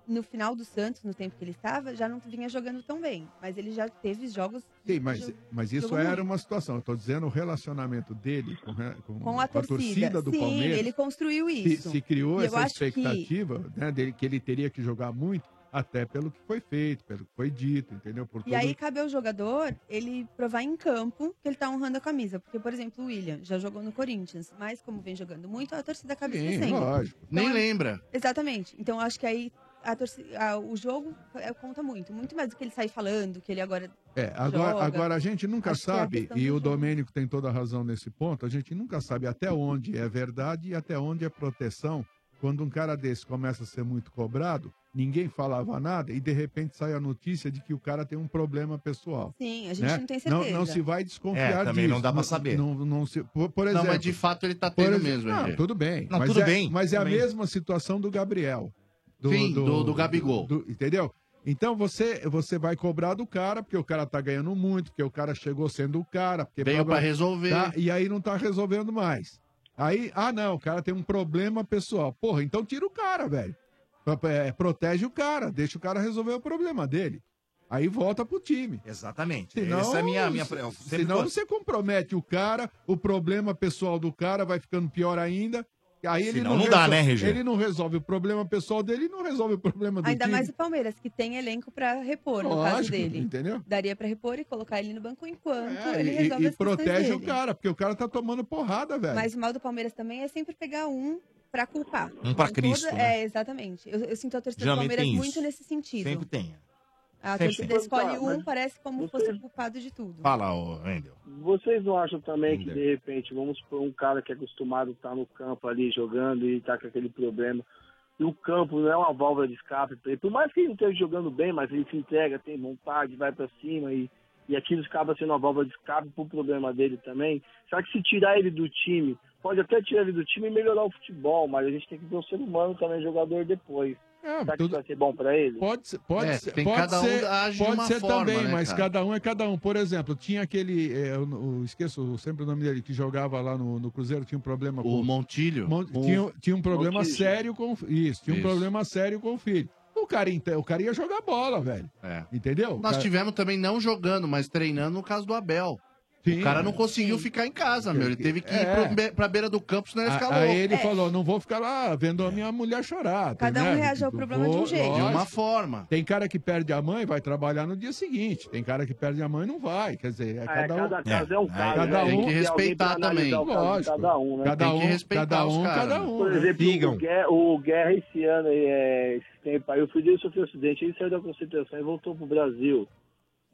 no final do Santos, no tempo que ele estava, já não vinha jogando tão bem. Mas ele já teve jogos...
Sim, mas, mas isso
jogou
era
muito.
uma situação. Eu tô dizendo o relacionamento dele com, re- com-
com a torcida.
do
Sim,
Palmeiras.
ele construiu
se,
isso.
se criou
E eu
essa
acho que-
expectativa né, dele que ele teria que jogar muito, até pelo que foi feito, pelo que foi dito, entendeu? Por
E aí cabe ao jogador ele provar em campo que ele tá honrando a camisa. Porque, por exemplo, o William já jogou no Corinthians, mas como vem jogando muito, a torcida acaba esquecendo.
Nem
Então,
lembra.
Exatamente. Então eu acho que aí a torci- a- o jogo é, conta muito. Muito mais do que ele sair falando, que ele agora.
É, agora,
joga.
agora a gente nunca
Acho que é a
sabe,
questão
e
do
o
jogo.
Domênico tem toda a razão nesse ponto, a gente nunca sabe até onde é verdade e até onde é proteção. Quando um cara desse começa a ser muito cobrado, ninguém falava nada e de repente sai a notícia de que o cara tem um problema pessoal.
Sim, a gente não tem certeza.
Né? Não, se vai desconfiar
É, também
disso.
não dá pra saber.
Não, não se, por, por
Não,
exemplo,
mas de fato ele tá
por
tendo
exe-
mesmo,
Não,
Henrique.
tudo bem.
Não,
mas
tudo
é-
bem,
Mas é
também.
a mesma situasituação do Gabriel.
Sim, do- do Gabigol.
do- entendeu? Então você, você vai cobrar do cara, porque o cara tá ganhando muito, porque o cara chegou sendo o cara. Porque
Veio pra resolver.
Tá? E aí não tá resolvendo mais. Aí, ah não, o cara tem um problema pessoal. Porra, então tira o cara, velho. É, protege o cara, deixa o cara resolver o problema dele. Aí volta pro time.
Exatamente.
Senão,
Essa é a minha- minha- eu sempre
senão
falo.
você compromete o cara, o problema pessoal do cara vai ficando pior ainda. Aí ele
Senão não dá, né, RG?
Ele não resolve o problema pessoal dele e não resolve o problema do
Ainda
time.
mais o Palmeiras, que tem elenco pra repor, no caso
Lógico,
dele.
entendeu?
Daria pra repor e colocar ele no banco enquanto
É,
ele
e-
resolve
e,
as questões
protege o
dele.
cara, porque o cara tá tomando porrada, velho.
Mas o mal do Palmeiras também é sempre pegar um pra culpar.
Um pra
Em
Cristo, né?
É, exatamente. Eu, eu sinto a torcida
Geralmente
do Palmeiras
tem
muito
isso.
nesse sentido.
Sempre tem.
A
Sempre
torcida
tem.
escolhe
Tá, mas
um, parece como fosse o culpado de tudo.
Fala, ô, Wendel.
Vocês não acham também que, de repente, vamos supor um cara que é acostumado a estar no campo ali jogando e tá com aquele problema. E o campo não é uma válvula de escape pra ele. Por mais que ele não esteja jogando bem, mas ele se entrega, tem vontade, vai pra cima e, e aquilo acaba sendo uma válvula de escape pro problema dele também. Será que se tirar ele do time, pode até tirar ele do time e melhorar o futebol, mas a gente tem que ver o ser humano também jogador depois. Será que isso vai ser bom pra ele?
Pode ser, Pode
É,
ser, pode
um
ser, pode ser
né,
também, mas cada um é cada um. Por exemplo, tinha aquele, eh, eu, não- eu esqueço sempre o nome dele, que jogava lá no, no Cruzeiro, tinha um problema com...
O Montilho?
Mon-
O-
Tinha, tinha um problema
Montilho.
sério com... Isso, tinha um
Isso.
problema sério com o filho. O cara, inte- o cara ia jogar bola, velho.
É.
Entendeu? O
Nós
cara-
tivemos também não jogando, mas treinando no caso do Abel.
Sim.
o cara não conseguiu ficar em casa, meu. Ele teve que ir
É.
pro be- pra beira do campo, senão ele
A-
escalou.
Aí ele falou, não vou ficar lá
É.
vendo a minha mulher chorar.
É.
Tipo,
Cada um reage ao problema de um jeito. De uma forma.
Tem cara que perde a mãe e vai trabalhar no dia seguinte. Tem cara que perde a mãe e não vai. Quer dizer, é
É,
cada um.
cada caso é um caso, né?
Cada um
Tem que respeitar
Tem alguém pra analisar o
também.
caso de Cada um, né? Cada
Tem que
um,
respeitar
cada
os
um,
caras.
cada um.
Por
né?
exemplo, o Guerra, o Guerra esse ano, é, esse tempo aí, o filho dele sofreu um acidente, ele saiu da concentração e voltou pro Brasil.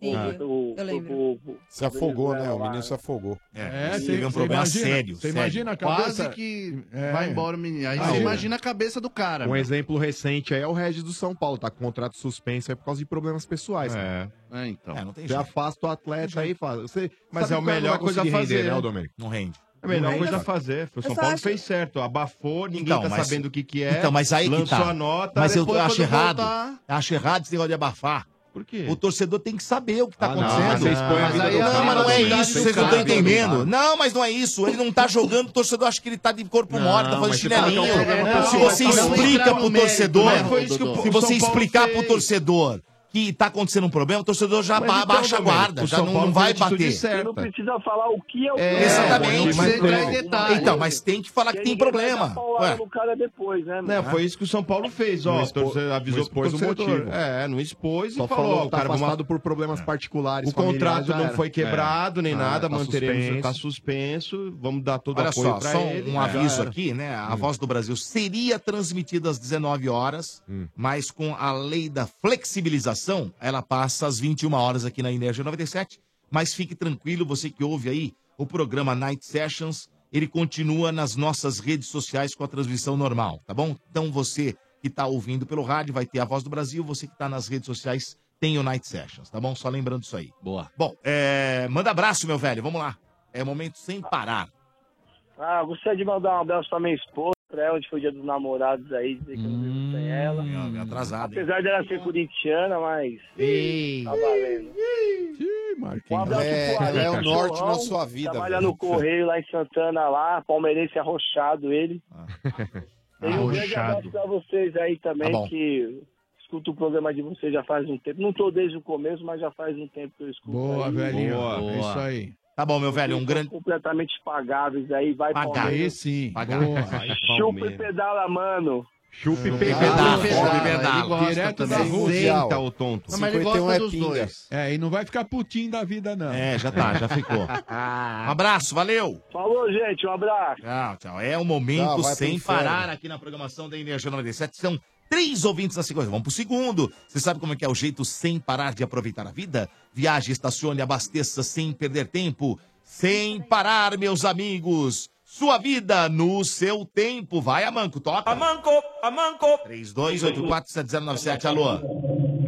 Sim,
Voltou
eu-
pro-
eu
pro-
lembro.
pro- pro-
Se afogou, né? O
lá.
menino se afogou.
É, Teve cê- um cê problema imagina- sério, cê sério. imagina a
Quase
cabeça-
que
É.
vai embora o menino. Aí
Ah,
você
o-
imagina a cabeça do cara.
Um
meu.
exemplo recente aí é o Regis do São Paulo, tá com contrato suspenso aí por causa de problemas pessoais.
É, então.
não tem você afasta o atleta aí, faz. Você
Mas
sabe
é o
qual
melhor
coisa a
conseguir
fazer,
render,
né,
né?
o Domênico?
Não rende.
A melhor
Não,
coisa
eu-
a fazer. Foi o
eu
São
só
Paulo
acho-
fez certo. Abafou, ninguém
Então,
tá
mas-
sabendo o que, que é.
Então, mas aí
lançou
que tá.
a nota.
mas eu
depois,
acho
quando
errado.
voltar-
Acho errado esse negócio de abafar.
Por quê?
O torcedor tem que saber o que tá
Ah, não, mas
acontecendo.
você expõe a vida
aí
do
não,
cara.
mas não é
Cuidado do
isso, vocês não estão
cara,
entendendo.
cuidado.
Não, mas não é isso. Ele não tá jogando, o torcedor acha que ele tá de corpo
Não,
morto, tá fazendo
mas você fala que é um
chinelinho.
problema pessoal.
Se você
Não, não
explica
entrar
pro
no mérito,
torcedor,
mas foi isso que o
se
São
você
Paulo
explicar pro
fez.
torcedor que tá acontecendo um problema, o torcedor já
Mas então,
baixa a
Domênico,
guarda,
o
já
São
não,
Paulo
não vai
fez a atitude
bater.
certa.
Não precisa falar o que é o
É,
não
Exatamente.
precisa entrar em detalhe.
é
Então, mas tem que falar que tem problema. Ué.
O cara depois, né?
Né, foi isso que o São Paulo fez, ó.
Não
o
expo-
torcedor avisou
não expôs
pro
o
torcedor.
motivo.
É, não expôs
Só
e falou,
falou,
o
tá
cara vamos- É.
afastado por problemas particulares.
O contrato não foi quebrado
Ah,
nem nada, manteremos,
manteremos
tá suspenso, vamos dar todo o
Olha
apoio
só,
pra
só
ele. Hum.
um
Já
aviso
era.
aqui, né? A Voz do Brasil seria transmitida às 19 horas,
Hum.
mas com a lei da flexibilização, ela passa às 21 horas aqui na Energia 97. Mas fique tranquilo, você que ouve aí o programa Night Sessions, ele continua nas nossas redes sociais com a transmissão normal, tá bom? Então você que tá ouvindo pelo rádio vai ter a Voz do Brasil, você que tá nas redes sociais tem o Night Sessions, tá bom? Só lembrando isso aí.
Boa.
Bom, é, manda abraço, meu velho, vamos lá. É momento sem parar.
Ah, eu gostaria de mandar um abraço pra minha esposa, pra ela, onde foi o dia dos namorados aí, dizer que eu não vivo
Hum,
sem ela.
atrasado,
Apesar dela ser corintiana, mas. Tá valendo. Um abraço
É,
pro Alex
é o norte
Chorrão,
na sua vida,
Trabalha
velho.
no Correio lá em Santana, lá, palmeirense arrochado ele. Tem um grande abraço pra vocês aí
Tá
também,
bom.
que escuto o programa de vocês já faz um tempo. Não tô desde o começo, mas já faz um tempo que eu escuto.
Boa,
aí.
velhinho. É isso aí.
Tá bom, meu velho, um
Vocês
grande.
são completamente pagáveis aí, vai
Pagar.
Palmeiras.
sim.
Pagar.
Boa.
Chupa e pedala, mano.
Chupa e
é pedala,
pedala,
pedala. Direto da Rússia.
Senta o tonto.
Não, mas ele gosta dos dois. É, e não vai ficar putinho da vida, não.
É, já tá, já ficou. Um abraço, valeu.
Falou, gente, um abraço.
Tchau, tchau. É um momento
Tchau, vai pro
sem
inferno.
parar aqui na programação da Energia 97. São três ouvintes na sequência. Vamos pro segundo. Você sabe como é que é o jeito sem parar de aproveitar a vida? Viaje, estacione, abasteça sem perder tempo. Sem parar, meus amigos. Sua vida no seu tempo. Vai, Amanco, toca. Amanco, Amanco. 32847097, alô.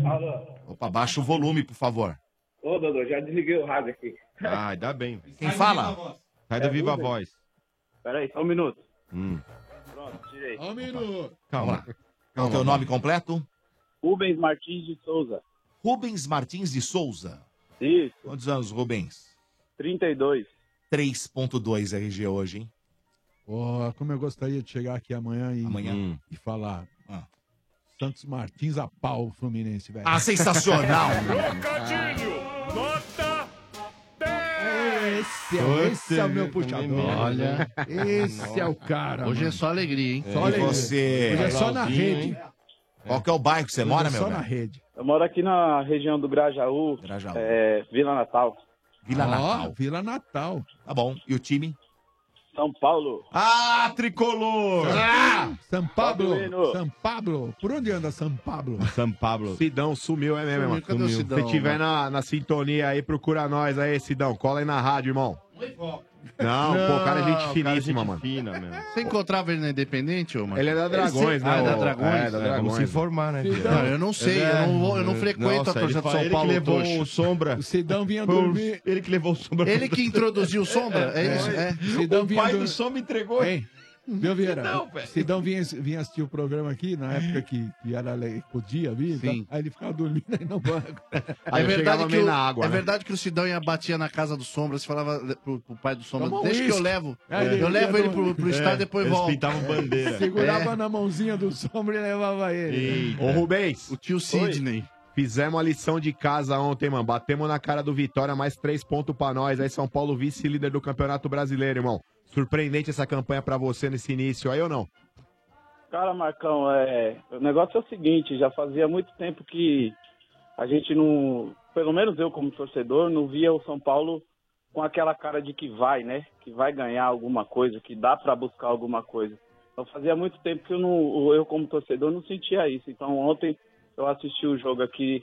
Alô.
Opa, baixa o volume, por favor.
Ô, Dodô, já desliguei o rádio aqui.
Ah, ainda bem. velho.
Quem fala?
Sai da
É
viva
Uber?
voz.
Peraí, só um minuto.
Hum.
Pronto, tirei.
Um minuto.
Calma. Vamos lá. Qual o teu nome completo?
Rubens Martins de Souza.
Rubens Martins de Souza.
Isso.
Quantos anos, Rubens?
32.
3.2 RG hoje, hein?
Pô, como eu gostaria de chegar aqui amanhã e, Hum. e falar. Santos Martins a pau Fluminense, velho.
Ah, sensacional!
Trocadilho, nota 10!
Esse é, esse é o meu puxador.
Olha.
Esse é o cara.
Hoje é
mano.
só alegria, hein?
Só E alegria. você? Hoje é só na Legalzinho, rede. hein?
Qual que é o bairro que você mora, meu? velho?
rede.
Eu moro aqui na região do Grajaú, é, Vila Natal,
Vila
Ó,
Natal.
Vila Natal.
Tá bom. E o time?
São Paulo.
Ah, tricolor!
São Pablo.
Balduino.
São Pablo. Por onde anda São Pablo?
São Pablo. Sidão sumiu, é mesmo,
Sumiu,
irmão.
cadê o
Sumiu.
Sidão,
Se tiver
mano?
na, na sintonia aí, procura nós aí, Sidão. Cola aí na rádio, irmão. Não, pô, o cara é
Não,
gente
o cara é
finíssima,
gente
mano.
Fina, mesmo.
Você encontrava ele na Independente, ô, mano?
Ele é da Dragões, né,
Ah, é da
ô?
Dragões.
É, da Dragões.
Vamos se informar, né?
Sidão.
Não, eu não sei, eu não, vou- eu não
É.
frequento
Nossa,
a Torcida
ele
de
fala-
São
ele que
Paulo.
levou
Tocho.
o Sombra. O
Sidão vinha
Foi o- dormir. Ele que levou o Sombra.
Ele que introduziu o Sombra? É isso? É.
Sidão
O
vinha
pai
do-
do Sombra entregou.
Hein? Viu, Vieira?
Não, velho. É.
Sidão vinha, vinha assistir o programa aqui, na época que, que era lei, podia vir,
Sim.
tá? aí ele ficava dormindo aí no banco.
É verdade, que o, é
né?
verdade que o Sidão ia batia na casa do Sombra, você falava pro, pro pai do Sombra,
Toma um
deixa que eu
uísque."
levo.
É, ele
Eu levo
ia
ele
no-
pro, pro estádio,
É,
depois É.
eles
volta.
pintavam bandeira. Segurava na mãozinha do sombra e levava ele.
Ô, Rubens. O
tio Sidney.
Fizemos a lição de casa ontem, mano. Batemos na cara do Vitória, mais três pontos pra nós. Aí São Paulo vice-líder do Campeonato Brasileiro, irmão. Surpreendente essa campanha pra você nesse início aí ou não?
Cara, Marcão, é, o negócio é o seguinte, já fazia muito tempo que a gente não, pelo menos eu como torcedor, não via o São Paulo com aquela cara de que vai, né? Que vai ganhar alguma coisa, que dá pra buscar alguma coisa. Então fazia muito tempo que eu não, eu como torcedor não sentia isso. Então ontem eu assisti o jogo aqui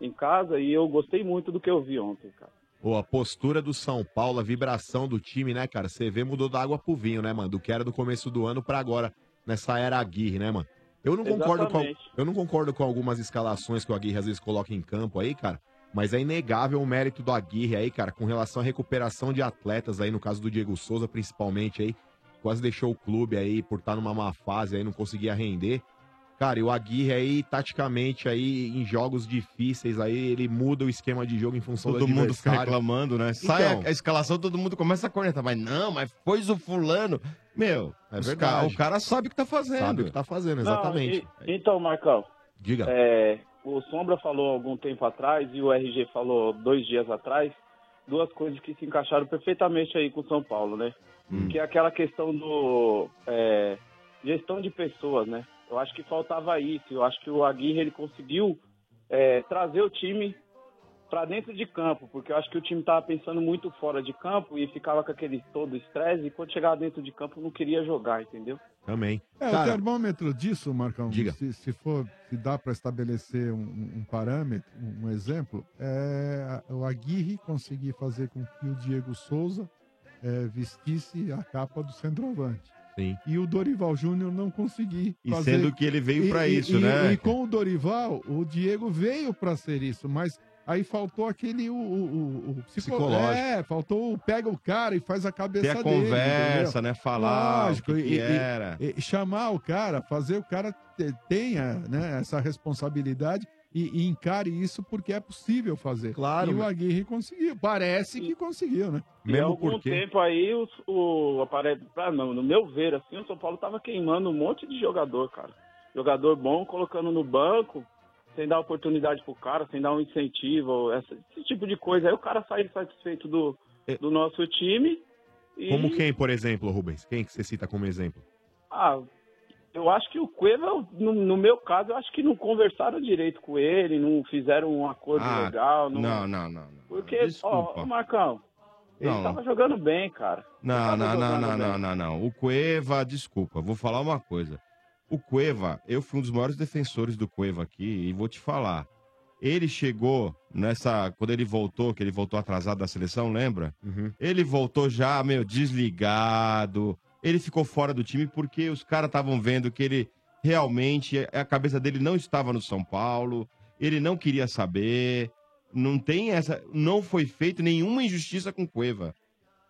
em casa e eu gostei muito do que eu vi ontem, cara.
Pô, a postura do São Paulo, a vibração do time, né, cara? Você vê, mudou da água pro vinho, né, mano? Do que era do começo do ano pra agora, nessa era Aguirre, né, mano? Eu não, concordo com,
Exatamente.
eu não concordo com algumas escalações que o Aguirre às vezes coloca em campo aí, cara. Mas é inegável o mérito do Aguirre aí, cara, com relação à recuperação de atletas aí, no caso do Diego Souza, principalmente aí. Quase deixou o clube aí por estar numa má fase aí, não conseguia render. Cara, e o Aguirre aí, taticamente aí, em jogos difíceis aí, ele muda o esquema de jogo em função
Todo
do
mundo fica
adversário.
reclamando, né? Sai
Então.
a, a escalação, todo mundo começa a cornetar. Mas não, mas pôs o fulano. Meu,
É
os
verdade.
ca- o cara sabe o que tá fazendo.
Sabe o que tá fazendo,
Não, e- então, Marcão.
Diga.
é, o Sombra falou algum tempo atrás e o RG falou dois dias atrás duas coisas que se encaixaram perfeitamente aí com o São Paulo, né?
Hum.
Que é aquela questão do é, gestão de pessoas, né? Eu acho que faltava isso. Eu acho que o Aguirre ele conseguiu é, trazer o time para dentro de campo, porque eu acho que o time tava pensando muito fora de campo e ficava com aquele todo estresse e quando chegava dentro de campo não queria jogar, entendeu?
Também.
É, o
Cara,
termômetro disso, Marcão,
Diga.
Se, se for, se dá para estabelecer um, um parâmetro, um um exemplo, é a- o Aguirre conseguir fazer com que o Diego Souza é, vestisse a capa do centroavante.
Sim.
E o Dorival Júnior não conseguir.
E sendo que ele veio
E-
pra
e-
isso,
e-
né?
E com o Dorival, o Diego veio para ser isso, mas aí faltou aquele o, o- o- o psico-
Psicológico.
É, faltou o pega o cara e faz a cabeça
Ter a
dele.
conversa,
entendeu?
né? Falar o
Lógico,
que é,
e-
que
e-
era.
e chamar o cara, fazer o cara te- tenha né, essa responsabilidade e, e encare isso porque é possível fazer.
Claro.
E o Aguirre conseguiu. Parece que conseguiu, né?
e há algum tempo aí, o, o aparelho, pra, não, no meu ver, assim, o São Paulo tava queimando um monte de jogador, cara. Jogador bom colocando no banco, sem dar oportunidade pro cara, sem dar um incentivo, essa- esse tipo de coisa. Aí o cara sai satisfeito do,
É.
do nosso time. E,
Como quem, por exemplo, Rubens? Quem que você cita como exemplo?
Ah, eu acho que o Cueva, no, no meu caso, eu acho que não conversaram direito com ele, não fizeram um acordo
Ah,
legal. Não,
Não, não, não. não.
Porque, ó,
desculpa.
ô, Marcão, ele
Não.
tava jogando bem, cara.
Não, não, não, não, não, não, não. O Cueva, desculpa, vou falar uma coisa. O Cueva, eu fui um dos maiores defensores do Cueva aqui e vou te falar. Ele chegou nessa. Quando ele voltou, que ele voltou atrasado da seleção, lembra? Ele voltou já, meu, desligado. Ele ficou fora do time porque os caras estavam vendo que ele realmente. é, A cabeça dele não estava no São Paulo. Ele não queria saber. Não tem essa. Não foi feito nenhuma injustiça com o Cueva.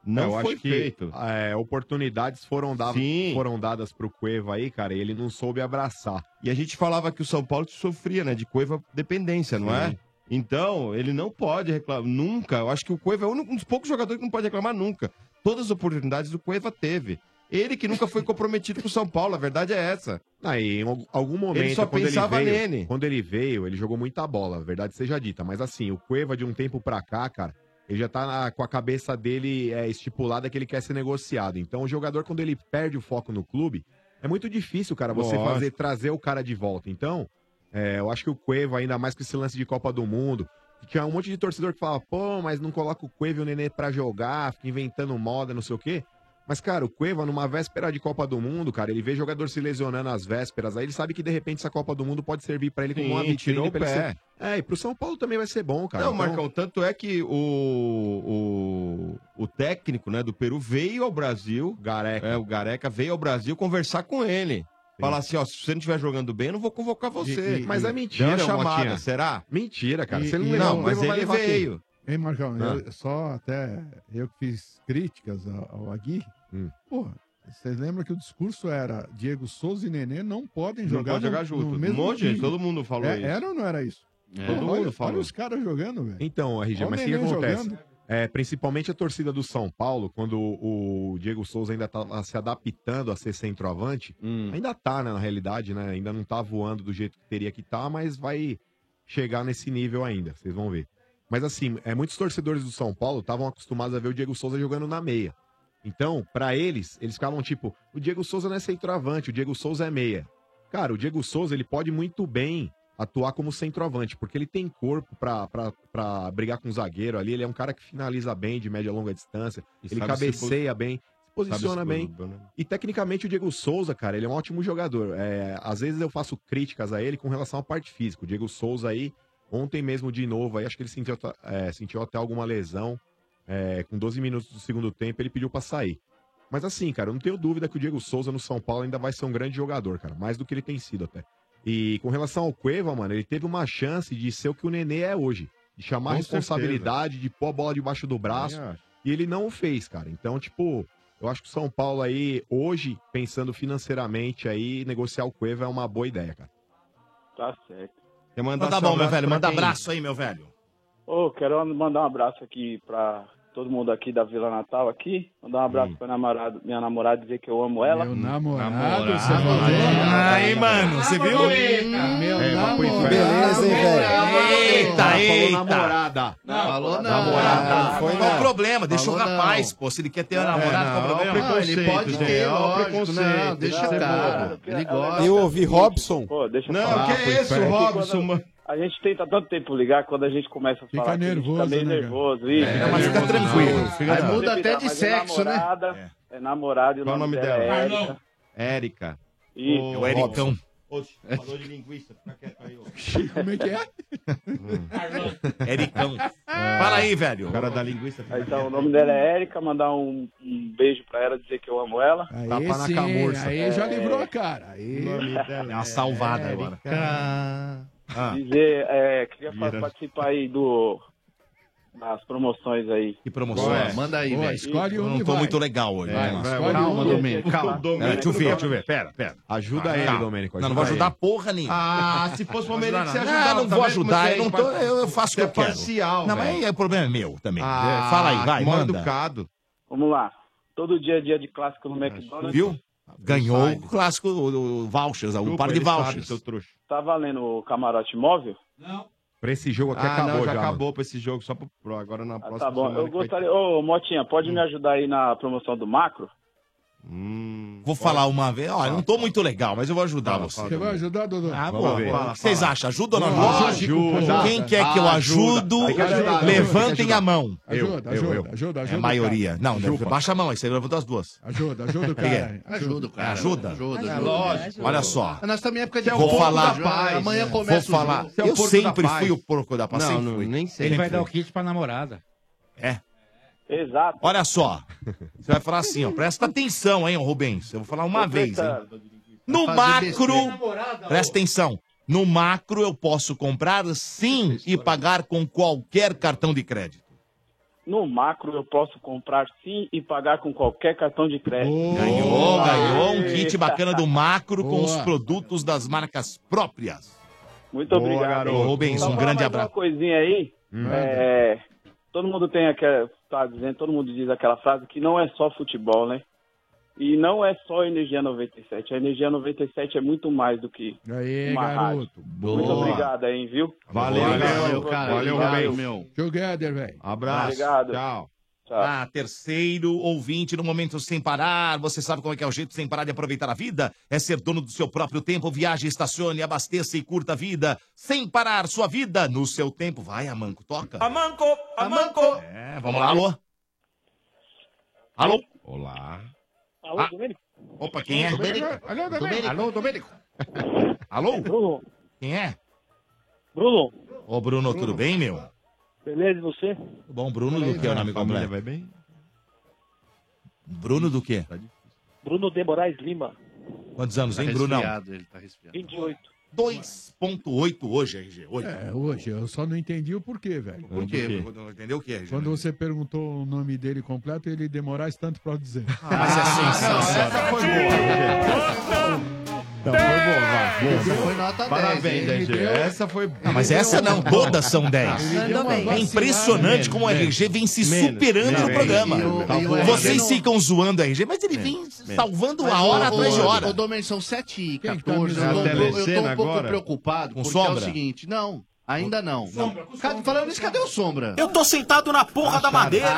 Não
Eu
foi
acho que,
feito.
é, oportunidades foram, dadas foram dadas pro Cueva aí, cara, e ele não soube abraçar.
E a gente falava que o São Paulo sofria, né? De Cueva dependência, não é? Então, ele não pode reclamar nunca. Eu acho que o Cueva é um dos poucos jogadores que não pode reclamar nunca. Todas as oportunidades do Cueva teve. Ele que nunca foi comprometido com o São Paulo, a verdade é essa.
Aí, em al- algum momento,
Ele só
quando
pensava
ele veio,
nele.
Quando ele veio, ele jogou muita bola, a verdade seja dita. Mas assim, o Cueva, de um tempo pra cá, cara, ele já tá na- com a cabeça dele é, estipulada que ele quer ser negociado. Então, o jogador, quando ele perde o foco no clube, é muito difícil, cara, você
Lógico.
fazer trazer o cara de volta. Então, é, eu acho que o Cueva, ainda mais com esse lance de Copa do Mundo, que tinha um monte de torcedor que fala, pô, mas não coloca o Cueva e o Nenê pra jogar, fica inventando moda, não sei o quê. Mas, cara, o Cueva, numa véspera de Copa do Mundo, cara, ele vê jogador se lesionando às vésperas, aí ele sabe que de repente essa Copa do Mundo pode servir pra ele como
Sim,
uma
tirou
vitrine.
o
pra ele
pé.
ser- É, e pro São Paulo também vai ser bom, cara.
Não,
Então-
Marcão, tanto é que o, o, o técnico né, do Peru veio ao Brasil. Gareca. É, o Gareca veio ao Brasil conversar com ele. Falar assim, ó, se você não estiver jogando bem, eu não vou convocar você.
E- e- Mas é mentira,
Deu a chamada,
Motinha.
será?
Mentira, cara.
E-
Você não
e-
levar
não,
o
mas
Cueva, vai
ele
levar quem?
veio.
Hein, Marcão,
Ah.
eu- só até eu que fiz críticas ao, ao Aguirre.
Hum.
Porra, vocês lembram que o discurso era Diego Souza e Nenê não podem
Não
jogar,
pode jogar
no,
junto.
no
Um
mesmo
monte de gente,
time.
todo mundo falou
É,
isso.
Era ou não era isso?
É.
Pô,
Todo
olha,
mundo
Olha
falou.
os caras jogando, velho.
Então, RG,
Olha o
mas o que que
Nenê
acontece?
jogando.
É, principalmente a torcida do São Paulo, quando o Diego Souza ainda tá se adaptando a ser centroavante,
Hum.
ainda tá, né, na realidade, né? Ainda não tá voando do jeito que teria que tá, mas vai chegar nesse nível ainda, vocês vão ver. Mas assim, é, muitos torcedores do São Paulo estavam acostumados a ver o Diego Souza jogando na meia. Então, pra eles, eles ficavam tipo, o Diego Souza não é centroavante, o Diego Souza é meia. Cara, o Diego Souza, ele pode muito bem atuar como centroavante, porque ele tem corpo pra- pra pra brigar com o zagueiro ali, ele é um cara que finaliza bem de média a longa distância,
E
ele
sabe se
cabeceia
pos-
bem, se
sabe se
posiciona bem.
posicionar, né?
E tecnicamente o Diego Souza, cara, ele é um ótimo jogador. É, às vezes eu faço críticas a ele com relação à parte física. O Diego Souza aí, ontem mesmo de novo, aí acho que ele sentiu, ata- é, sentiu até alguma lesão. É, com 12 minutos do segundo tempo, ele pediu pra sair. Mas assim, cara, eu não tenho dúvida que o Diego Souza no São Paulo ainda vai ser um grande jogador, cara. Mais do que ele tem sido até. E com relação ao Cueva, mano, ele teve uma chance de ser o que o Nenê é hoje. De chamar a
Com
responsabilidade, de pôr a bola debaixo do braço.
Também acho.
E ele não o fez, cara. Então, tipo, eu acho que o São Paulo aí, hoje, pensando financeiramente aí, negociar o Cueva é uma boa ideia, cara.
Tá certo.
Quer mandar
Então tá
seu
bom, meu
abraço
velho,
pra
manda
quem?
abraço
aí, meu velho.
Ô, quero mandar um abraço aqui pra todo mundo aqui da Vila Natal aqui. Mandar um abraço pra namorado, minha namorada dizer que eu amo ela. Meu
namorado,
você Aí, mano, você viu? Hum,
Meu
namorado. É,
Beleza, hein,
Eita, eita.
namorada.
Não, falou
namorada.
Qual o problema? Deixa o rapaz, pô. Se ele quer ter uma namorada, qual o problema?
Eu ouvi Robson.
Pô, deixa eu
Não,
falar.
que é isso,
É que quando
Robson, mano?
A gente tenta tanto tempo ligar, quando a gente começa a falar aqui, a gente tá meio nervoso. Isso,
É, mas fica tranquilo, fica
Aí
tranquilo.
muda até de sexo, né? É, namorada e o
Qual
nome dela é Érica.
Érica.
Isso.
Ô,
É o Ericão.
Robson. Oxe, falou de linguiça, fica quieto aí, ô.
Como é que é?
Ericão. Fala aí, velho. O
É. cara da linguiça.
Aí, Então, o nome dela é Érica, mandar um, um beijo pra ela, dizer que eu amo ela. É.
Tapa na sim, camurça. aí já
É.
livrou a cara. Aí-
É uma salvada agora. Ah.
Dizer, é, queria fa-
Vira.
participar aí do, das promoções aí.
Que é promoções? Boa, Escolhe um. Não tô muito legal hoje.
É,
Vamos lá.
vai, calma, Domênico, calma.
Pera, Deixa eu ver, deixa eu ver. Pera, pera.
Ajuda ele, Domênico,
Ah, Não, não
ajuda
vou ajudar
ele.
porra nenhuma.
Ah, se fosse Palmeiras,
Não,
você
não,
ajudava,
Não,
tá
não vou
vendo como você é
ajudar. Eu, não tô,
imparcial?
eu faço o
Você
que eu
é
quero.
parcial,
não, mas
velho.
aí o problema é meu também.
Ah,
É, Fala aí, vai,
mal
manda.
educado.
Vamos lá. Todo dia é dia de clássico no McDonald's.
Viu? Ganhou o clássico, o, o vouchers, o par de vouchers.
Tá valendo o camarote móvel?
Pra esse jogo aqui
ah,
acabou
não, já,
já,
acabou pra esse jogo, só pro Pro. Agora
Ah,
na próxima
tá bom.
semana
Eu
que vai ter.
gostaria... Ô, Motinha, pode me ajudar aí na promoção do macro?
Hum,
Vou falar uma vez. Olha, não tô muito legal, mas eu vou ajudar você.
Você vai ajudar, Dodô?
Ah,
Vamos
boa,
ver.
boa. O que vocês acham? Ajuda ou não
Lógico,
ajuda?
ajuda.
Quem quer que eu
Ajuda.
ajudo,
Tem que ajudar, né? tem que
levantem
ajudar.
a mão.
Ajuda, ajuda, ajuda,
É
ajuda,
a maioria.
cara.
Não, não,
Chupa.
baixa a mão aí, você levantou as duas.
Ajuda, ajuda o
Por quê?
cara.
Ajuda o cara.
Ajuda?
Ajuda,
Ajuda. Olha só.
Nós estamos em época de
Eu
porco
vou falar.
da paz. Amanhã
vou
começa o
falar.
jogo.
Eu sempre fui o porco da paz.
Não,
sempre
não,
fui.
nem sei. Ele
Sempre
vai dar o
fui.
kit pra namorada.
É.
Exato.
Olha só. Você vai falar assim, ó. Presta atenção, hein, ô Rubens. Eu vou falar uma
Tô
vez, hein.
prestando.
No
Vai fazer
macro.
besteira.
Presta atenção. No macro eu posso comprar sim e pagar com qualquer cartão de crédito.
No macro eu posso comprar sim e pagar com qualquer cartão de crédito.
Ganhou, ganhou um kit bacana do macro com os
Boa.
produtos das marcas próprias.
Muito
Boa,
obrigado.
garoto.
Só
Rubens, um
falar
grande
mais
abraço.
Uma coisinha aí. é, todo mundo tem aquela. Tá dizendo, todo mundo diz aquela frase que não é só futebol, né? E não é só Energia 97. A Energia 97 é muito mais do que
Aê,
uma rádio.
garoto.
Muito obrigado aí, viu?
Valeu,
Obrigado,
cara.
vocês.
Valeu,
Valeu.
meu.
Together, velho.
Abraço.
Obrigado.
Tchau.
Ah, terceiro ouvinte no momento sem parar. Você sabe como é que é o jeito sem parar de aproveitar a vida? É ser dono do seu próprio tempo. Viaje, estacione, abasteça e curta a vida. Sem parar sua vida no seu tempo. Vai, Amanco, toca.
É,
Amanco, Amanco.
É, vamos lá, alô. Ah. Alô?
Olá.
Alô,
Domênico? Opa, quem é?
Domênico?
Alô,
Domênico?
Domênico? Alô, Domênico? Alô?
Bruno. Quem é?
Bruno.
Ô, Bruno, tudo bem, meu?
Beleza, e você?
Tudo bom, Bruno do que é o nome completo? Vai bem? Bruno do quê?
Bruno de Moraes Lima,
Quantos anos, hein,
Tá
Brunão?
resfriado,
ele tá resfriado.
28.
2.8 hoje, RG. Hoje.
É, hoje, eu só não entendi o porquê, velho.
Por quê? Entendeu o que, RG?
Quando você perguntou o nome dele completo, ele demorasse tanto pra dizer.
Mas é sensacional.
Não, foi
Então,
bom,
Essa foi
nota
Parabéns,
10, hein?
RG.
Ele deu-
Essa foi.
Não, Ah, mas essa não, todas são 10.
Ele deu uma
É
vacilada.
impressionante como o
Menos,
RG vem se
menos,
superando
menos,
no programa.
menos, menos. E o- e o
Vocês
RG não-
ficam zoando o RG, mas ele vem salvando a hora atrás de hora.
Ô, Domênio, são 7 e
Quem que
14.
tá me
eu, tô,
zoando?
eu tô
Telecena
um pouco
agora?
preocupado
Com
porque é o
sombra?
seguinte. Não, ainda não. Cadê- Falando isso, cadê o Sombra? Eu
tô sentado na porra
da madeira.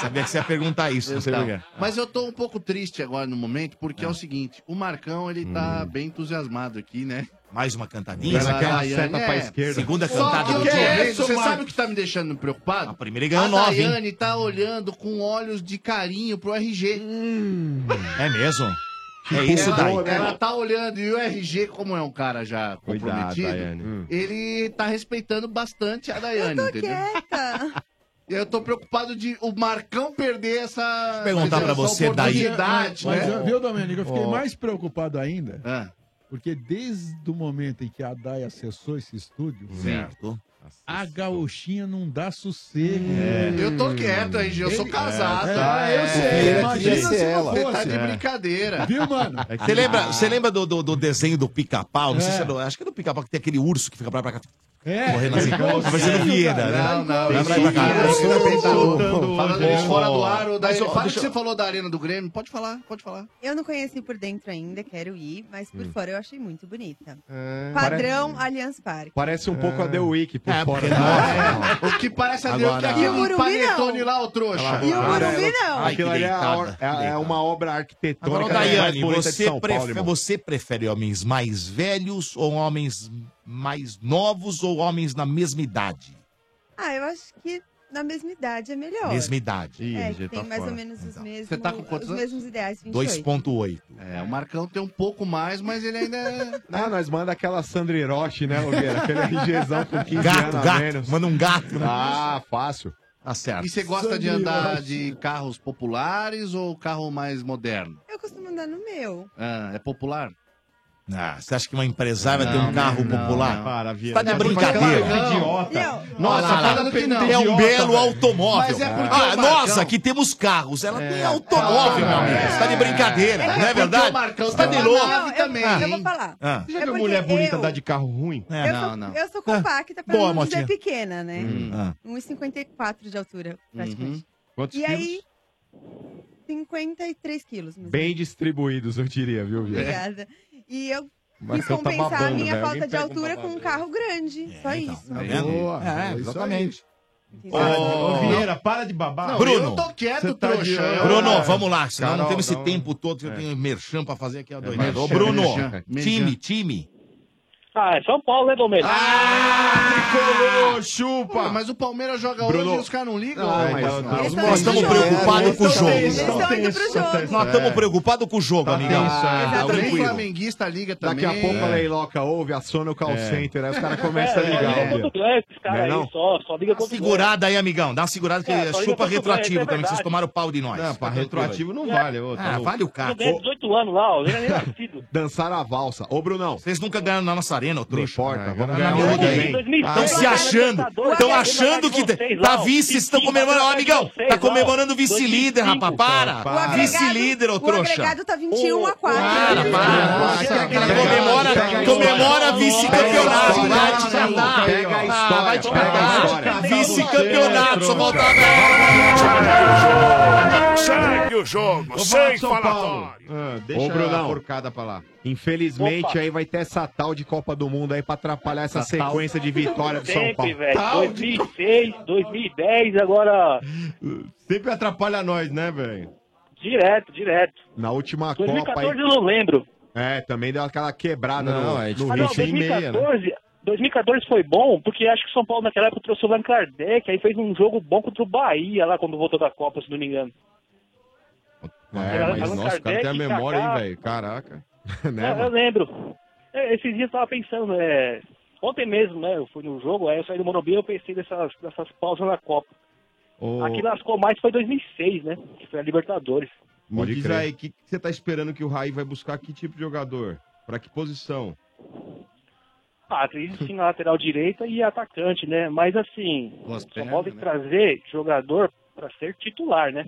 Sabia que você ia perguntar isso, não sei
Então,
por quê.
Mas Ah, eu tô um pouco triste agora no momento, porque é, o seguinte, o Marcão, ele tá bem entusiasmado aqui, né?
Hum. Mais uma cantadinha.
Pela
Aquela
Daiane, é.
seta pra esquerda. é. Segunda
Só
cantada
que
do
eu
dia.
tô-
É isso,
Você
Marcos.
sabe o que tá me deixando preocupado?
A primeira ganhou
A
nove, hein?
Daiane tá olhando com olhos de carinho pro RG.
É mesmo? É isso,
ela,
Dai.
Ela tá olhando, e o RG, como é um cara já
Cuidado,
comprometido,
Daiane. Hum.
ele tá respeitando bastante a Daiane, entendeu? E Eu tô preocupado de o Marcão perder essa.
perguntar pra
essa
você, Daiane.
é oportunidade,
Mas,
né? É.
viu, Domênico? Eu fiquei
Ó.
mais preocupado ainda. Porque desde o momento em que a Dai acessou esse estúdio,
Certo.
a gauchinha não dá sossego.
É. Eu tô quieto, RG, eu sou casado.
É, eu sei,
É,
imagina
podia
se
ser
ela.
Você tá de
É.
brincadeira.
Viu, mano?
É
Você lembra, você lembra do, do, do desenho do pica-pau? Não sei se é do, acho que é do pica-pau que tem aquele urso que fica pra, pra cá.
É.
Correndo assim,
Igualzinho,
fazendo
cara.
vieira, né?
Não, não,
Vai pra cá, vai pra cá.
isso não.
Tá voltando
Falando
hoje.
isso fora do ar, o
Mas,
Daiane,
ó,
fala o que
deixa-
você falou da Arena do Grêmio. Pode falar, pode falar.
Eu não conheci por dentro ainda, quero ir, mas por
Hum.
fora eu achei muito bonita.
É,
Padrão
parece-
Allianz Parque.
Parece um pouco
É.
a The Week por fora. né?
O que parece a
Agora-
Deus que é
E o
aquele
Morumbi,
panetone lá, o trouxa.
Aquela- Aquilo ali é, a
deitada,
or-
que
é- é
deitada.
uma obra arquitetônica.
Agora, ô,
da
Daiane,
Metropolitana de
você,
São Paulo,
prefere,
irmão.
você prefere homens mais velhos ou homens mais novos ou homens na mesma idade?
Ah, eu acho que na mesma idade é melhor.
Mesma idade. Ih,
É,
já
que tem
tá
mais ou
fora.
menos os mesmos,
Você tá com quantos
os
anos?
mesmos ideais, 28.
2.8.
É, o Marcão tem um pouco mais, mas ele ainda é.
Ah, nós manda aquela Sandra Hiroshi, né, Logueira? Aquele RGzão com 15
Gato,
anos a
gato.
menos.
Manda um gato.
Ah, fácil.
Tá certo.
E você gosta de andar de carros populares ou carro mais moderno?
Eu costumo andar no meu.
Ah, é popular?
Ah, você acha que uma empresária vai ter
Não,
um carro
não,
popular?
não.
Para,
Vieira.
Tá de
Não,
brincadeira.
é
não. Idiota. Nossa,
Olha lá,
falando que não.
É um
Idiota,
belo
velho.
automóvel.
Mas é porque
ah,
o Marcão-
nossa, aqui temos carros. Ela tem automóvel, meu amigo. Você tá de brincadeira, não é verdade? Você tá de louco.
Não, eu,
também,
eu
hein?
vou falar.
Ah. É.
É porque eu,
de carro ruim?
eu sou, Eu sou compacta, pra
Boa,
não dizer
Motinha.
pequena, né?
Hum. Ah.
1,54 de altura, praticamente.
Uhum. Quantos
e
quilos?
aí, 53 quilos. meus
Bem distribuídos, eu diria, viu, Vieira?
Obrigada. E eu
Mas
quis
você tá
compensar
babando,
a minha
velho.
falta
Alguém
de
pega um
altura com um carro grande. só isso.
Tá
vendo?
Boa,
É,
isso
exatamente.
aí.
Ô,
Ô,
Ah, não.
Vieira, para de babar.
Bruno,
Você tá de-
Bruno, vamos lá, senão
Carol,
não temos esse
dá um-
tempo todo que eu tenho merchan pra fazer aqui a doideira.
merchan,
Ô, Bruno,
merchan, merchan.
time, time.
Ah, é São Paulo, né, Domênico?
Tricolor, chupa!
Pô, Ah, mas o Palmeiras joga
Bruno-
hoje e os caras não ligam?
Não,
Não,
mas-
Nós nós estamos preocupados com o jogo. Nós estamos preocupados com o
Tá
jogo, amigão. Fica
O
tranquilo.
flamenguista liga
é. Ah,
também.
Daqui
Tá
né?
a pouco a Leiloca ouve, aciona o call
É.
center, aí os caras começam a ligar.
É.
Vieira.
Não é não?
só, só liga
Dá uma segurada aí, amigão. Dá uma segurada que
É, só liga
chupa
quando puder,
retroativo
é
também, que vocês
verdade.
tomaram o pau de nós.
Não, pra
Fica tranquilo
retroativo
aí.
não vale, ô, tá
Ah,
louco.
vale o caco.
Eu ganhei
18 anos lá, ó. nem nascido.
Dançaram a valsa. Ô, Brunão.
Vocês nunca ganharam na nossa arena, ô trouxa.
Não importa, vamos
Tá
Na
ganhar
minha
hoje
daí.
também.
Estão se achando,
é
estão achando que tá vice, estão comemorando. Ó, amigão, tá comemorando o vice-líder, rapaz.
O
Para!
agregado-
Vice-líder, ô
O
trouxa.
agregado tá 21 a 4.
Para, para. Comemora, comemora vice-campeonato. Vai te catar. Pega a história. Vai te catar. Vice-campeonato. Só volta
Segue o jogo,
Vou falar
sem
de São
falatório.
Ah,
deixa
Ô,
a
Brunão.
porcada pra lá.
Infelizmente,
Opa.
aí vai ter essa tal de Copa do Mundo aí pra atrapalhar essa
Essa tal.
sequência de vitória do São
Sempre,
Paulo.
velho.
Tal de-
2006, 2010, agora
Sempre atrapalha nós, né, velho?
direto, direto.
Na última
2014
Copa aí...
eu não lembro.
É, também deu aquela quebrada
Não,
no,
é
no
Ah, não,
ritmo. né?
2014, 2014 foi bom, porque acho que o São Paulo naquela época trouxe o Allan Kardec, aí fez um jogo bom contra o Bahia lá quando voltou da Copa, se não me engano.
É, mas
Allan
nossa, o cara tem a
Kardec,
memória, hein,
Kaká.
velho? Caraca.
Não,
né,
Ah, eu
mano?
lembro. É, Esses dias eu tava pensando, é, ontem mesmo, né? Eu fui no jogo, aí eu saí do Morumbi e eu pensei nessas, nessas pausas na Copa.
Ô,
Aqui lascou mais foi 2006, né? Que foi a Libertadores.
Me diz aí, o que, que você tá esperando que o Raí vai buscar? Que tipo de jogador? Pra que posição?
Ah, acredito sim na lateral direita e atacante, né? Mas assim, só pode trazer jogador pra ser titular, né?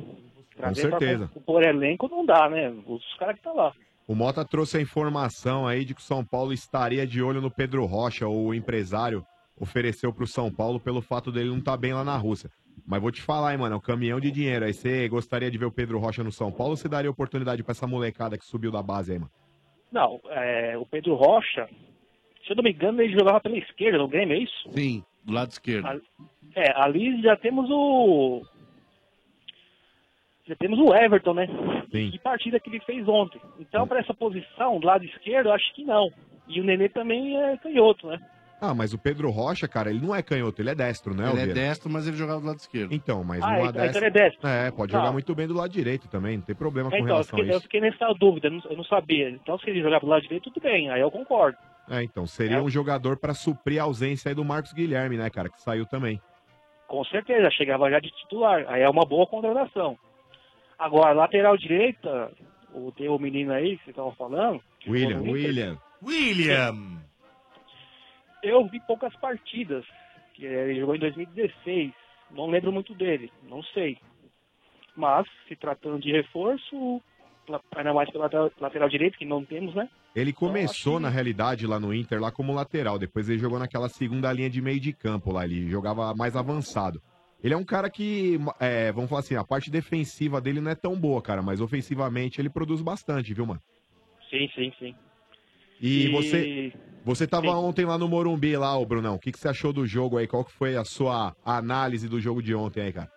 Trazer
certeza.
pra compor elenco não dá, né? Os caras que tá lá.
O Mota trouxe a informação aí de que o São Paulo estaria de olho no Pedro Rocha, o empresário ofereceu pro São Paulo pelo fato dele não estar bem lá na Rússia. Mas vou te falar, hein, mano, é um caminhão de dinheiro. Aí você gostaria de ver o Pedro Rocha no São Paulo ou você daria oportunidade pra essa molecada que subiu da base aí, mano?
Não, é, o Pedro Rocha, se eu não me engano, ele jogava pela esquerda no Grêmio, é isso?
Sim, do lado esquerdo.
A- É, ali já temos o. Já temos o Everton, né?
Sim.
Que partida que ele fez ontem. Então, para essa posição, do lado esquerdo, eu acho que não. E o Nenê também é canhoto, né?
Ah, mas o Pedro Rocha, cara, ele não é canhoto, ele é destro, né?
Ele é
destro, mas ele jogava do lado esquerdo. Então, mas
Ah,
não
então- então ele é
destro. É, pode jogar
Tá.
muito bem do lado direito também, não tem problema com
então, eu
relação
fiquei,
a
eu
isso.
fiquei nessa dúvida, eu não, eu não sabia. Então, se ele jogar pro lado direito, tudo bem, aí eu concordo.
É, então, seria um jogador pra suprir a ausência aí do Marcos Guilherme, né, cara, que saiu também.
Com certeza, chegava já de titular, aí é uma boa contratação. Agora, lateral direita, o tem o menino aí que você estava falando. que
William,
jogou no Inter,
William.
É
William!
Eu vi poucas partidas. que Ele jogou em 2016. Não lembro muito dele, não sei. Mas, se tratando de reforço, la- ainda mais pela lateral- lateral direito, que não temos, né?
Ele começou, na realidade, lá no Inter, lá como lateral. Depois ele jogou naquela segunda linha de meio de campo lá. Ele jogava mais avançado. Ele é um cara que, é, vamos falar assim, a parte defensiva dele não é tão boa, cara. Mas ofensivamente ele produz bastante, viu, mano?
Sim, sim, sim.
E,
E-
você você tava ontem lá no Morumbi, lá, ô Brunão. O que, que você achou do jogo aí? Qual que foi a sua análise do jogo de ontem aí, cara?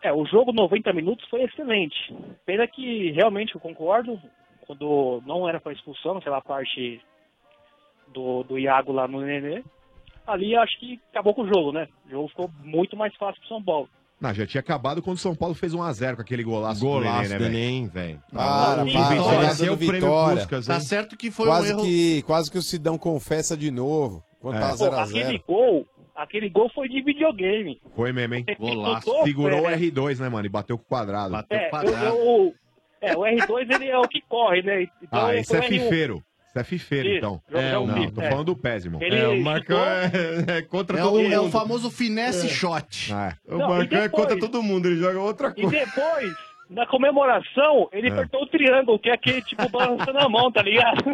É, o jogo 90 minutos foi excelente. Pena que realmente eu concordo. Quando não era para expulsão, aquela parte do, do Iago lá no Nenê, ali acho que acabou com o jogo, né? O jogo ficou muito mais fácil pro São Paulo.
Não, já tinha acado quando o São Paulo fez 1x0 com aquele golaço,
Golaço
do
do
Neném,
Neném,
né, velho?
Para,
Ih,
para,
Vitória,
jogada
seu
do
prêmio
Vitória.
Puskas, hein?
Tá certo que foi
quase
um erro-
Que, quase que o Sidão confessa de novo. Quando
É.
tava
Pô,
0 a 0
Aquele gol, aquele gol foi de videogame.
Foi mesmo, hein?
Golaço. Chutou,
Segurou o
é.
R2, né, mano? E bateu com o quadrado. Bateu
É, eu, eu- é, o R2 ele é o que corre, né? Então,
Ah, esse
o
é
R1
fifeiro. Esse é fifeiro,
Isso,
então.
jogo
É,
da
o- não,
FIFA,
tô
é.
falando do péssimo.
Ele É, o Marcão
chutou. é contra
é
todo
o,
mundo.
É o famoso finesse
É.
shot.
O Não, e Marcão é depois? contra
todo
mundo, ele joga outra
E depois, na comemoração, ele apertou o triângulo, que é aquele tipo balançando a mão, tá ligado?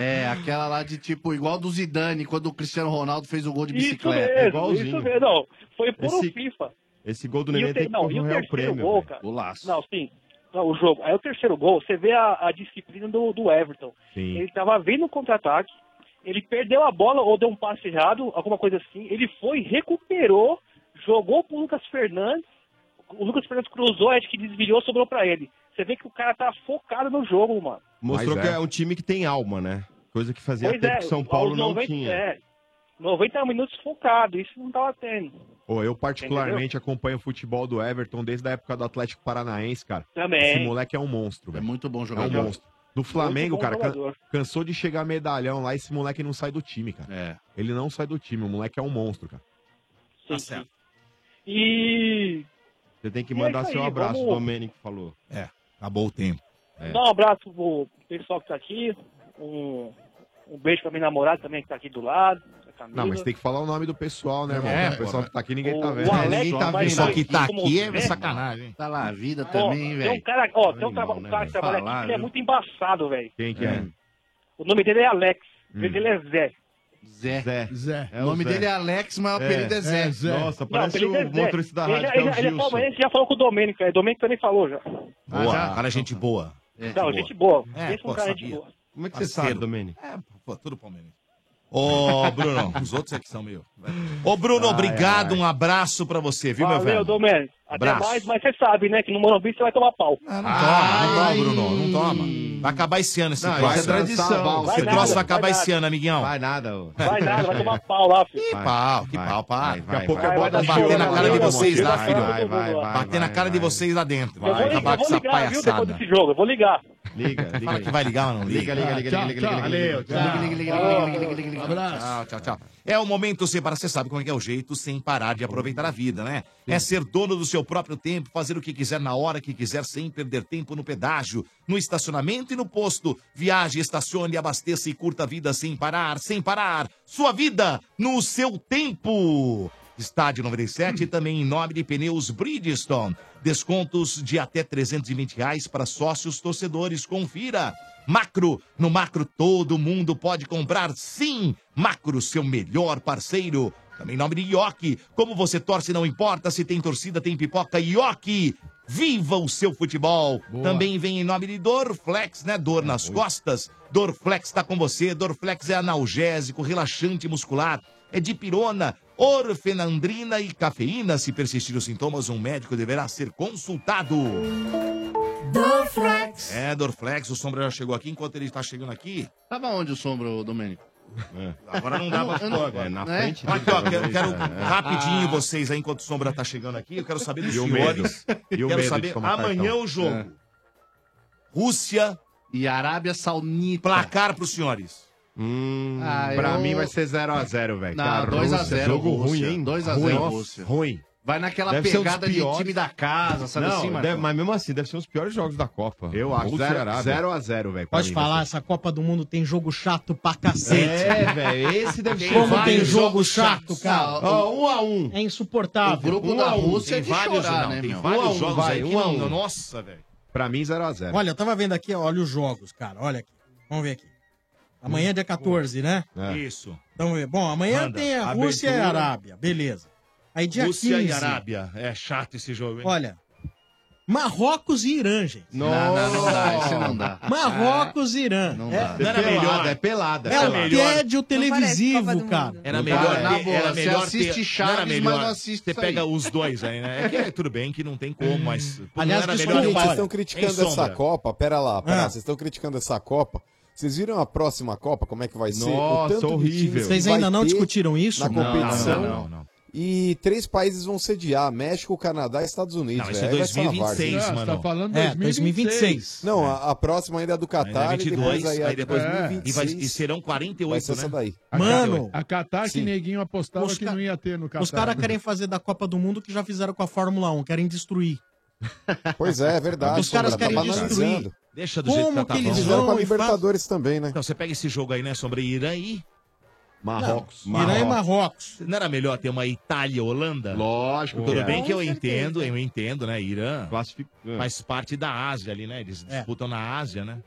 é, aquela lá de tipo, igual do Zidane, quando o Cristiano Ronaldo fez o gol de
Isso
bicicleta.
mesmo, isso mesmo. Não, foi puro
Esse-
FIFA.
É. Esse gol do
E
Neném
o, ter...
tem que
não, e
correr
o
um real
terceiro
prêmio.
gol,
velho.
cara. Golaço. Não, sim. Não, o jogo. Aí o terceiro gol, você vê a, a disciplina do, do Everton.
Sim.
Ele tava vindo um contra-ataque, ele perdeu a bola ou deu um passe errado, alguma coisa assim. Ele foi, recuperou, jogou pro Lucas Fernandes. O Lucas Fernandes cruzou, acho que desviou, sobrou pra ele. Você vê que o cara tá focado no jogo, mano.
Mostrou
Mas
que
é.
é um time que tem alma, né? Coisa que fazia
Pois
tempo
é,
que São
aos
Paulo não
90
tinha.
É, 90 minutos focado, isso não tava tendo.
Pô, eu particularmente acompanho o futebol do Everton desde a época do Atlético Paranaense, cara.
Também.
Esse moleque é um monstro, velho. É
muito bom
É
jogador.
um monstro. Do Flamengo,
bom
cara, can-
jogador.
cansou de chegar medalhão lá, esse moleque não sai do time, cara.
É.
Ele não sai do time, o moleque é um monstro, cara.
Tá
Sim, sim. E
Você tem que
E é
mandar
isso
seu
aí,
abraço,
vamos-
o Domênico falou. É, acabou o tempo.
dá um abraço pro pessoal que tá aqui, um, um beijo pra minha namorada também que tá aqui do lado. a Camila.
Não, mas tem que falar o nome do pessoal, né, irmão?
É,
o pessoal
porra.
que tá aqui, ninguém
O-
tá
o
vendo.
Alex
Só tá
vai sair como
é
vê.
Tá lá a vida
Ó,
também,
Tem um
velho.
cara, ó, tem um,
Animal,
traba-
né,
cara
velho?
que trabalha
Falar,
aqui, que ele é
viu?
muito embaçado, velho.
Quem que é?
O nome dele é Alex, o nome dele é Zé.
Zé.
Zé.
É o nome dele é Alex, mas o apelido é Zé.
Nossa,
Não,
parece
apelido é
o
Zé.
motorista da
Ele-
rádio,
Ele,
que
ele
é
é
o Gilson.
palmeirense, já falou com o Domênico, aí. o Domênico também falou já.
Boa,
já.
cara, é gente Ah, É, boa. É.
Não, gente boa. Pensa um cara gente boa.
Como é que você sabe, Domênico?
Pô, tudo palmeirense. Ô, Bruno, os outros é que são meio. Ô, Bruno,
Ai,
obrigado,
ai.
um abraço pra você, viu, meu
Valeu,
velho?
Domênico. Até
Abraço.
mais, mas você sabe, né, que no Morumbi você vai tomar pau.
Toma, não toma, Bruno, não toma. Vai acabar esse ano esse
Não,
troço.
isso é tradição.
Esse
Vai nada,
troço vai
vai
acabar esse
nada.
ano, amiguinho.
Vai
nada, ô.
Vai nada, vai tomar pau lá, filho.
Que pau, que pau, pá. Daqui a pouco eu
vai, vai,
vou
vai,
bater na
vai,
cara de
vai,
vocês
vai,
lá,
vai,
filho.
vai, vai, vai,
Bater na cara de vocês lá dentro.
Eu vou
Vai acabar
ligar,
com
eu vou
essa
ligar, viu, depois
palhaçada.
desse jogo. Eu vou ligar.
Liga, liga.
Fala que vai ligar, mas não
Liga,
liga.
liga, liga, liga, liga, liga, liga, liga. Tchau.
Tchau, tchau, tchau. É o momento sem parar. Você sabe como é que é o jeito sem parar de aproveitar a vida, né? É ser dono do seu próprio tempo, fazer o que quiser na hora que quiser, sem perder tempo no pedágio, no estacionamento e no posto. Viaje, estacione, abasteça e curta a vida sem parar, sem parar. Sua vida no seu tempo. Estádio 97 e também em nome de pneus Bridgestone. Descontos de até R$ 320 reais para sócios torcedores. Confira. Macro, no Macro todo mundo pode comprar, sim. Macro, seu melhor parceiro. Também em nome de Ioki. Como você torce, não importa. Se tem torcida, tem pipoca. Ioki, viva o seu futebol. Também vem em nome de Dorflex, né? Dor nas costas. Dorflex está com você. Dorflex é analgésico, relaxante muscular. É dipirona, orfenandrina e cafeína. Se persistir os sintomas, um médico deverá ser consultado.
Dorflex.
É, Dorflex, o Sombra já chegou aqui. Enquanto ele está chegando aqui, É.
Tava onde o sombro, Domênico?
agora não dá pra
Eu não-
pôr agora.
é, na frente
Aqui, ó,
dele,
quero,
talvez,
quero
é.
rapidinho vocês aí, enquanto o Sombra tá chegando aqui. Eu quero saber dos
E o medo.
senhores.
E o tá,
quero
medo de
saber
tomar
amanhã
cartão.
o jogo.
É.
Rússia
Ah. e Arábia Saudita.
Placar pros senhores.
Hum,
Ah,
pra
eu-
mim vai ser 0x0, velho.
Não,
É Que a
2 a
Rússia-
0
Jogo
Rússia.
ruim, hein?
2 a
Ruim.
0 Rússia.
Ruim.
Vai naquela
Deve ser um dos
pegada de
piores.
time da casa, sabe
Não,
assim, Marcão?
deve- mas mesmo assim, deve ser um dos piores jogos da Copa. Eu acho. 0x0, velho. pra
Pode
mim,
falar, essa Copa do Mundo tem jogo chato pra cacete.
É, velho, esse deve ser
Como tem
vários
jogo
jogos
chato,
chatos.
cara.
Ó, um a um.
É insuportável.
Um a um.
é
Tem vários, não,
né,
Tem
Um
vários jogos aí que não- Nossa, velho.
Pra mim, 0x0.
Olha, eu tava vendo aqui, ó, olha os jogos, cara. Olha aqui. Vamos ver aqui. Amanhã é dia 14, né?
É. Isso.
Então, vamos ver. bom, amanhã
Manda.
tem a Rússia e a
Abertura.
Arábia. Beleza. Aí dia
Rússia
15.
e Arábia. É chato esse jogo, hein?
Olha. Marrocos e Irã, gente.
Não, não, não dá, esse não dá.
Marrocos e Irã. Não
dá. Não era
pelada,
melhor.
é pelada. É,
Era
o
melhor.
tédio televisivo, cara.
Era melhor,
na
ter,
boa,
era
você
melhor
assiste
ter,
Chaves,
não era
mas
melhor.
não assiste
Você
isso
pega
aí.
os dois aí, né? É que é, tudo bem que não tem como, mas pô,
Hum. Aliás,
não
que
era
os
melhor
políticos
ter- um
estão
Hein,
criticando
Sombra?
essa Copa. Pera lá, pera
Ah.
lá. Vocês estão criticando essa Copa. Vocês viram a próxima Copa, como é que vai ser?
Nossa,
de times
horrível.
que
Vocês
vai
ainda não
ter
discutiram isso?
Na
Não, não,
competição.
não, não,
E três países vão sediar: México, Canadá e Estados Unidos.
Não, isso é
velho. Aí vai ser uma
2026,
várzea.
mano. Não, você tá falando
É,
2026.
Não, a, a próxima ainda é do
Ainda é
Catar. e
22,
depois aí, a
aí
de
depois é.
2026.
e, vai, e serão 48,
Vai ser
né?
essa daí.
Mano,
a Catar que
Sim.
neguinho apostava
Os
que
ca-
não ia ter no Catar.
Os caras querem fazer da Copa do Mundo o que já fizeram com a Fórmula 1, querem destruir.
Pois é, é verdade.
Os caras
Sombra,
querem
tá
destruir.
banalizando.
Deixa do jeito que, tá
Eles
bom.
fizeram com a Libertadores também, né?
Então você pega esse jogo aí, né? Sobre Irã e.
Marrocos.
Não,
Irã e
Marrocos.
Não era melhor ter uma Itália e Holanda?
Lógico que
Tudo
era.
bem que eu
Com certeza.
entendo, eu entendo, né? Irã
é.
faz parte da Ásia ali, né? Eles
É.
disputam na Ásia, né?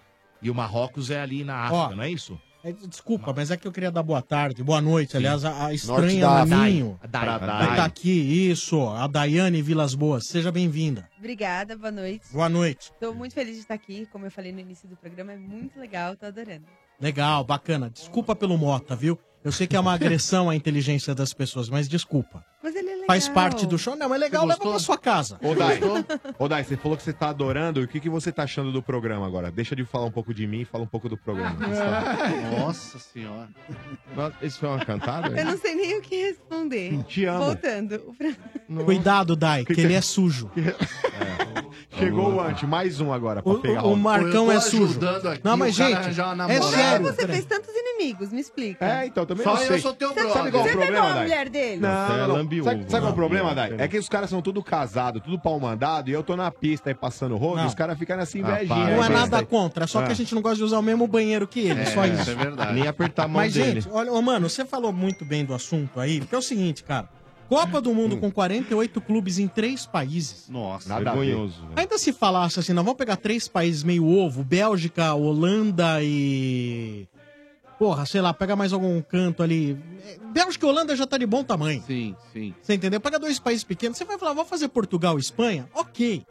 E o Marrocos é ali na África, não é isso?
É, Desculpa, mas é que eu queria dar boa tarde, boa noite. Aliás, a, a
Norte
estranha
da
Naninho
Dai. A Dai.
tá aqui, isso. A Daiane Vilas Boas, seja bem-vinda.
Obrigada, boa noite.
Boa noite.
Tô muito feliz de estar aqui, como eu falei no início do programa, é muito legal, tô adorando.
Legal, bacana. Desculpa pelo Mota, viu? Eu sei que é uma agressão à inteligência das pessoas, mas desculpa.
Mas ele é legal.
Faz parte do show. Não, é legal,
Você
leva
gostou?
pra sua casa.
Ô, Dai, ô, Dai, você falou que você tá adorando. E o que, que você tá achando do programa agora? Deixa de falar um pouco de mim e fala um pouco do programa.
Ah.
Nossa senhora.
Isso foi uma cantada?
Eu não sei nem o que responder.
Te amo.
Voltando. o Fran-
Cuidado, Dai, que ele é sujo.
Chegou o Ant, mais um agora pra pegar
O
onda.
Marcão é sujo. Não, mas gente, é sério.
Você fez tantos inimigos, me explica. É,
então, também Só não eu sei. sou
um
teu brother. Sabe qual é o
Você
problema,
pegou a
Dai?
mulher dele?
Não, não, não. Sabe, sabe qual é o
Lambiúvo,
problema, Dai?
lambiúvo.
É que os caras são tudo casado, tudo pau mandado, e eu tô na pista aí passando rodo, e os caras ficam nessa invejinha. né? aí,
Não é
besta
nada
aí.
contra, é só que
Ah.
a gente não gosta de usar o mesmo banheiro que ele,
É,
só isso.
isso é verdade. Nem apertar a mão
Mas,
dele.
gente, olha, ô, mano, você falou muito bem do assunto aí, porque é o seguinte, cara. Copa do Mundo com 48 clubes em três países.
Nossa,
Hum. Nada a ver. vergonhoso, velho.
Ainda se falasse assim, nós vamos pegar três países meio ovo, Bélgica, Holanda e... Porra, sei lá, pega mais algum canto ali. Bélgica e Holanda já tá de bom tamanho.
Sim, sim.
Você entendeu? Pega dois países "Ah, pequenos. Você vai falar, vou fazer Portugal e Espanha? Ok.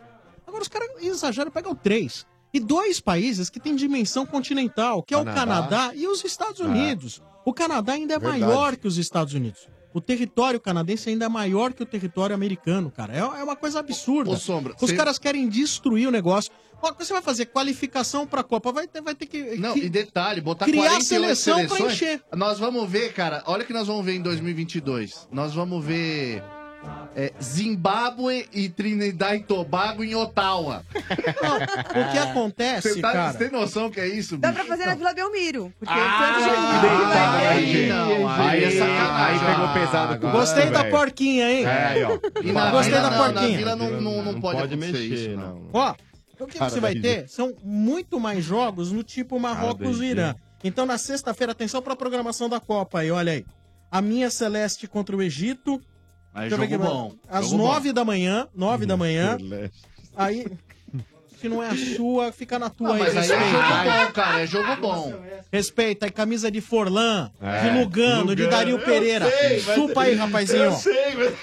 Agora os caras exageram, pegam três. E dois países que têm dimensão continental, que é
Canadá.
o Canadá e os Estados
Ah.
Unidos. O Canadá ainda é
Verdade.
maior que os Estados Unidos. O território canadense ainda é maior que o território americano, cara. É, é uma coisa absurda.
Ô, Sombra,
os
cê-
caras querem destruir o negócio. Ó, Você vai fazer qualificação pra Copa, vai ter, vai ter que.
Não,
que-
Tá e detalhe, botar
criar
48
seleção pra
seleções,
encher.
Nós vamos ver, cara, olha o que nós vamos ver em 2022. Nós vamos ver é, Zimbábue e Trinidad e Tobago em Ottawa.
o que acontece,
Você tá-
cara?
Você tem noção que é isso,
Dá
bicho?
pra fazer na Vila
Ah,
Belmiro. Porque tanto de gente que vai
Ah,
ver.
aí, não, aí é sacanagem.
Aí pegou pesado
Ah,
com o
Gostei
Bruno,
da
velho.
porquinha, hein?
É, aí, ó.
E na Gostei da
Vila não,
porquinha.
na Vila
não, não, não pode,
pode
acontecer
mexer,
isso, não.
Ó, o que
Cara,
você vai
daí-
ter são muito mais jogos no tipo Marrocos e
daí-
Irã. Então, na sexta-feira, atenção pra programação da Copa aí, olha aí. A minha Celeste contra o Egito.
Aí,
Deixa eu ver
jogo
aqui,
bom.
Às
Jogo
nove da manhã, nove da
É.
manhã.
Celeste.
Aí, se não é a sua, fica na tua
Ah,
aí.
mas aí é
respeita.
jogo bom, cara, é jogo bom.
Respeita, aí camisa de Forlan,
É.
de Lugano, de
Lugano.
Dario
Eu
Pereira.
sei, mas-
Chupa aí, rapazinho.
eu
ó.
sei,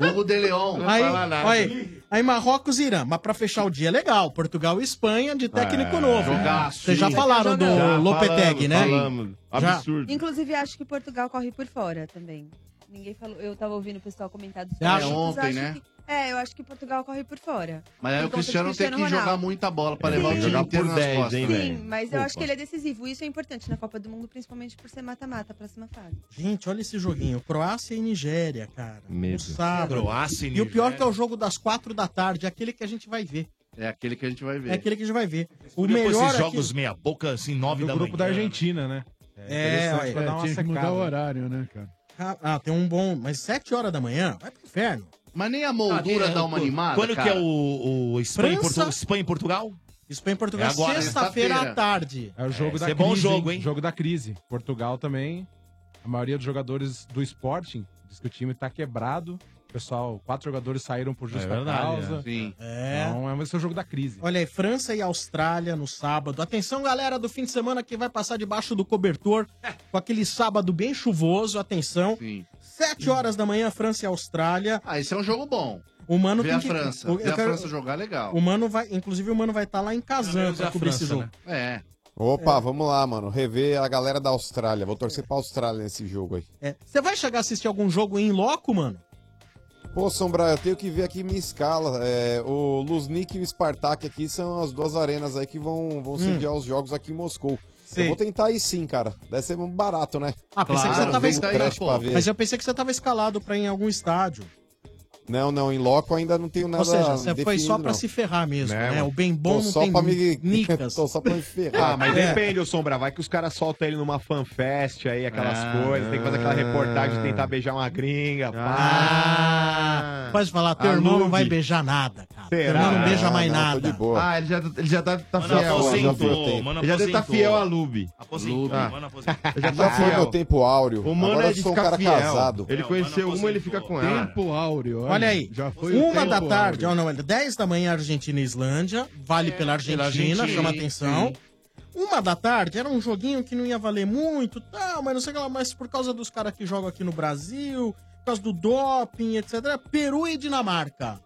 Hugo de Leon.
Aí, aí, aí Marrocos e Irã. Mas pra fechar o dia, é legal. Portugal e Espanha de técnico
É,
novo.
jogaço.
Vocês já
Sim.
falaram do
Já
Lopeteg,
falamos,
né?
falamos.
Já.
Absurdo.
Inclusive, acho que Portugal corre por fora também. Ninguém falou. Eu tava ouvindo o pessoal comentar dos
Você acha?
jogos,
Ontem,
acho
né?
que- é, eu acho que Portugal corre por fora.
Mas aí
Por
o
conta do
Cristiano tem que
Ronaldo.
jogar muita bola pra
Sim.
levar o time
Jogar por
inteiro nas
10,
costas.
hein,
Sim,
velho?
mas eu acho
Opa.
que ele é decisivo. Isso é importante na Copa do Mundo, principalmente por ser mata-mata, a próxima fase.
Gente, olha esse joguinho. Croácia e Nigéria, cara. No sábado.
Croácia e
E o pior
Nigéria.
que é o jogo das quatro da tarde. É aquele que a gente vai ver.
É aquele que a gente vai ver.
É aquele que a gente vai ver. O
Escolheu com
melhor é
esses
aqui-
jogos meia boca, assim, nove da
Do
manhã.
grupo da Argentina,
né?
É,
Interessante,
olha,
pra dar uma secada. horário, né, cara?
Ah, tem um bom... Mas sete horas da manhã? Vai pro inferno.
Mas nem a
moldura
Ah, tem-
dá uma animada,
Quando
cara?
que é o, o Espanha, e
França?
Portu- Espanha e Portugal? né?
Espanha e Portugal, sexta-feira à tarde.
É o jogo
É,
da
esse é
crise.
bom jogo, hein?
Jogo da crise. Portugal também. A maioria dos jogadores do Sporting diz que o time tá quebrado. Pessoal, quatro jogadores saíram por justa
É verdade,
causa.
é.
Sim.
É.
Então, é- esse é o jogo da crise.
Olha aí, França e Austrália no sábado. Atenção, galera, do fim de semana que vai passar debaixo do cobertor com aquele sábado bem chuvoso. Atenção. Sete horas da manhã, França e Austrália.
Ah, esse é um jogo bom.
O mano
Ver
tem
a
que-
França.
o- eu
Ver a
quero-
França jogar legal.
O mano vai, inclusive, o mano vai estar lá em Kazan pra cobrir esse jogo.
né?
É.
Opa, vamos lá, mano. Rever a galera da Austrália. Vou torcer pra Austrália nesse jogo aí.
É. Você vai chegar a assistir algum jogo em loco, mano?
Pô, Sombra, eu tenho que ver aqui minha escala. É, o Luznik e o Spartak aqui são as duas arenas aí que vão, vão sediar os jogos aqui em Moscou.
Hum. Sim.
Eu vou tentar ir sim, cara. Deve ser um barato, né?
Ah, pensei que você tava
Ver um trash pra
escalado.
ver.
Mas eu pensei que você tava escalado pra ir em algum estádio.
Não, não, em loco ainda não tenho nada
Ou seja, você foi
definido,
só pra
não.
se ferrar mesmo,
Né,
né?
mano?
O bem bom
Tô
não
só
tem
pra me-
nicas.
Tô só pra me ferrar.
Ah, mas
É.
depende, ô Sombra. Vai que os caras soltam ele numa fanfest aí, aquelas
Ah.
coisas. Tem que fazer aquela reportagem de tentar beijar uma gringa.
Ah, pode falar, teu irmão não vai beijar nada, cara. Teu irmão não beija mais nada.
Ah, ele já, ele já tá, tá
Mano, aposentou,
Ele já deve estar fiel a Lube.
Aposentou,
Ah.
mano, aposentou.
Ele já
Já
tá
foi meu
fiel.
tempo áureo.
O mano
Agora
é
eu
de
sou um
ficar
cara
fiel.
casado.
Ele conheceu uma, ele fica com ela.
Tempo áureo.
Olha, aí, uma da tarde, ó, não, olha, 10 da manhã Argentina e Islândia,
É,
vale pela, Argentina,
É, Argentina,
chama
sim,
atenção. Uma da tarde era um joguinho que não ia valer muito, tal, mas não sei o que lá, mas por causa dos caras que jogam aqui no Brasil, por causa do doping, etc. Peru e Dinamarca.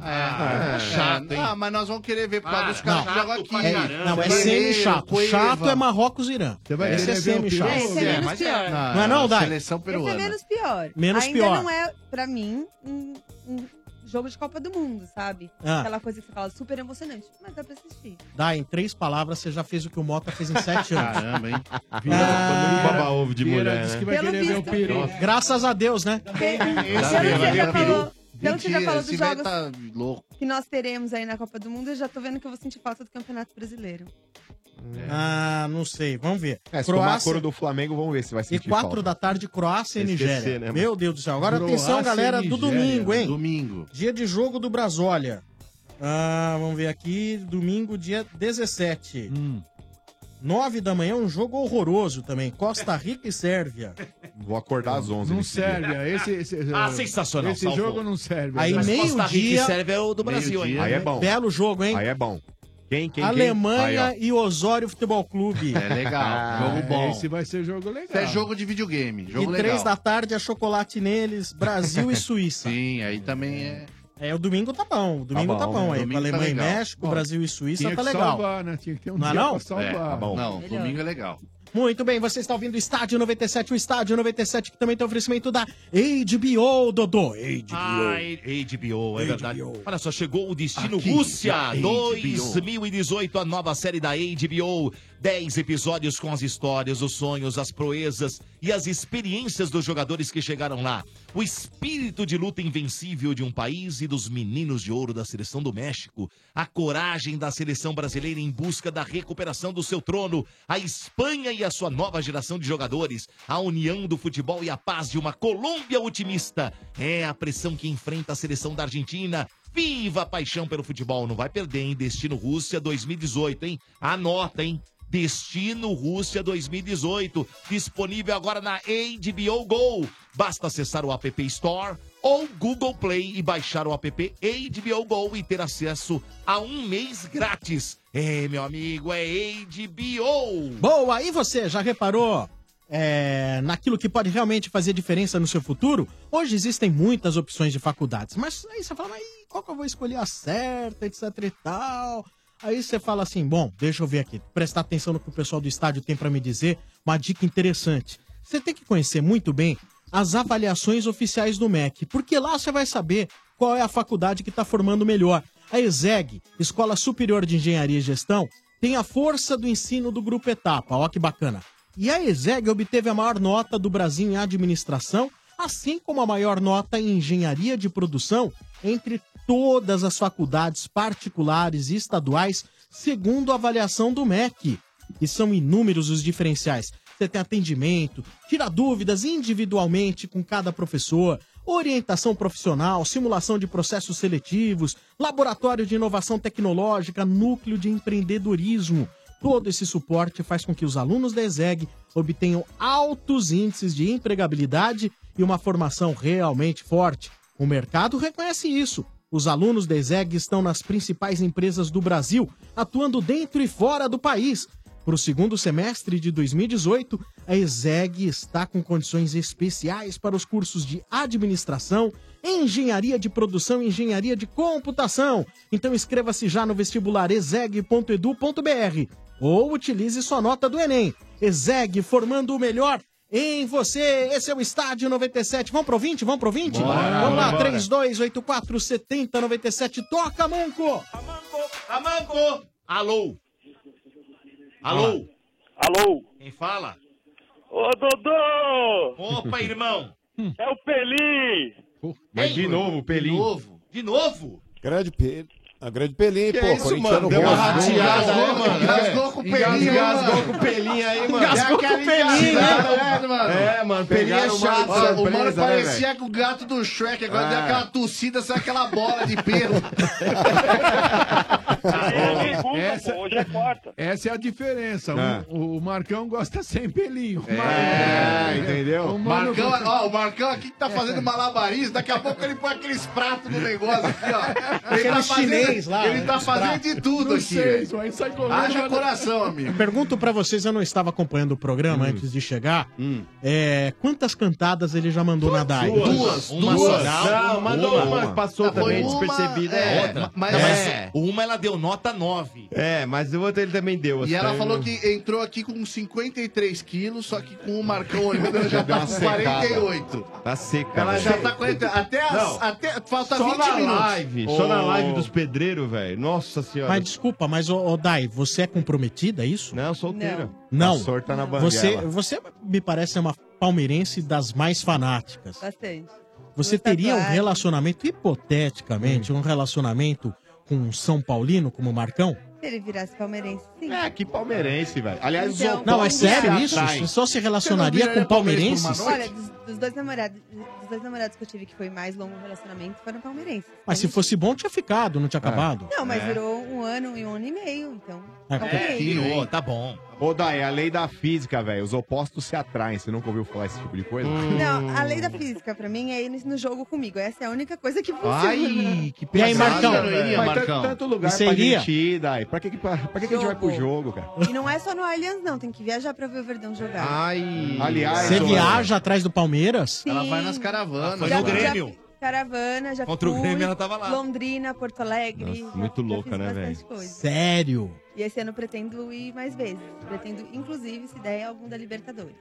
Ah,
é chato, hein?
Ah, mas nós vamos querer ver por causa
Ah,
dos caras
não.
que jogam aqui.
É, não, é semi-chato. Chato é Marrocos e Irã.
Você vai
Esse é
querer ver o Peru?
semi-chato.
Esse é menos
mas
pior.
Não é não, Dai?
Seleção
Esse é menos pior.
Menos
Ainda
pior.
não é, pra mim, um, um jogo de Copa do Mundo, sabe?
Ah.
Aquela coisa que você fala super emocionante, mas dá pra assistir.
Dá, em três palavras, você já fez o que o Mota fez em sete anos. Ah.
Caramba, hein?
Vieira,
baba ovo de
Vieira
mulher,
disse
né?
que vai
Pelo
querer ver
visto.
o peru. Graças a Deus, né?
Pelo que já falou- pelo que já
Mentira,
falou dos
esse velho
jogos
tá louco.
que nós teremos aí na Copa do Mundo, eu já tô vendo que eu vou sentir falta do Campeonato Brasileiro.
Ah, não sei, vamos ver.
É, se tomar a
Croácia
cor do Flamengo, vamos ver se vai
e
sentir
quatro
falta.
da tarde, Croácia e
Esquecer,
Nigéria.
né, mano?
Meu Deus do céu. Agora
Croácia
atenção,
e
galera, do
Nigéria,
domingo, hein?
Domingo.
Dia de jogo do Brasólia. Ah, vamos ver aqui, domingo, dia 17. Nove da manhã, um jogo horroroso também. Costa Rica e Sérvia.
Vou acordar às 11.
Não
nesse dia.
serve. ó, Esse, esse,
Ah,
ó,
sensacional,
Esse
salvou.
jogo não serve.
Aí
Mas Costa Rica e
meio-dia.
Sérvia é o do
Brasil, hein? Aí é bom.
Belo jogo, hein?
Aí é bom. Quem, quem, quem?
Alemanha
Aí,
e Osório Futebol Clube.
É legal,
Ah,
jogo
é
bom. Esse
vai ser jogo legal.
Isso é jogo de videogame. Jogo
e
legal.
três da tarde é chocolate neles, Brasil e Suíça.
Sim, aí também é.
É, o domingo tá bom. O domingo tá bom,
né?
aí.
Domingo
Pra Alemanha
tá
e
legal.
México,
Bom,
Brasil e Suíça
tinha
tá
que
legal.
salvar, né? Tinha que ter um
Não é
dia
não?
pra salvar.
É, tá bom.
Não,
Melhor.
domingo é legal.
Muito bem, você está ouvindo o Estádio 97, o Estádio 97 que também tem oferecimento da HBO, Dodô. HBO.
Ai, HBO, é verdade. Olha só, chegou o Destino
Aqui,
Rússia
na HBO.
2018, a nova série da HBO. 10 episódios com as histórias, os sonhos, as proezas e as experiências dos jogadores que chegaram lá. O espírito de luta invencível de um país e dos meninos de ouro da seleção do México. A coragem da seleção brasileira em busca da recuperação do seu trono. A Espanha e a sua nova geração de jogadores. A união do futebol e a paz de uma Colômbia otimista. É a pressão que enfrenta a seleção da Argentina. Viva a paixão pelo futebol, não vai perder, hein? Destino Rússia 2018, hein? Anota, hein? Destino Rússia 2018, disponível agora na HBO Go. Basta acessar o App Store ou Google Play e baixar o app HBO Go e ter acesso a um mês grátis. É, meu amigo, é HBO.
Boa, e você já reparou é, naquilo que pode realmente fazer diferença no seu futuro? Hoje existem muitas opções de faculdades, mas aí você fala, mas qual que eu vou escolher a certa, etc e tal? Aí você fala assim, bom, deixa eu ver aqui, prestar atenção no que o pessoal do estádio tem pra me dizer, uma dica interessante. Você tem que conhecer muito bem as avaliações oficiais do MEC, porque lá você vai saber qual é a faculdade que está formando melhor. A ESEG, Escola Superior de Engenharia e Gestão, tem a força do ensino do grupo etapa, ó que bacana. E a ESEG obteve a maior nota do Brasil em administração, assim como a maior nota em engenharia de produção entre todas as faculdades particulares e estaduais, segundo a avaliação do MEC. E são inúmeros os diferenciais. Você tem atendimento, tira dúvidas individualmente com cada professor, orientação profissional, simulação de processos seletivos, laboratório de inovação tecnológica, núcleo de empreendedorismo. Todo esse suporte faz com que os alunos da ESEG obtenham altos índices de empregabilidade e uma formação realmente forte. O mercado reconhece isso. Os alunos da ESEG estão nas principais empresas do Brasil, atuando dentro e fora do país. Para o segundo semestre de 2018, a ESEG está com condições especiais para os cursos de administração, engenharia de produção e engenharia de computação. Então inscreva-se já no vestibular exeg.edu.br ou utilize sua nota do Enem. ESEG formando o melhor em você. Esse é o Estádio 97. Vamos pro 20? Vamos pro 20?
Bora,
Vamos lá,
bora.
3284 7097. Toca, Manco!
Amanco! Alô? Alô?
Alô?
Quem fala?
Ô, Dodô!
Opa, irmão!
É o Peli!
Mas de novo, Pelim. De novo?
De novo?
Grande pe... A grande Pelim, pô.
é isso,
corintiano
mano? Deu uma
bom.
rateada, né, mano?
Engasgou
com o Pelinho,
Engasgou
mano.
com o Pelim aí, mano.
Engasgou
Deu
com
aquela
o Pelim, né?
engasgada,
mano?
É, mano. Pelim é
Pegaram o
chato,
Mauro- Ó,
surpresa,
O Mauro
né,
parecia
velho?
com o gato do Shrek, agora
É.
deu aquela tossida, saiu aquela bola de pelo.
Essa... Hoje é quarta. Essa é a diferença. O-
É.
O, o Marcão gosta sem pelinho.
É,
entendeu? O mano-
Marcão, é- ó, o Marcão aqui que tá fazendo malabarismo, daqui a pouco ele põe aqueles pratos no negócio aqui, ó. tá
Aquele chinês lá,
Ele
né,
tá
os
fazendo
pratos.
de tudo
Não
aqui.
sei,
velho.
isso
Haja coração, amigo.
Pergunto pra vocês, eu não estava acompanhando o programa antes de chegar. É, quantas cantadas ele já mandou na DAI?
Duas,
Uma
duas.
só. Não,
Uma,
mandou
uma.
uma, passou
Ah, foi
também
uma,
despercebida.
é,
outra.
mas-
Não, mas
é.
uma ela deu nota 9.
É, mas o outro ele também deu. assim,
E ela
eu
falou
não-
que entrou aqui com 53 quilos, só que com o Marcão olhando ela já
Deu
tá
uma
com
secada.
48.
Tá seca.
Ela
velho.
já tá 40. Até, as-
Não.
até falta
só
20
na
minutos.
live, só
Ô.
na live dos pedreiros, velho. Nossa senhora.
Mas desculpa, mas, ô, ô, Dai, você é comprometida, é isso?
Não, solteira.
Não.
A sorte tá na banguela.
Você, você me parece ser uma palmeirense das mais fanáticas.
Bastante.
Você
Vou
teria um
tatuar.
relacionamento, hipoteticamente, um relacionamento com um São Paulino, como o Marcão?
Se ele virasse palmeirense, sim.
É, que palmeirense, velho. Aliás, os
Então-
opostos
Não, é sério
se
isso?
atraem.
Você só se
Você
relacionaria
não
com
viraria palmeirense
palmeirenses?
por uma
Olha, dos, dos dois namorados, dos dois namorados que eu tive que foi mais longo o relacionamento foram palmeirenses.
Mas se fosse bom, tinha ficado, não tinha acabado.
Não, mas durou um ano e um ano e meio, então.
É,
palmeirense.
Ô, tá bom.
Ô, Dai, é a lei da física, velho. Os opostos se atraem. Você nunca ouviu falar esse tipo de coisa?
Hum.
Não, a lei da física pra mim é ir no jogo comigo. Essa é a única coisa que funciona.
Ai, que
né? E aí, Marcão? Mas
velho. Mas
Marcão?
tan- tanto lugar
Você
pra
iria?
gente ir, Dai. Pra que, que- pra, pra que, que a gente vai pro jogo, cara?
E não é só no Allianz, não. Tem que viajar pra ver o Verdão jogar.
Ai. Aliás,
Você
ô,
viaja atrás do Palmeiras?
Sim. Ela vai nas
caravanas.
Ela foi no Grêmio.
Já, Caravana, já
Contra o
fui,
Grêmio, ela tava lá.
Londrina, Porto Alegre.
Nossa, muito louca, né, velho?
Sério?
E esse ano pretendo ir mais vezes. Pretendo, inclusive, se der, algum da Libertadores.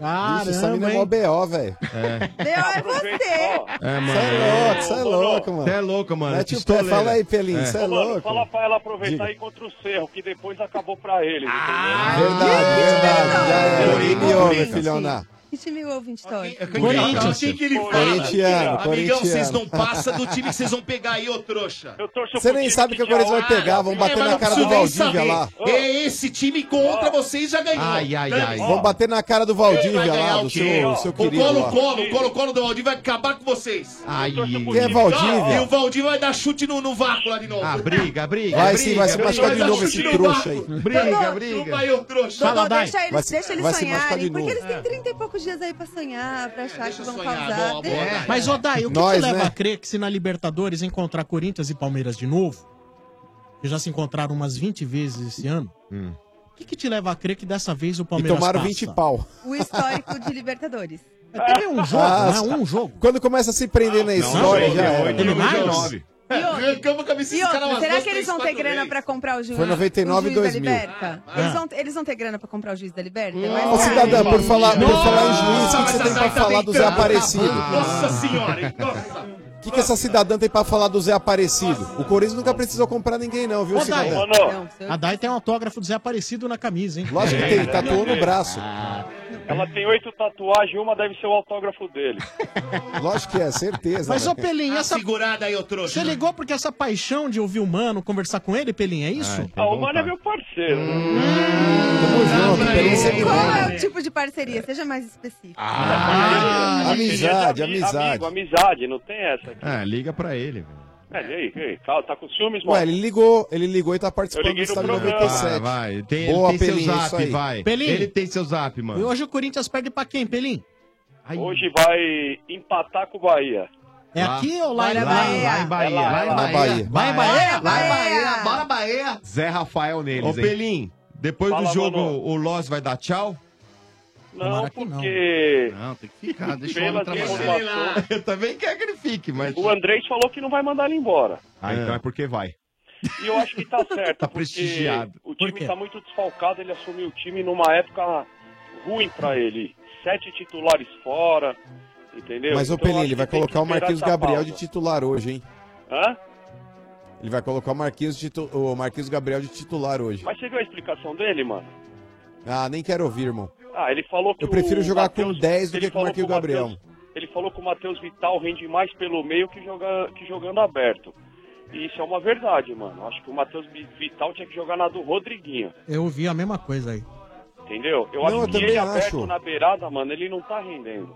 Ixi, essa mina é mó BO, velho.
Deu, é você!
É, mano.
Cê é louco, cê é louco, mano.
Você é louco, mano.
Mete o pé,
Pistoleira.
fala aí, Pelinho,
É.
cê é
Ô, mano,
louco.
Fala pra ela aproveitar
Diga.
e ir contra o Cerro, que depois acabou pra ele.
Ah,
É Verdade, verdade. Já era. Game over, filhona.
Que time houve em Vitória?
Corinthians.
Quem que ele fala?
Corintiano,
Amigão, vocês
corintiano.
não passam do time que vocês vão pegar aí, ô trouxa.
Você nem sabe o que o Corinthians vai pegar, vão bater
né?
na
mas não
cara do
preciso nem
Valdívia
saber.
lá.
É esse time contra vocês já ganhou.
Ai, ai, ai.
Ó,
Vão bater na cara do Valdívia
vai ganhar
lá,
o
do
quê?
seu,
Ó,
seu
o
querido. lá.
Colo-Colo, o Colo-Colo do Valdívia vai acabar com vocês.
Ai,
Quem é Valdívia?
E o Valdívia vai dar chute no, no vácuo lá de novo. Ah,
briga, briga.
Vai sim, vai se machucar de
dar
novo
chute
esse
no
trouxa aí.
vácuo. Dodô, Chupa aí, ô trouxa. É.
Dodô, deixa eles, deixa eles
machucar de
sonharem, porque
novo.
eles têm 30 e poucos dias aí pra sonhar, pra achar que vão causar.
boa, boa,
Deixa.
Dai.
Mas, ô Dai, o que
Nós,
te leva
né?
a crer que se na Libertadores encontrar Corinthians e Palmeiras de novo, que já se encontraram umas 20 vezes esse ano, o que, que te leva a crer que dessa vez o
E
Palmeiras
tomaram
passa?
20 pau.
O histórico de Libertadores.
Teve um jogo,
Ah,
né? Um jogo.
Quando começa a se prender na história, já era.
Arrancamos a cabeça
E
desses caras
outra,
umas
será
duas,
que eles
três,
vão ter
quatro
grana
vezes. Ah.
pra comprar o juiz?
Foi 99
o juiz
2000.
da liberta? Eles, vão, eles vão ter grana pra comprar o juiz da liberta? É mais
Ô,
caro.
cidadã, por falar, por
Nossa,
falar em juiz, o que
mas
que você
essa
tem pra
daí tá
falar do Zé
deitando.
Aparecido?
Nossa senhora, hein?
O que, que essa cidadã tem pra falar do Zé Aparecido? O Corinthians nunca precisou comprar ninguém, não, viu,
Ô, Dai,
cidadã?
a Dai tem um autógrafo do Zé Aparecido na camisa, hein? É.
Lógico
É.
que tem,
tá
tatuou no braço.
Ela tem oito tatuagens, uma deve ser o autógrafo dele.
Lógico que é, certeza.
Mas, ô
velho.
Pelinho, essa...
Segurada aí, ô trouxa.
Você ligou porque essa paixão de ouvir o Mano, conversar com ele, Pelinho, é isso? Ah,
Ah, o Mano é meu parceiro.
Qual é o tipo de parceria? Seja mais específico.
Ah, amizade,
Amigo,
amizade.
Amigo, amizade, não tem essa.
É, liga pra ele. velho.
É, e aí, e aí, tá, tá com ciúmes, mano?
Ué, ele ligou, ele ligou e tá
Eu
participando do
liguei no
Estádio
programa.
97.
Vai, vai. Tem,
Boa,
ele tem
Pelinho,
seu
É
isso
zap,
aí.
vai.
Pelinho.
Ele tem seu zap,
E
mano.
hoje o Corinthians perde pra quem, Pelim?
Hoje vai empatar com o Bahia.
É
Ah.
aqui ou lá,
Vai
em
lá,
Bahia?
lá em Bahia,
É
lá em
lá em
Bahia.
Bahia. Vai em Bahia?
Vai,
Vai
Bahia.
Bora, Bahia!
Zé Rafael neles,
Ô,
hein? Pelim, depois do jogo, o Loz vai dar tchau?
Não, porque.
Não, tem que ficar, deixa o
Pela
homem trabalhar.
informação,
Eu também quero que ele fique, mas...
o Andrés falou que não vai mandar ele embora.
Ah, então é porque vai.
E eu acho que tá certo.
Tá
porque
prestigiado.
O time tá muito desfalcado, ele assumiu o time numa época ruim pra ele. Sete titulares fora, entendeu?
Mas, ô
Então,
Pelinho,
acho
ele
que
vai
tem que
colocar o
esperar
Marquinhos
essa
Gabriel de
pausa.
titular hoje, hein?
Hã?
Ele vai colocar o Marquinhos, titu- o Marquinhos Gabriel de titular hoje.
Mas você viu a explicação dele, mano?
Ah, nem quero ouvir, irmão.
Ah, ele falou que
Eu prefiro
o
jogar com
Matheus-
10 do
ele
que com o
falou
Marquinhos
que o
Gabriel.
Ele falou que o Matheus Vital rende mais pelo meio que, joga, que jogando aberto. E isso é uma verdade, mano. Acho que o Matheus Vi- Vital tinha que jogar na do Rodriguinho,
Eu ouvi a mesma coisa aí.
entendeu? Eu
Não, eu
acho que
também
ele
acho.
aberto na beirada, mano, ele não tá rendendo.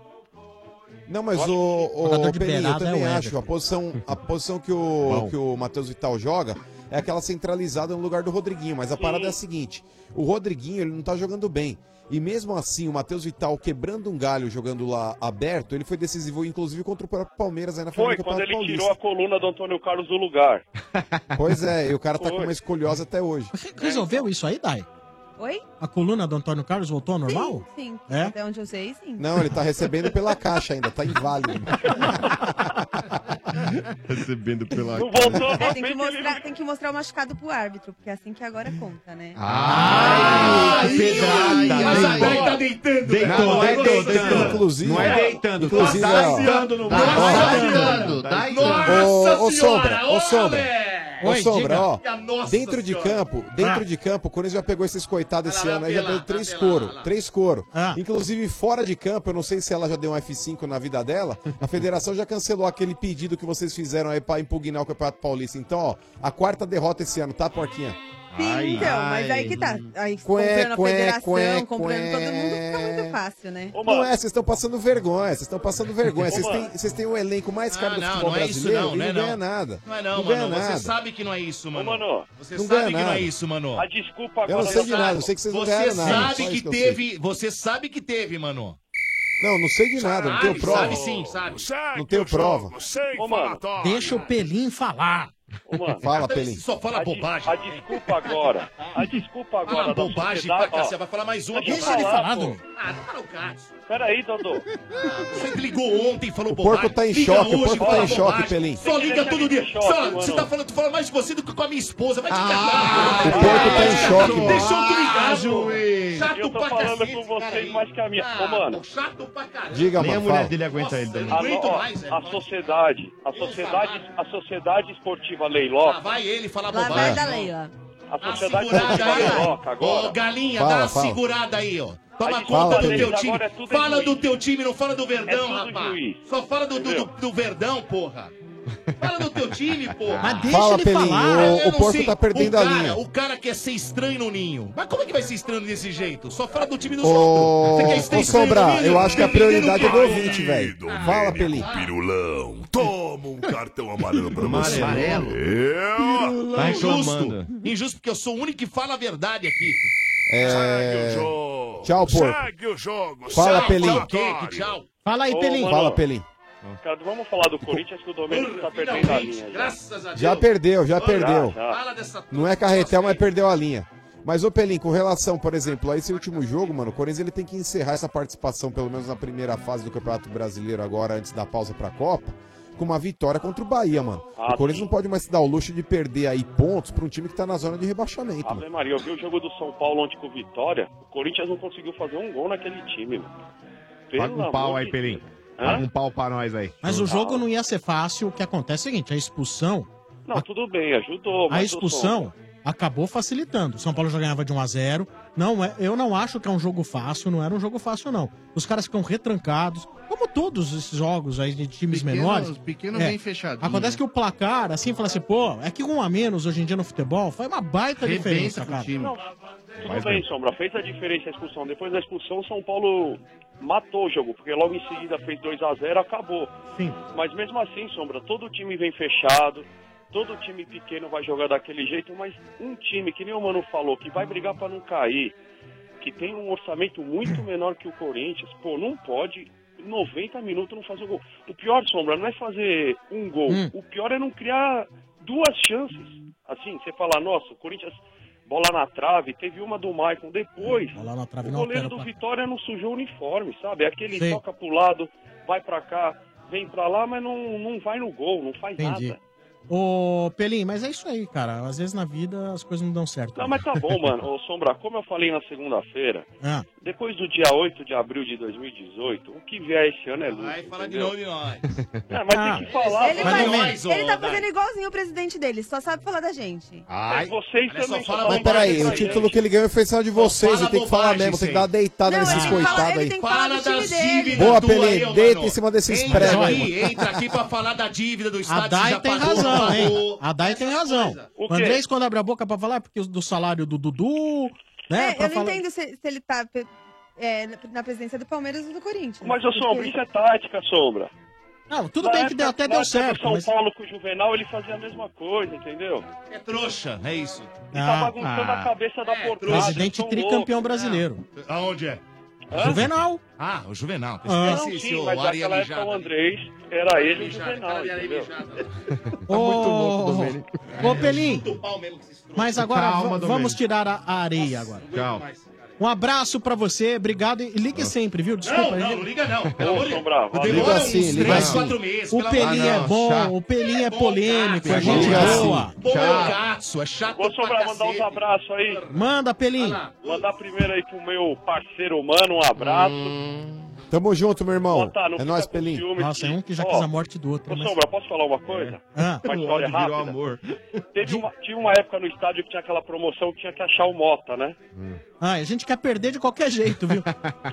Não, mas o, o,
jogador de
Pelinho, eu
beirada é
também
o Everton.
acho. A posição, a posição que
Bom.
o, que o Matheus Vital joga é aquela centralizada no lugar do Rodriguinho. Mas a parada é a seguinte: o Rodriguinho ele não tá jogando bem. E mesmo assim, o Matheus Vital quebrando um galho jogando lá aberto, ele foi decisivo, inclusive contra o próprio Palmeiras aí na final
Foi
do
quando
Campeonato
ele
Tá Paulista.
tirou a coluna do Antônio Carlos do lugar.
Pois é, e o cara tá
Foi.
com uma escolhosa até hoje.
Resolveu isso aí, Dai?
Oi?
A coluna do Antônio Carlos voltou ao normal?
Sim,
É?
até onde eu sei, sim.
Não, ele tá recebendo pela caixa ainda, tá inválido.
Recebendo pela...
Não voltou,
É, tem, que mostrar, tem que mostrar o machucado pro árbitro, porque é assim que agora conta, né?
Ah,
Ai,
pedrada.
Mas a
deitou.
Dai tá deitando.
Deitou, não é deitando.
Inclusive,
não é deitando. tá
inclusive, ó.
deitando no
Tá
braço.
deitando, Ô, ô Sombra, ô Sombra. Ô
Oi,
Sombra,
diga.
ó.
Minha nossa
Dentro de
senhora.
campo,
Ah.
dentro de campo, o Corinthians já pegou esses coitados esse ano aí, já deu três couro. Três couro.
Ah.
Inclusive, fora de campo, eu não sei se ela já deu um F5 na vida dela, a federação já cancelou aquele pedido que vocês fizeram aí pra impugnar o Campeonato Paulista. Então, ó, a quarta derrota esse ano, tá, Porquinha?
Sim, então, mas aí que tá. Aí comprando a
Quê, quê,
federação,
quê,
comprando
quê.
todo mundo, fica muito fácil, né?
Não é, vocês estão passando vergonha, vocês estão passando vergonha. Vocês têm, vocês têm o elenco mais caro
Ah,
do
não,
futebol
não é isso
brasileiro
não,
e
não
não,
é não.
ganha nada.
Não é não,
ganha
mano.
nada.
Você sabe que não é isso, mano.
mano.
Você
Não
sabe
ganha
que não
nada.
é isso, mano.
A desculpa agora...
Eu não sei de nada, eu sei que vocês não
Você
ganharam nada. só
sabe
isso
que
eu
teve, você sabe que teve, mano.
sei. Não, não sei de nada, não tenho
Sabe,
prova.
Sabe sim, sabe.
Não tenho prova.
Ô, mano,
Deixa o Pelim falar.
Ô, mano,
Fala,
até
Pelim.
isso Só fala
A de-
bobagem. A desculpa agora. A desculpa agora.
Ah,
da
bobagem
sociedade,
pra
ó.
cacete. Vai falar mais uma
Deixa
bobagem.
ele falar,
Pô.
pô. Peraí, Dodô. Você
ligou ontem e falou
O porco tá em choque, o porco tá em choque, Pelim.
Só liga todo dia. Só- você tá falando, tu fala mais de você do que com a minha esposa. Vai te catar.
O porco tá em choque, mano.
Deixa eu
Ah,
ligar,
juiz. Eu
Chato
tô
pra
falando
cacete. Tá,
com vocês mais que a minha. Ô, mano.
Chato pra caralho.
Diga,
Nem
mano,
a mulher
fala.
dele
aguenta ele também.
A,
Não aguento
ó,
mais, é velho.
a sociedade, a sociedade, a sociedade esportiva Leiló.
Lá vai ele falar
Lá vai
bobagem.
da
Leila.
A sociedade
Segurada
esportiva
aí,
Leiló,
ó.
agora.
Ô, galinha,
Fala,
dá uma
fala.
segurada aí, ó. Toma
Aí,
conta
fala,
do
Pelim.
teu time.
Agora é tudo
Fala
juiz.
do teu time, não fala do
É
Verdão,
tudo
rapaz.
juiz.
Só fala do, do,
Entendeu?
do- do Verdão, porra. Fala do teu time, porra.
Mas deixa Fala, ele Pelim, falar. o-
Eu
o
não
porco
sei,
tá perdendo
o
a
cara,
linha.
O cara quer ser estranho no ninho. Mas como é que vai ser estranho desse jeito? Só fala do time dos
Ô,
outros. Você
ô
quer ser estranho no
Sombra,
ninho?
eu acho que a
Dependendo
prioridade é do
quem.
ouvinte, velho. Fala, Pelim.
Pirulão, toma um cartão amarelo pra você.
Amarelo.
Eu...
Tá injusto. Injusto, porque eu sou o único que fala a verdade aqui.
É... Tchau, porco.
o jogo.
Fala,
Tchau,
Pelim.
tchau, Keke, tchau.
Fala
aí, Pelim.
Fala, Pelim.
Cara, vamos falar do Corinthians que o Domênico tá perdendo a linha. já.
Já perdeu, já perdeu.
já.
Não é carretel, mas perdeu a linha. Mas, ô Pelim, com relação, por exemplo, a esse último jogo, mano, o Corinthians ele tem que encerrar essa participação, pelo menos na primeira fase do Campeonato Brasileiro agora, antes da pausa pra Copa, com uma vitória contra o Bahia, mano.
Ah,
o Corinthians não pode mais se dar o luxo de perder aí pontos pra um time que tá na zona de rebaixamento, mano.
Ave Maria, eu vi o jogo do São Paulo ontem com o Vitória. O Corinthians não conseguiu fazer um gol naquele time, mano.
Paga um pau aí, Pelim. Paga um pau pra nós aí.
Mas o jogo não ia ser fácil. O que acontece é o seguinte: a expulsão,
Não, tudo bem, ajudou.
a
mas um o
expulsão acabou facilitando. O São Paulo já ganhava de 1 a 0. Não é, eu não acho que é um jogo fácil. Não era um jogo fácil não. Os caras ficam retrancados, como todos esses jogos aí de times
Pequeno-
menores. É.
pequeno bem fechadinho,
Acontece
né?
que o placar, assim, fala assim, pô, é que um a menos hoje em dia no futebol faz uma baita
Arrebenta
diferença,
com o
cara.
time. Tudo bem, Sombra, fez a diferença a expulsão. Depois da expulsão, o São Paulo matou o jogo, porque logo em seguida fez 2 a 0 acabou.
Sim.
Mas mesmo assim, Sombra, todo time vem fechado, todo time pequeno vai jogar daquele jeito, mas um time, que nem o Mano falou, que vai brigar pra não cair, que tem um orçamento muito menor que o Corinthians, pô, não pode 90 minutos não fazer um gol. O pior, Sombra, não é fazer um gol,
Hum.
o pior é não criar duas chances. Assim, você falar, nossa, o Corinthians bola na trave, teve uma do Maicon, depois
Bola na trave
o
não altera
goleiro
o
do
placar.
Vitória não sujou o uniforme, sabe? É Aquele
Sim.
toca pro lado, vai pra cá, vem pra lá, mas não, não vai no gol, não faz
Entendi.
nada.
Ô, Pelim, mas é isso aí, cara. Às vezes na vida as coisas não dão certo.
Não, mas tá bom, mano. Ô, Sombra, como eu falei na segunda-feira,
Ah.
depois do dia 8 de abril de 2018, o que vier esse ano é lucro. Vai falar
de novo de nós.
É, mas
Ah.
tem que falar.
Ele,
mano.
vai- ele tá fazendo igualzinho o presidente dele, só sabe falar da gente.
Mas vocês também só
Mas
falam
peraí,
pra
o
gente.
título que ele ganhou foi só de vocês,
fala
ele tem que falar
bobagem,
mesmo, tem que
sim.
dar uma deitada
Não,
nesses
ele tem que falar-
coitados
ele
aí.
tem que falar do time dele.
Boa,
tua aí,
Pelé,
ô,
deita
mano.
em cima desses
Entra
pregos aí,
aqui,
mano.
entra aqui pra falar da dívida do
A
Estado. que
Dai
já
tem
pagou,
razão, hein?
pagou. é
A Dai tem razão.
O
O
quê?
Andrés, quando abre a boca pra falar, é porque do salário do Dudu, né?
É,
pra
eu não
falar-
entendo se, se ele tá pe- é, na presidência do Palmeiras ou do Corinthians.
Mas, ô Sombra,
Porque-
isso é tática, Sombra.
Não, tudo
Na
bem que deu- até
época-
deu
na época
certo,
do São
mas-
Paulo com o Juvenal, ele fazia a mesma coisa, entendeu?
É trouxa, é isso.
E tá
Ah,
bagunçando
ah.
a cabeça da portada.
Presidente
eles são
tricampeão
loucos.
brasileiro.
Aonde é?
Juvenal.
Ah, o Juvenal.
Ah.
Esse-
Não,
esse-
sim,
o
mas
Ari
naquela época
Alijada.
o Andrés era
Ari
ele e o
Alijada,
Juvenal,
aquela Ari
entendeu? Tá
Ô, Ô, Pelim. Mas agora
Calma,
va-
Domênico.
vamos tirar a a areia agora.
Tchau.
Um abraço pra você, obrigado e ligue sempre, viu? Desculpa.
Não,
a
não,
gente-
não liga não. Pelo
Ô,
amor de-
Sombra, valeu.
Demora
Liga sim,
uns
liga
três,
sim.
quatro meses,
O
pelo amor de
Pelinho
Deus.
é
Ah, não,
bom,
chato. o Pelinho é polêmico, é gente
Liga
assim.
sim.
boa.
Polêmicaço, é chato
Ô, Sombra, mandar uns abraços aí.
Manda, Pelinho.
Mandar primeiro aí pro meu parceiro humano um abraço.
Hum.
Tamo junto, meu irmão.
Tá, não
É nóis,
fica com
Pelim.
ciúme
Nossa, é um que já
Ó,
quis a morte do outro.
Ô,
mas-
Sombra, posso falar uma coisa?
Ah.
Uma história rápida. Teve uma, tinha uma época no estádio que tinha aquela promoção que tinha que achar o Mota, né?
Ah, a gente quer perder de qualquer jeito, viu?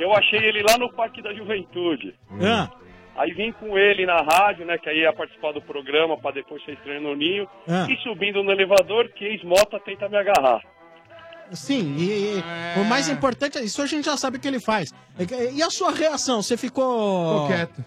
Eu achei ele lá no Parque da Juventude. Hum.
Ah,
Aí vim com ele na rádio, né? Que aí ia participar do programa pra depois ser estranho no ninho.
Ah.
E subindo no elevador, que ex-mota tenta me agarrar.
sim, e, e- o mais é, importante é isso, a gente já sabe o que ele faz. E, e a sua reação? Você ficou.
Ficou quieto.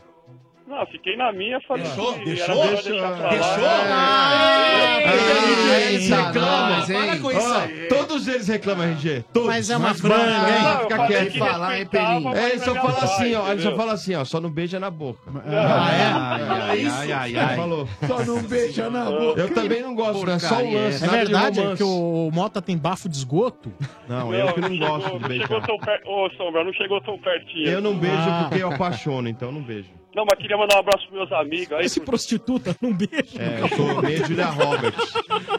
Não, fiquei na minha, falei.
Deixou?
que
Deixou?
era melhor deixar pra lá.
Deixou?
Ah,
É.
ah, eles
Eita,
reclamam.
nós, hein?
Para com
Ó,
isso aí. Todos eles reclamam, RG. Todos.
Mas é uma
mano,
franga, hein?
aí
Eu
Fica
falei
quieto.
que Falar, hein, respeitava, Pelinho? mas
É, ele só
não
fala
vai,
assim, ó. Ele só
entendeu?
fala assim, ó. Só não beija na boca.
Ah, é? Ai, ai, ai.
Falou.
Só não beija na boca.
Eu também não gosto, né? Só o
Porcaria.
lance.
É
nada de
verdade
romance.
que o Mota tem bafo de esgoto?
Não, eu que não gosto
chegou- não chegou
de beijar.
tão perto. Ô, Sombra, não chegou tão pertinho.
Eu não beijo
Ah.
porque eu apaixono, então eu não beijo.
Não, mas queria mandar um abraço pros meus amigos aí.
Esse prostituta, não beijo.
É, eu sou meio Julia Roberts.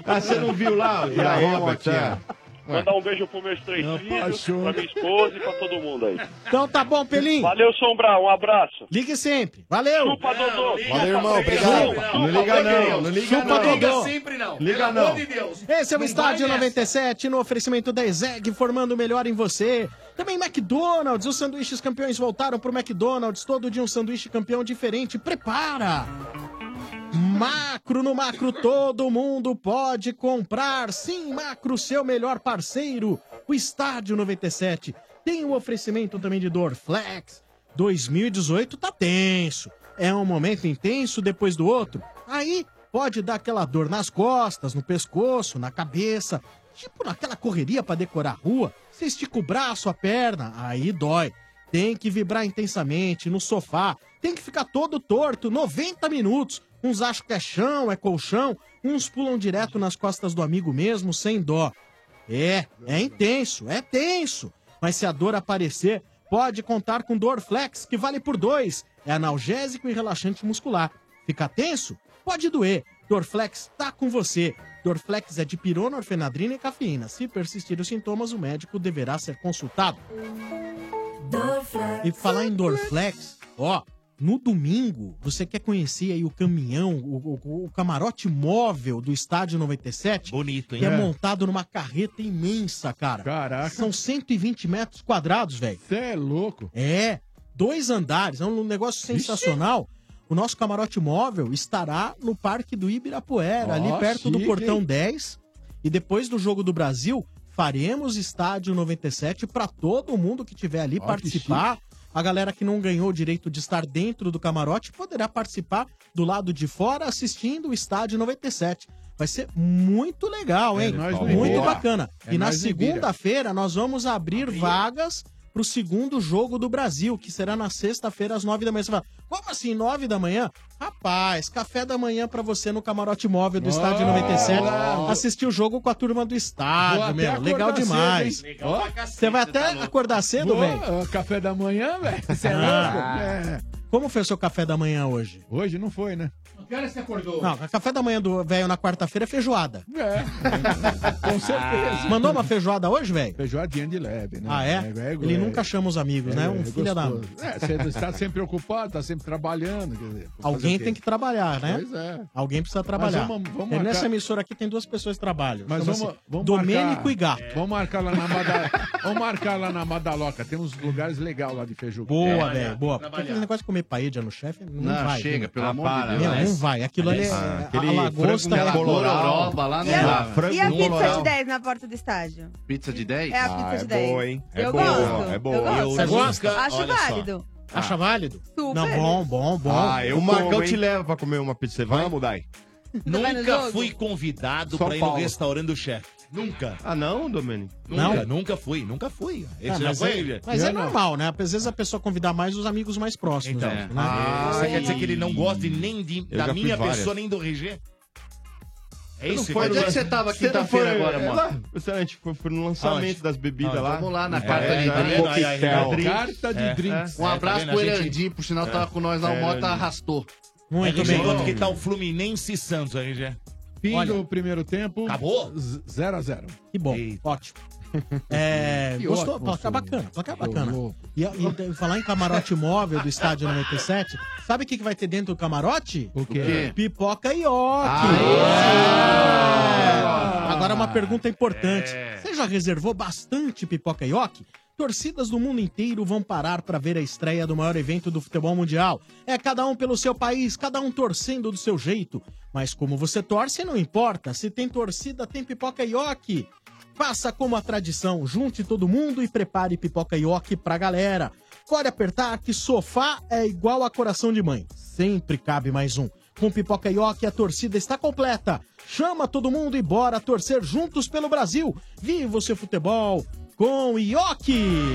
Ah, você não viu lá?
E
Julia
aí,
Roberts,
Motinha?
é.
Mandar um beijo pros meus três filhos, pra minha esposa e pra todo mundo aí.
Então tá bom, Pelinho.
Valeu, Sombra, um abraço.
Ligue sempre. Valeu.
Chupa, Dodô.
Valeu, irmão.
Obrigado. Não liga não, não liga
Chupa,
não.
Dodô.
Liga não.
Esse é o
Não
Estádio
vai nessa.
97, no oferecimento da Ezeg, formando o melhor em você. Também McDonald's, os sanduíches campeões voltaram pro McDonald's, todo dia um sanduíche campeão diferente. Prepara! Macro no Macro, todo mundo pode comprar. Sim, Macro, seu melhor parceiro. O Estádio 97 tem o oferecimento também de Dorflex. 2018 tá tenso. É um momento intenso depois do outro. Aí pode dar aquela dor nas costas, no pescoço, na cabeça. Tipo naquela correria pra decorar a rua. Você estica o braço, a perna, aí dói. Tem que vibrar intensamente no sofá. Tem que ficar todo torto, 90 minutos. Uns acham que é chão, é colchão. Uns pulam direto nas costas do amigo mesmo, sem dó. É, é intenso, é tenso. Mas se a dor aparecer, pode contar com Dorflex, que vale por dois. É analgésico e relaxante muscular. Fica tenso? Pode doer. Dorflex tá com você. Dorflex é de pirona, orfenadrina e cafeína. Se persistir os sintomas, o médico deverá ser consultado. E falar em Dorflex, ó, no domingo, você quer conhecer aí o caminhão, o, o- o camarote móvel do Estádio 97? Bonito,
hein?
Que é,
É.
montado numa carreta imensa, cara. Caraca. São 120 metros quadrados, velho. Você é louco. É, dois andares, é um negócio sensacional. O nosso camarote móvel estará no Parque do
Ó,
Ibirapuera, ali perto do
chique,
Portão
hein?
10. E depois do Jogo do Brasil, faremos Estádio 97 para todo mundo que tiver ali
Ó, que
participar. A galera que não ganhou o direito de estar dentro do camarote poderá participar do lado de fora assistindo o Estádio 97. Vai ser muito legal, hein?
nós no
muito
Ibira.
bacana.
É
e na
nós no Ibira.
segunda-feira nós vamos abrir vagas para o segundo jogo do Brasil, que será na sexta-feira às nove da manhã. Você fala, como assim, nove da manhã? Rapaz, café da manhã para você no camarote móvel do Estádio 97, assistir o jogo com a turma do
Vou
estádio,
até
meu.
acordar
Legal
cedo,
demais.
hein? Legal pra cacete,
Você vai até acordar cedo,
Vou,
velho?
ó, Café da manhã, velho. Você é louco?
Ah. Como foi o seu café da manhã hoje?
Hoje não foi, né? Que horas você acordou?
Não, o café da manhã do velho na quarta-feira é feijoada.
Com certeza.
Ah, Mandou uma feijoada hoje, velho?
Feijoadinha de leve, né?
Ah, é? Ele nunca chama os amigos, né? Um filho da...
É, você está sempre ocupado, está sempre trabalhando. quer dizer, fazer
Alguém
o quê?
tem que trabalhar, né?
Pois é.
Alguém precisa trabalhar.
vamos- vamos
É, Nessa
marcar-
emissora aqui tem duas pessoas que trabalham.
Mas
Chama-se
vamos, vamos
Domênico
marcar- É.
e Gato.
Vamos marcar lá na Madaloca. vamos marcar lá na Madaloca. Tem uns lugares legais lá de É. Fejuca.
Boa,
É,
velho, boa. Porque aquele negócio de comer paella no chefe não,
Não,
vai.
chega,
viu?
pelo
Ah,
amor de
para,
Deus.
Não,
Mas-
não vai. Aquilo ali é.
Ah,
a-
aquele
a lagosta
frango
é
colorau.
Gororoba lá não
E a,
dá.
Ah,
velho.
e a pizza de 10 na porta do estádio?
Pizza de 10?
É a pizza de 10. eu
boa,
gosto.
é boa.
Eu gosto.
Eu nunca-
Acho
olha só.
válido.
Acha válido?
Super.
Não, bom, bom, bom.
Ah, eu, o
como,
Marcão
hein?
te leva pra comer uma pizza. Você vai? Vamos, Dai.
vai no
Nunca
jogo?
fui convidado
São
pra ir no
Paulo.
restaurante do chefe. Nunca.
Ah, não, Domênico?
Nunca, nunca fui, nunca fui. Esse
Ah,
já
mas
foi,
é,
Guilherme?
mas é normal, né? Às vezes a pessoa convidar mais os amigos mais próximos.
Então,
né?
ah,
Sim.
você quer dizer que ele não gosta nem de,
Eu
da
já fui
minha
várias.
pessoa, nem do RG? É
Você
isso?
não
Onde
foi no
é que
lan-
você tava
Você não
quinta-feira
foi-
agora,
é
mano?
lá? Você, a gente foi, foi no lançamento
Aonde?
das bebidas
Não,
lá. É,
vamos lá na carta de drinks.
Carta de drinks. Tá
Um abraço pro Erandi, por sinal
É.
tava com nós lá, o
É,
Mota
Erandi.
arrastou.
Muito RG, quanto que tá o Fluminense e Santos, RG?
Fim
Olha.
do primeiro tempo.
Acabou?
0 a 0
Que bom, ótimo. É,
Que
gostou?
ótimo,
placa
senhor.
bacana, placa bacana.
louco.
E, e de- falar em camarote móvel do estádio 97, sabe o que, que vai ter dentro do camarote? O
quê?
Pipoca e ok. É. Agora uma pergunta importante. Você já reservou bastante pipoca e ok? Torcidas do mundo inteiro vão parar para ver a estreia do maior evento do futebol mundial. É cada um pelo seu país, cada um torcendo do seu jeito. Mas como você torce, não importa. Se tem torcida, tem pipoca e ok. Faça como a tradição, junte todo mundo e prepare pipoca e ok pra galera. Pode apertar que sofá é igual a coração de mãe. Sempre cabe mais um. Com Pipoca e Oque, a torcida está completa. Chama todo mundo e bora torcer juntos pelo Brasil. Viva o seu futebol com Ioki!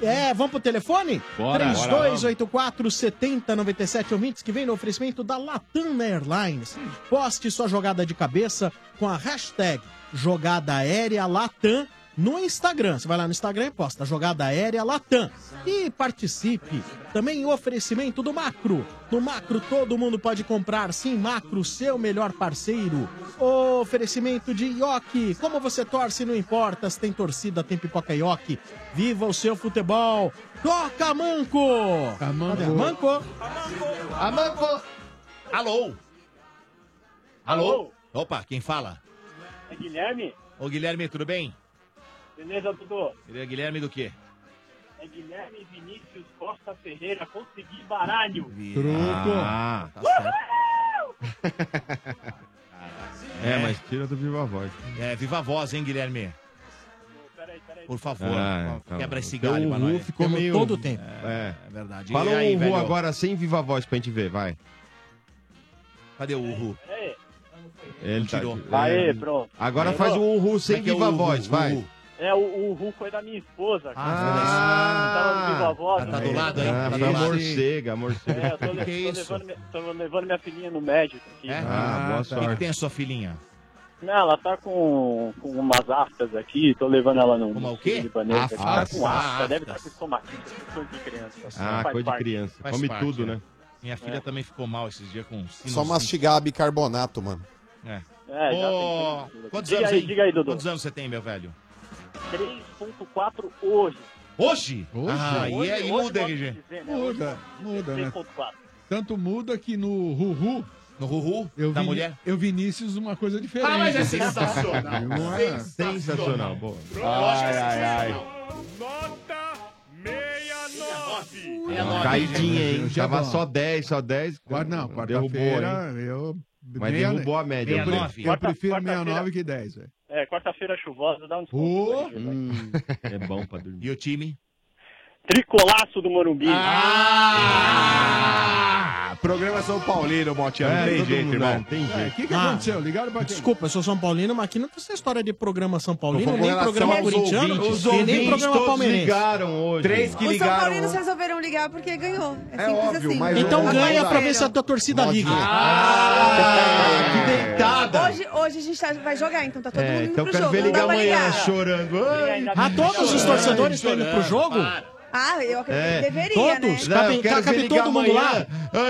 É, vamos pro telefone?
Bora,
3284 7097 ouvintes que vem no oferecimento da Latam Airlines. Poste sua jogada de cabeça com a hashtag Jogada Aérea Latam no Instagram. Você vai lá no Instagram e posta Jogada Aérea Latam. E participe. Também o oferecimento do Macro. No Macro todo mundo pode comprar. Sim, Macro, seu melhor parceiro. oferecimento de Ioki. Como você torce, não importa. Se tem torcida, tem pipoca Ioki. Viva o seu futebol. Toca Manco. Cadê? Manco.
Amanco! Alô? Alô? Opa, quem fala?
É Guilherme?
Ô Guilherme, tudo bem?
Beleza, Dudu?
Ele é Guilherme do quê?
É Guilherme Vinícius Costa Ferreira, consegui baralho.
Ah, tá É, mas tira do Viva Voz.
É, viva a voz, hein, Guilherme? Por favor,
Ah, é, tá
quebra esse
bom.
galho
Então,
pra
o Ru
nós.
ficou
Pegou
meio-
todo o tempo.
É,
é verdade.
Fala
E aí,
o Ru
velho?
agora sem Viva Voz pra gente ver, vai.
Cadê o Ru?
É,
Ele tá...
Tirou.
Aê,
é.
pronto.
Agora
Tirou.
faz o Ru sem
Como é que é
Viva
o Ru,
Voz,
o
vai.
É, o, o Ru foi da minha esposa.
Ah,
Tava viva a voz.
tá do
né?
lado aí? Ah,
É,
foi a morcega, a morcega.
É, eu tô, le- tô levando, minha- tô levando minha filhinha no médico aqui.
É?
Ah, boa
tá. O que que
sorte.
tem a sua filhinha?
Não, ela tá com, com umas aftas aqui, tô levando ela no.
é
Uma o quê?
Aftas.
Tá com afta,
Aftas.
deve estar com estomaquite, coisa de criança.
Ah,
Faz
coisa de
parte.
criança.
Faz
Come
parte,
tudo, né?
Minha
É.
filha também ficou mal esses dias com sinusite.
é. Só mastigar bicarbonato, mano.
É.
É, já
Ô,
tem tudo.
quantos
Diga
anos
aí,
hein?
diga aí, Dudu.
Quantos anos você tem, meu velho?
3.4 hoje.
Hoje? Ah,
Hoje-
e aí
hoje
muda,
pode
RG.
dizer, né? Hoje
Muda, muda, né?
3.4.
Tanto muda que no Ruhu.
No Ruhu?
Eu
Da
vi,
mulher?
Eu Vinícius uma coisa diferente.
Ah, mas é sensacional. é
Não é?
Sensacional, boa.
Ai, ai, ai.
Caidinha, hein?
Hoje é
Tava
bom.
só 10, só 10.
Não,
Derrubou,
quarta-feira
hein?
eu.
Mas derrubou a média.
Eu, pre-
69.
eu prefiro
Quarta-
69 que 10, velho.
É, quarta-feira chuvosa, dá um desconto.
Ô,
hoje, vai.
É bom pra dormir.
E o time?
Tricolaço do Morumbi.
Ah, programa São Paulino, Botinha. Não
É,
tem
todo
jeito,
mundo-
irmão.
não, tem jeito. que que aconteceu? Ligaram pra
Ah,
quem?
Desculpa, eu sou São Paulino, mas aqui não tem essa história de programa São
Eu
Paulino,
vou com
nem
relação
programa
aos
corintiano
ouvintes.
e
Os
nem
ouvintes
programa
todos
palmeirense.
ligaram
hoje.
Três que
Os São
ligaram.
Paulinos resolveram ligar porque ganhou. É, simples assim.
então
um.
ganha pra
Ah,
Mas ganharam.
ver se a tua torcida
um.
liga.
Ah,
Hoje, hoje a gente tá- vai jogar, então tá todo
É,
mundo indo
então
pro
quero
jogo.
ver
não dá
ligar
pra
amanhã
ligar.
chorando. Ai,
Ah, todos
né?
os torcedores estão indo pro jogo?
Ah, eu acredito
É.
que deveria, né?
Não, eu quero ver ligar amanhã. Ai,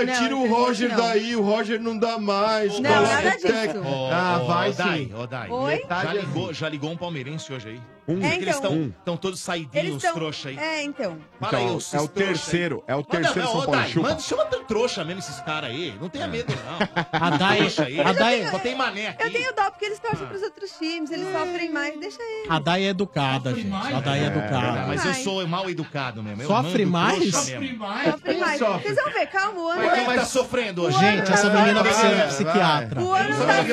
Não,
Ah, tira o
infelizmente
Roger
não.
daí, o Roger não dá mais.
Não,
cara.
nada disso.
Ô,
ah,
ô,
vai
Dai,
sim.
ô, Dai.
Oi?
Já ligou, já ligou um palmeirense hoje aí?
Um.
É,
Eles
então. Um.
estão todos
Eles
saidinhos,
tão-
trouxa aí.
É, então.
Para aí,
Então,
os
é o
trouxa aí.
terceiro, é o
Manda
terceiro
não,
São
ô,
Paulo, É.
Dai,
chupa.
Manda, chama tão trouxa mesmo esses caras aí. Não tenha medo, não.
A Dai-
Trouxa aí.
a Dai-
Só tem mané aqui.
Eu tenho dó porque eles torcem pros outros times,
É.
eles sofrem mais, deixa aí.
A Dai é educada, gente. A Dai é educada.
Mas eu sou mal educado mesmo. Eu
Sofre
mando
mais?
trouxa
Sofre
mesmo.
Sofrem mais. Vocês vão ver, calma, o ano
Mas quem tá sofrendo hoje?
Gente, essa menina precisa de
Vai,
um psiquiatra.
O ano tá
é um
só na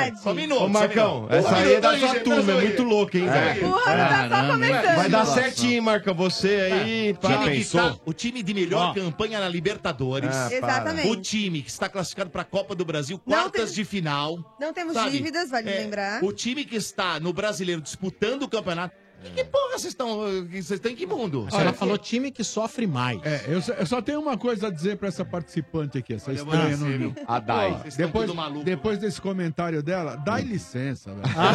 metade.
Só um minuto.
Ô, Marcão, um essa aí é da sua turma, é muito louca, hein, velho?
O ano tá só começando.
Vai dar certinho, Marcão, você aí.
O
pá.
time, que tá- o time de melhor campanha na Libertadores.
Ah, para. Exatamente.
O time que está classificado para a Copa do Brasil, quartas de final.
Não temos
Sabe,
dívidas, vale
é,
lembrar.
O time que está no Brasileiro disputando o campeonato. Que,
É.
que porra vocês estão. Vocês estão em que mundo?
senhora falou
time que sofre mais.
É, eu só, eu só tenho uma coisa a dizer pra essa participante aqui, essa estranha
eu vou
no
dizer,
Rio.
viu? A Dai.
Ó,
Vocês tão
Depois,
tudo maluco. né?
depois desse comentário dela, dá licença, velho.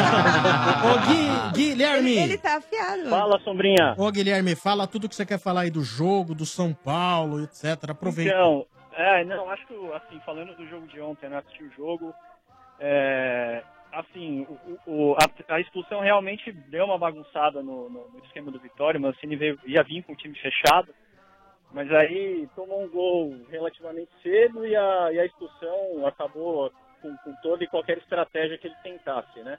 Ô, Gui- Guilherme.
Ele tá afiado.
Sombrinha.
Ô, Guilherme, fala tudo que você quer falar aí do jogo, do São Paulo, etc. Aproveita.
Então, é, não, acho que, assim, falando do jogo de ontem, né, assisti o jogo, é, assim, o- o- o- a, a expulsão realmente deu uma bagunçada no, no- no esquema do Vitória, o Mancini veio, ia vir com o time fechado, mas aí tomou um gol relativamente cedo e a, e a expulsão acabou com, com toda e qualquer estratégia que ele tentasse, né?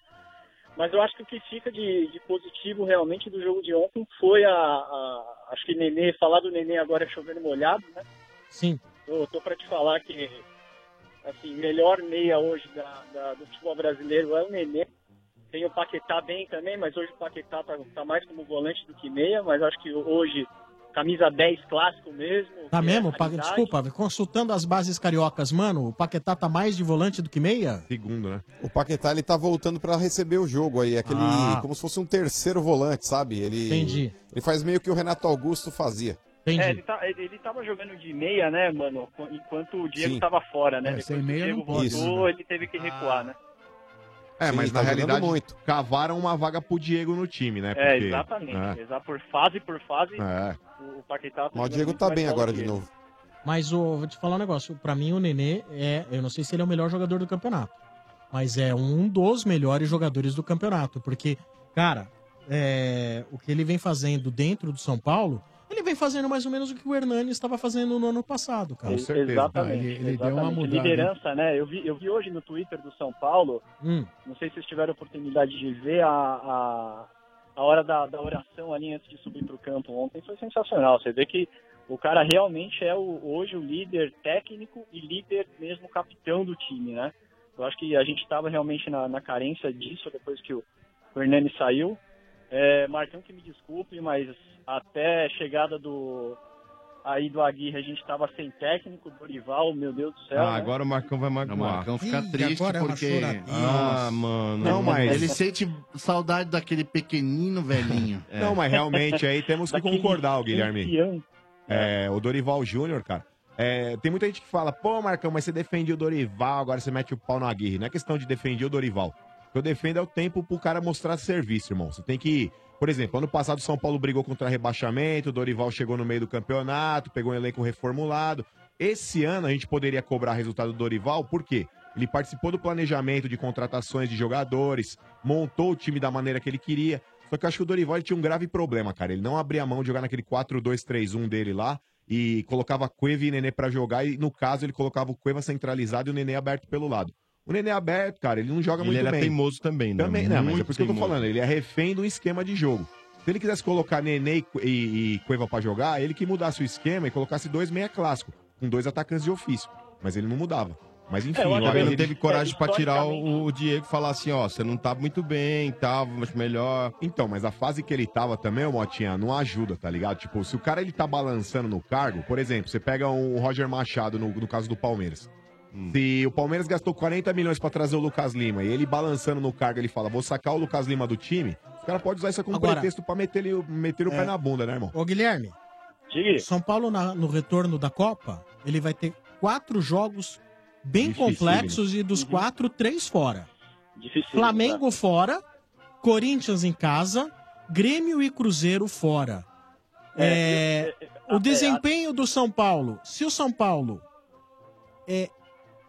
Mas eu acho que o que fica de, de positivo realmente do jogo de ontem foi a, a- Ah, Acho que Nenê, falar do Nenê agora é chovendo molhado, né?
Sim.
Eu tô pra te falar que, assim, melhor meia hoje da, da- do futebol brasileiro é o Nenê. Tem o Paquetá bem também, mas hoje o Paquetá tá, tá mais como volante do que meia, mas acho que hoje camisa 10 clássico mesmo.
Tá
que é
mesmo? Pa-
raridade.
Desculpa, consultando as bases cariocas, mano, o Paquetá tá mais de volante do que meia?
Segundo, né?
O Paquetá ele tá voltando pra receber o jogo aí, aquele
Ah.
como se fosse um terceiro volante, sabe? Ele
Entendi.
ele faz meio que o Renato Augusto fazia.
É, ele, tá, ele, ele tava jogando de meia, né, mano? Enquanto o Diego
Sim.
tava fora, né?
É,
Depois
sem
que o
meia
Diego
não pode,
voltou, ele teve que recuar, né?
É,
Sim,
mas
tá
na
jogando
realidade
muito.
cavaram uma vaga pro Diego no time, né?
É,
Porque-
exatamente.
É.
Exa- por fase por fase,
É.
o o Paquetá...
Mas o
jogando
Diego
muito
tá
mais
bem
bola
agora
que
de
ele.
novo.
Mas ô, vou te falar um negócio. Pra mim, o Nenê é. Eu não sei se ele é o melhor jogador do campeonato. Mas é um dos melhores jogadores do campeonato. Porque, cara, é, o que ele vem fazendo dentro do São Paulo, ele vem fazendo mais ou menos o que o Hernani estava fazendo no ano passado, cara.
E- Exatamente.
Ele- ele deu
exatamente.
uma mudada,
Liderança, né? Eu vi, eu vi hoje no Twitter do São Paulo,
Hum.
não sei se vocês tiveram oportunidade de ver a, a, a hora da, da oração ali antes de subir para o campo ontem, foi sensacional. Você vê que o cara realmente é o, hoje o líder técnico e líder mesmo capitão do time, né? Eu acho que a gente estava realmente na, na carência disso depois que o, o Hernani saiu. É, Marcão, que me desculpe, mas até chegada do aí do Aguirre a gente estava sem técnico, Dorival, meu Deus do céu.
Ah,
né?
agora o Marcão vai magoar.
É. O Marcão fica
Ih,
triste
agora é uma
porque.
choradinha. Ah, mano.
Não, mas. Ele
Ele
sente saudade daquele pequenino velhinho.
É. Não, mas realmente aí temos que concordar, o Guilherme.
campeão.
É, o Dorival Júnior, cara. é, tem muita gente que fala, pô, Marcão, mas você defendia o Dorival, agora você mete o pau na Aguirre. Não é questão de defender o Dorival. O que eu defendo é o tempo pro cara mostrar serviço, irmão. Você tem que. Por exemplo, ano passado o São Paulo brigou contra rebaixamento, o Dorival chegou no meio do campeonato, pegou um elenco reformulado. Esse ano a gente poderia cobrar resultado do Dorival, por quê? Ele participou do planejamento de contratações de jogadores, montou o time da maneira que ele queria. Só que eu acho que o Dorival ele tinha um grave problema, cara. Ele não abria a mão de jogar naquele 4-2-3-1 dele lá e colocava Cueva e Nenê pra jogar. E no caso, ele colocava o Cueva centralizado e o Nenê aberto pelo lado. O Nenê aberto, cara, ele não joga
Ele
muito
era
bem.
teimoso também, né?
Também, não, mas é
Muito
por isso que eu tô
teimoso.
falando. Ele é refém do esquema de jogo. Se ele quisesse colocar Nenê e, Cu- e, e Cueva pra jogar, ele que mudasse o esquema e colocasse dois meia clássico, com dois atacantes de ofício. Mas ele não mudava. Mas enfim,
É, eu acho
agora
que
ele
não teve coragem pra tirar o, o Diego e falar assim, ó, você não tá muito bem, tá, mas melhor.
Então, mas a fase que ele tava também, ô Motinha, não ajuda, tá ligado? Tipo, se o cara ele tá balançando no cargo, por exemplo, você pega um Roger Machado no, no caso do Palmeiras.
Hum.
Se o Palmeiras gastou 40 milhões pra trazer o Lucas Lima e ele balançando no cargo, ele fala, vou sacar o Lucas Lima do time, o cara pode usar isso como
Agora-
pretexto pra meter, ele, meter o
É.
pé na bunda, né, irmão?
Ô, Guilherme. São Paulo, na- no retorno da Copa, ele vai ter quatro jogos bem
Difícil,
complexos e dos quatro, três fora.
Difícil.
Flamengo fora, Corinthians em casa, Grêmio e Cruzeiro fora. É, o desempenho do São Paulo. Se o São Paulo. é,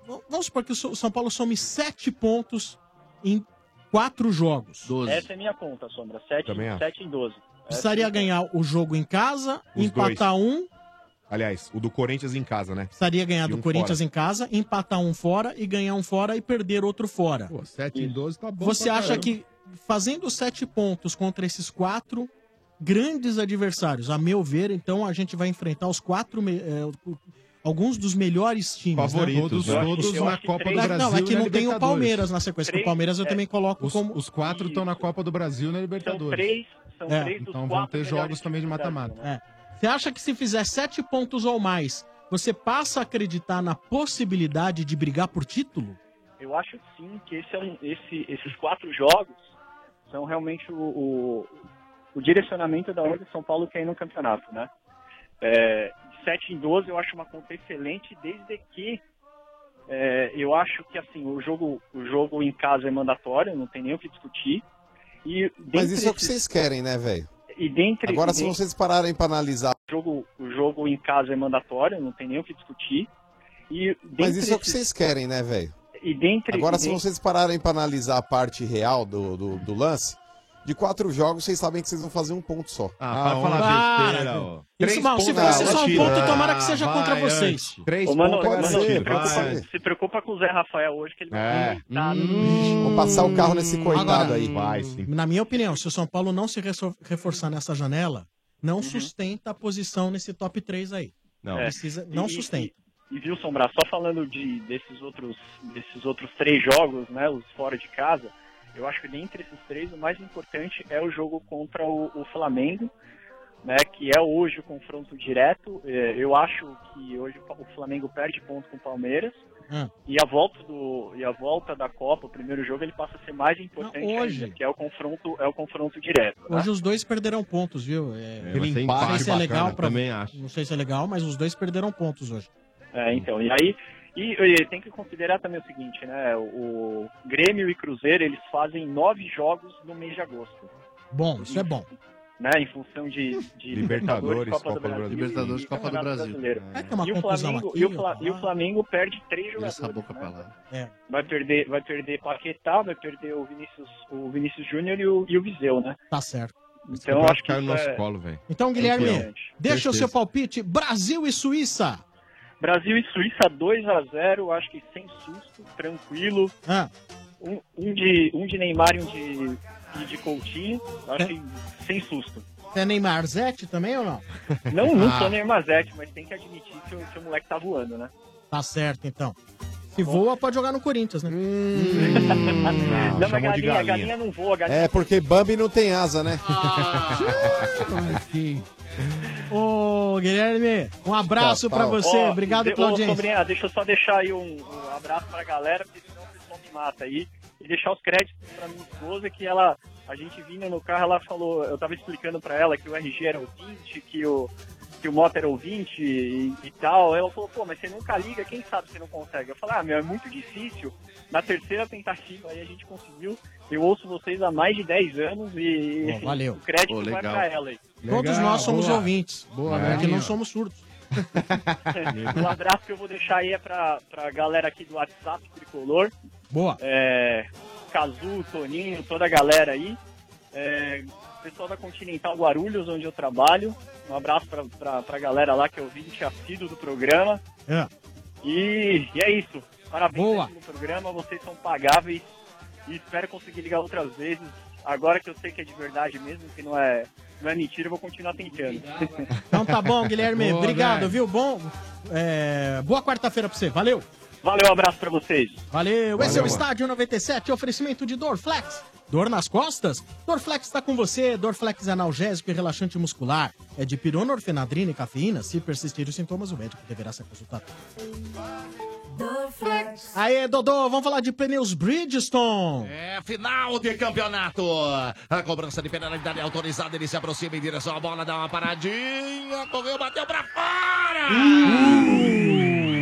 v- vamos supor que o São Paulo some sete pontos em quatro jogos.
Essa é minha conta, Sombra. 7,
Também acho.
em 12.
Precisaria ganhar o jogo em casa,
Os
empatar um,
Aliás, o do Corinthians em casa, né?
precisaria ganhar
E
do
um
Corinthians
fora.
em casa, empatar um fora e ganhar um fora e perder outro fora.
7 em 12 tá bom.
Você
pra
acha
caramba.
que fazendo sete pontos contra esses quatro grandes adversários, a meu ver, então a gente vai enfrentar os quatro. me- eh, o- alguns dos melhores times. né?
Favoritos, Todos- né? todos Eu na acho que Copa do três- Brasil
Não, é
e
que
na
não tem o
Libertadores. é,
Palmeiras na sequência, porque o Palmeiras eu
é
também coloco
os,
como.
Os quatro estão na Copa do Brasil e na Libertadores.
três- são É. três dos
Então vão
quatro
ter
melhores
jogos também de
times da
mata-mata.
É. Você acha que se fizer sete pontos ou mais, você passa a acreditar na possibilidade de brigar por título?
Eu acho sim que esse é um- esse- esses quatro jogos são realmente o, o- o direcionamento da onde o São Paulo quer ir no campeonato, né? É, de 7 em 12 eu acho uma conta excelente, desde que é, eu acho que assim o jogo, o jogo em casa é mandatório, não tem nem o que discutir. E
Mas
dentre
isso é o que
esses-
vocês querem, né, velho?
E dentre
Agora
e
se
dentre-
vocês pararem pra analisar,
o jogo, o jogo em casa é mandatório, não tem nem o que discutir. E
mas
dentre
isso é o que
esses-
vocês querem, né, velho?
E dentre
Agora
e
se
dentre-
vocês pararem pra analisar a parte real do, do, do lance, de quatro jogos vocês sabem que vocês vão fazer um ponto só.
Ah, para falar onde? besteira, Para, ó.
Três
Isso, mal, se
pontos-
fosse só um
Ah,
ponto,
tira.
tomara que seja
Ah,
contra
vai,
vocês.
antes. Três
Ô, Mano,
pontos,
mano,
agora
se,
tira.
preocupa,
Vai.
se preocupa com o Zé Rafael hoje, que ele
Hum,
É.
tá
Vou passar o carro nesse coitado
Agora-
aí.
Vai, sim.
Na minha opinião, se o São Paulo não se resso- reforçar nessa janela, não
Uhum.
sustenta a posição nesse top 3 aí.
Não.
Precisa, não
É. E-
sustenta.
E viu, Sombra, só falando de, desses, outros, desses outros três jogos, né, os fora de casa, eu acho que dentre esses três, o mais importante é o jogo contra o, o Flamengo, né, que é hoje o confronto direto. É, Eu acho que hoje o Pa- o Flamengo perde ponto com o Palmeiras.
Ah.
E a volta do e a volta da Copa, o primeiro jogo, ele passa a ser mais importante
Não, hoje.
ainda, que é o confronto é o confronto direto. né?
Hoje os dois perderão pontos, viu? É,
mas tem
não sei
empate
se é
bacana,
legal pra...
também acho.
Não sei se é legal, mas os dois perderão pontos hoje.
É, então, e aí e, e tem que considerar também o seguinte, né? O, o Grêmio e Cruzeiro eles fazem nove jogos no mês de agosto,
Bom, isso é bom.
né? Em função de, de
Libertadores, Copa do Brasil.
Libertadores, Copa do Brasil. e Campeonato Brasileiro.
Vai ter uma
E o
confusão
Flamengo,
aqui,
e o Fla- e o Flamengo perde três jogadores. né.
Essa boca pra lá.
É.
Vai perder, vai perder Paquetá, vai perder o Vinícius, o Vinícius Júnior e o, e o Viseu, né?
Tá certo.
Então eu acho que
Caiu
isso
no nosso
é-
colo, velho.
Então, Guilherme,
Campeão.
deixa o
Certeza.
seu palpite. Brasil e Suíça.
Brasil e Suíça 2 a 0, acho que sem susto, tranquilo.
Ah.
Um, um de um de Neymar e um de e de Coutinho, acho que sem susto.
Tem É Neymar Zete também ou não?
Não, né? não
Ah.
sou Neymar Zete, mas tem que admitir que o, que o moleque tá voando, né?
Tá certo, então. Se voa, pode jogar no Corinthians, né?
não, mas a galinha, a galinha não Ah. voa, a galinha
É, porque Bambi não tem asa, né?
Ô, Guilherme, um abraço
Tá,
pra você.
Ó,
Obrigado
de-
pela
ô,
audiência.
Sombrinha, deixa eu só deixar aí um, um abraço pra galera, porque senão o pessoal me mata aí. E deixar os créditos pra minha esposa, que ela, a gente vindo no carro, ela falou, eu tava explicando pra ela que o RG era um ouvinte, que o, que o Mota era um ouvinte e, e tal. Ela falou, pô, mas você nunca liga, quem sabe você não consegue? Eu falei, ah, meu, é muito difícil. Na terceira tentativa aí a gente conseguiu. Eu ouço vocês há mais de 10 anos e
Pô, valeu.
o crédito
Pô,
vai
legal.
pra ela aí.
Todos nós somos ouvintes.
Boa,
é que
Guilherme.
não somos surdos.
o Um abraço que eu vou deixar aí é pra, pra galera aqui do WhatsApp Tricolor.
Boa.
É, Cazu, Toninho, toda a galera aí. É, pessoal da Continental Guarulhos, onde eu trabalho. Um abraço pra, pra, pra galera lá que eu vi que assíduo do programa.
É.
E, e é isso. Parabéns
Boa.
pelo programa, vocês são pagáveis e espero conseguir ligar outras vezes. Agora que eu sei que é de verdade mesmo, que não é, não é mentira, eu vou continuar tentando.
Então tá bom, Guilherme.
Boa,
Obrigado,
velho.
viu? Bom. é, boa quarta-feira pra você. Valeu.
Valeu, um abraço pra vocês.
Valeu. Esse é
Valeu,
o
mano.
Estádio 97, oferecimento de Dorflex. Dor nas costas? Dorflex está com você. Dorflex é analgésico e relaxante muscular. É de pirona, orfenadrina e cafeína. Se persistirem os sintomas, o médico deverá ser consultado. Aê, Dodô, vamos falar de pneus Bridgestone.
É final de campeonato. A cobrança de penalidade é autorizada. Ele se aproxima em direção à bola, dá uma paradinha. Correu, bateu pra fora.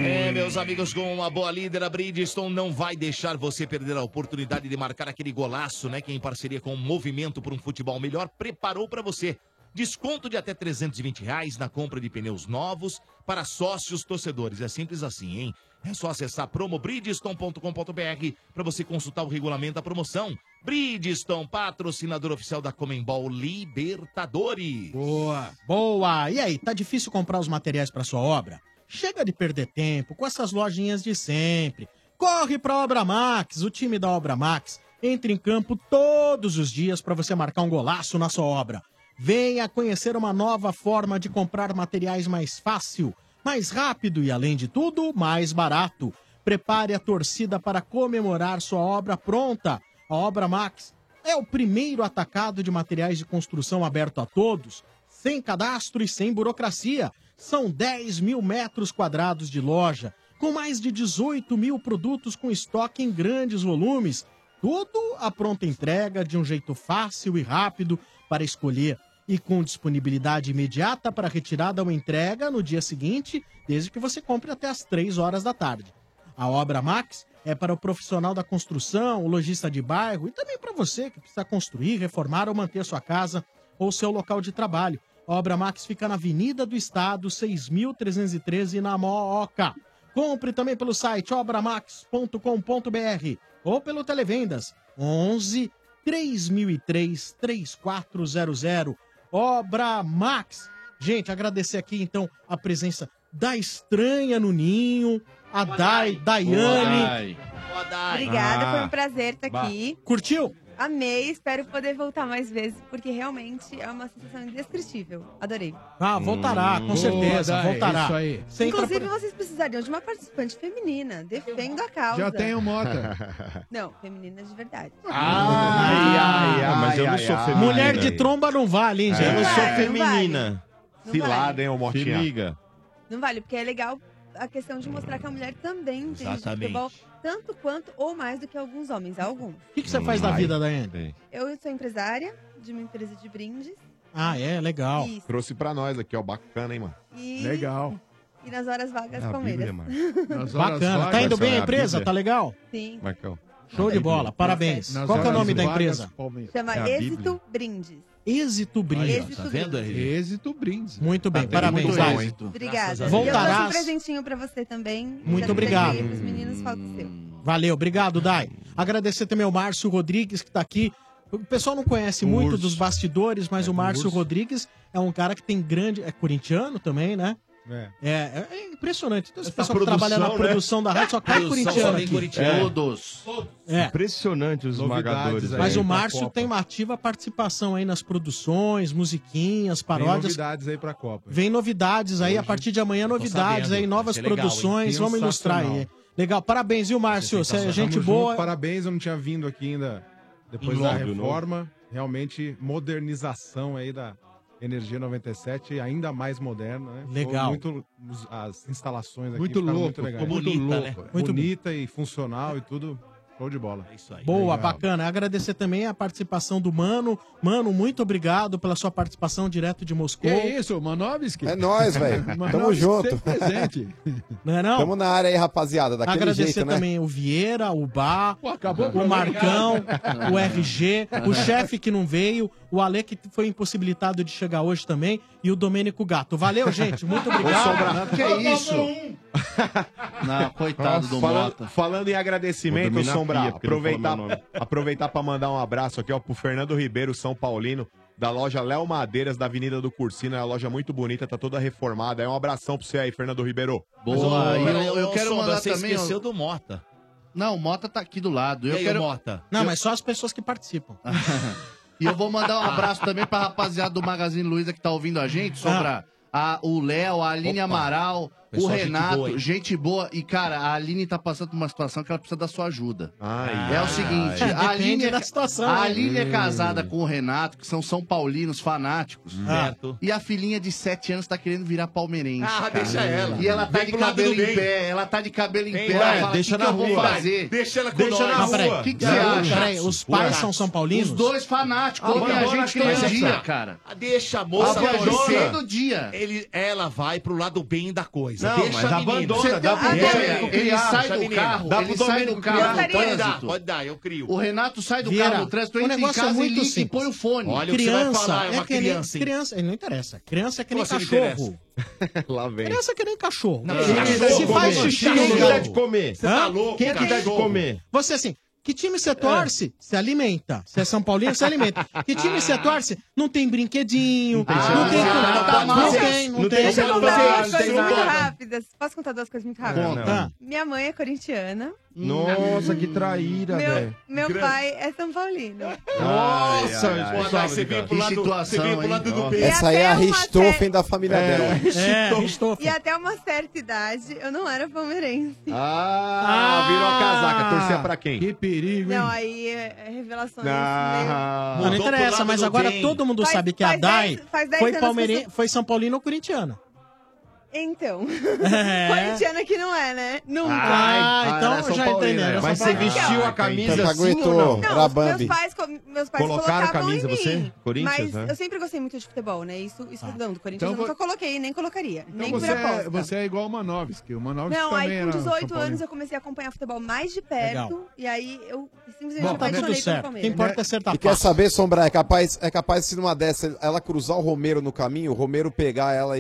É, meus amigos, com uma boa líder, a Bridgestone não vai deixar você perder a oportunidade de marcar aquele golaço, né? Que em parceria com o Movimento por um Futebol Melhor preparou pra você. Desconto de até 320 reais na compra de pneus novos para sócios torcedores. É simples assim, hein? É só acessar promobridgestone.com.br para você consultar o regulamento da promoção. Bridgestone, patrocinador oficial da Comembol Libertadores.
Boa. Boa. E aí, tá difícil comprar os materiais para sua obra? Chega de perder tempo com essas lojinhas de sempre. Corre para Obra Max, o time da Obra Max entra em campo todos os dias para você marcar um golaço na sua obra. Venha conhecer uma nova forma de comprar materiais mais fácil, mais rápido e além de tudo, mais barato. Prepare a torcida para comemorar sua obra pronta. A Obra Max é o primeiro atacado de materiais de construção aberto a todos, sem cadastro e sem burocracia. São 10 mil metros quadrados de loja, com mais de 18 mil produtos com estoque em grandes volumes. Tudo à pronta entrega, de um jeito fácil e rápido para escolher e com disponibilidade imediata para retirada ou entrega no dia seguinte, desde que você compre até às 3 horas da tarde. A Obra Max é para o profissional da construção, o lojista de bairro e também para você que precisa construir, reformar ou manter sua casa ou seu local de trabalho. A Obra Max fica na Avenida do Estado, 6313, na Mooca. Compre também pelo site obramax.com.br ou pelo Televendas 11 3003 3400. Obra Max. Gente, agradecer aqui então a presença da estranha no ninho, a Dai, Daiane.
Obrigada,
Ah.
foi um prazer estar aqui.
Curtiu?
Amei, espero poder voltar mais vezes, porque realmente é uma sensação indescritível. Adorei.
Ah, voltará,
Hum,
com certeza,
boa, Dai,
voltará.
isso aí.
Você entra
Inclusive, vocês precisariam de uma participante feminina. Defendo a causa.
Já tenho mota.
Não, feminina de verdade.
Ai, ai,
"Ah,
ai,
mas eu não
ai,
sou
ai.
feminina.
Mulher de tromba não vale, hein, gente?
Eu não sou
vale, não
feminina.
Não
Cilada,
vale.
hein, ô Motinha?
Se
liga.
Não vale, porque é legal a questão de mostrar que a mulher também entende de
Exatamente.
futebol tanto quanto ou mais do que alguns homens. Alguns.
O que, que você faz da vida, né? Daiane?
Eu sou empresária de uma empresa de brindes.
Ah, é, legal.
Isso.
Trouxe pra nós aqui, ó. Bacana, hein, mano?
E- E nas horas vagas,
É a
Palmeiras.
Bíblia, mano. Nas horas
Bacana. Tá
vagas,
indo bem a
é a
empresa?
Bíblia.
Tá legal?
Sim.
Marcão.
Show de bola, parabéns.
Nas
Qual que é o
horas
nome da
vagas,
empresa?
Palmeiras.
Chama
É a Bíblia.
Êxito Brindes.
Êxito Brindes.
Êxito Tá vendo, Brindes.
RG?
Êxito Brindes.
Muito bem,
Tá tendo
parabéns,
muito
Dai.
êxito.
Obrigada. E Eu trouxe um
Voltarás.
presentinho pra você também.
Muito obrigado.
Para os meninos, falta o seu.
Hum.
Valeu, obrigado, Dai. Agradecer também ao Márcio Rodrigues, que tá aqui. O pessoal não conhece muito dos bastidores, mas o Márcio
urso.
Rodrigues é um cara que tem grande. É corintiano também, né?
É.
É, é- é impressionante. Então, esse
Essa
pessoal que trabalha na
produção, né?
produção da rádio só cai
Produção só
corintiano.
tem
aqui.
corintiano.
É.
Todos.
É.
Impressionante os
né?
esmagadores.
Mas
Tá
aí.
o Márcio tem uma ativa participação aí nas produções, musiquinhas,
Tem
paródias.
novidades aí pra Copa.
Vem novidades aí, a partir de amanhã, novidades
sabendo.
aí, novas
Vai ser legal, hein?
produções. Vamos ilustrar aí.
Sensacional.
Legal, parabéns, viu, Márcio? Você é gente
Tamo
boa.
junto, parabéns, eu não tinha vindo aqui ainda depois
Em
da
loco,
reforma. Realmente, modernização aí da Energia 97, ainda mais moderna, né? Ficou
Legal.
Muito, os- as instalações aqui
Muito
ficaram
louco,
muito legais.
ficou muito Bonita, louco. né?
Muito
Bonita e funcional e tudo. Show de bola. É isso aí.
Boa, bacana. Agradecer também a participação do Mano. Mano, muito obrigado pela sua participação direto de Moscou.
Que isso, Manovski?
É nóis, velho. Tamo junto.
Não é não?
Tamo na área aí, rapaziada. Daquele
Agradecer
jeito, né?
também o Vieira, o Bá,
o
o Marcão, o RG, o chefe que não veio, o Ale que foi impossibilitado de chegar hoje também e o Domênico Gato. Valeu, gente. Muito obrigado.
Que isso? Não, coitado do
falando,
Mota.
falando em
Vou
agradecimento,
dormir na
Sombra,
pia, porque ele
aproveitar,
falou meu nome.
aproveitar para mandar um abraço aqui ó, pro Fernando Ribeiro, São Paulino, da loja Léo Madeiras, da Avenida do Cursino. É uma loja muito bonita, tá toda reformada. É um abração pra você aí, Fernando Ribeiro.
Boa, e eu, eu
Ô,
quero
Sombra,
mandar
você
também.
esqueceu
do Mota. Não, o Mota tá aqui do lado. Eu
E aí,
quero...
o Mota?
Não,
Eu-
mas só as pessoas que participam.
E eu vou mandar um abraço também pra rapaziada do Magazine Luiza que tá ouvindo a
Ah.
gente, Sombra. A, o Léo, a Aline Amaral, o
Pessoal, gente
Renato,
boa,
gente boa,
hein?
E, cara, a Aline tá passando por uma situação que ela precisa da sua ajuda. é
ai.
o seguinte,
É, depende
a Aline, é-
da situação,
a
né?
Aline é
Hum.
casada com o Renato, que são São Paulinos fanáticos.
Hum. Certo.
E a filhinha de 7 anos tá querendo virar palmeirense.
Ah,
cara.
deixa ela.
E ela tá
Vem
de
pro lado
cabelo
do
em
bem.
pé, ela tá de cabelo em
Vem,
pé.
vai,
ela fala,
deixa
"Que
na
que eu vou
rua.
fazer?"
Deixa ela com Deixa nós. na
Mas peraí,
rua.
O que, que
Não,
você acha?
peraí, os pais
Puraço.
são São Paulinos?
Os dois fanáticos. Ouvem a
Abandona
gente todo
criança.
dia, cara.
Ah, Deixa a moça
Abandona.
abandona.
Cedo dia.
Ele, ela vai pro lado bem da coisa.
Não,
deixa
mas
a menina.
abandona,
Você tem-
dá pro
Ah,
Domênico
deixa
criar, deixa a menina. Dá pro Domênico criar,
Pode,
pode dar,
dar, pode dar, eu crio.
O Renato sai do
Vieira,
carro no trânsito,
o
entra em
negócio é
casa e
muito
liga e
simples.
põe o fone.
Olha,
criança,
falar, é uma
que nem-
criança, hein?
criança, não interessa. Criança é que nem
Você não
cachorro.
Lá vem.
Criança é que nem cachorro.
Não,
é um
Se-
cachorro
se faz
come.
xixi, é um
Quem
no
que dá
jogo?
de comer? Você
Hã?
tá louco,
Quem é que dá de
cachorro?
comer? Você assim, que time você torce? Se alimenta. Se é São Paulino, se alimenta. Que time você torce? Não tem brinquedinho. Não tem.
Ah,
Não
vocês-
tem, não tem.
Deixa eu
Não
contar duas
tem, não
coisas
tem
muito
nada.
rápidas. Posso contar duas coisas muito rápidas?
Conta. Tá.
Minha mãe é corintiana.
Hum. Nossa, que traíra,
Meu,
velho.
meu
Grande.
pai é São Paulino.
Nossa,
Ai, ai, ai.
responsável,
Você veio
cara.
pro
Que
lado-
situação,
você veio pro
hein?
lado do
Nossa.
bem.
Essa aí é a Richthofen da família
É,
dela.
Richthofen.
E até uma certa idade, eu não era palmeirense.
Ah, virou a casaca. Torcer pra quem?
Que perigo,
Não, aí é, é revelações.
Não,
Não, não interessa, mas agora todo mundo
Faz-
sabe que é a
faz
Dai
dez- faz dez
foi,
anos
palmeiren...
que
foi São Paulino ou corintiana.
Então.
É.
Corintiana que não é, né? Nunca.
Ah, Ah, então era São já Paulino, entendi, era
Mas
São
você
Paulino.
vestiu a
Ah,
camisa
então
assim
aguentou.
ou não?
Não,
Não, os meus pais, co- meus pais
Colocaram
colocavam
camisa,
em mim,
você? Corinthians,
mas
né? Ah.
eu sempre gostei muito de futebol, né? Isso, isso não, do Corinthians
Então
eu nunca
vo-
coloquei, nem colocaria,
Então
nem
você,
por aposta.
é, você é igual o Manovski. O
é
Manovski
Não,
também
aí
era
com
São
18
Paulino.
anos eu comecei a acompanhar futebol mais de perto,
Legal.
e aí eu simplesmente
Bom,
me
tá tudo
apaixonei pelo
certo.
Palmeiras.
Quem importa
é certa
E quer saber, Sombra, é capaz, é capaz se numa dessa ela cruzar o Romero no caminho, o Romero pegar ela e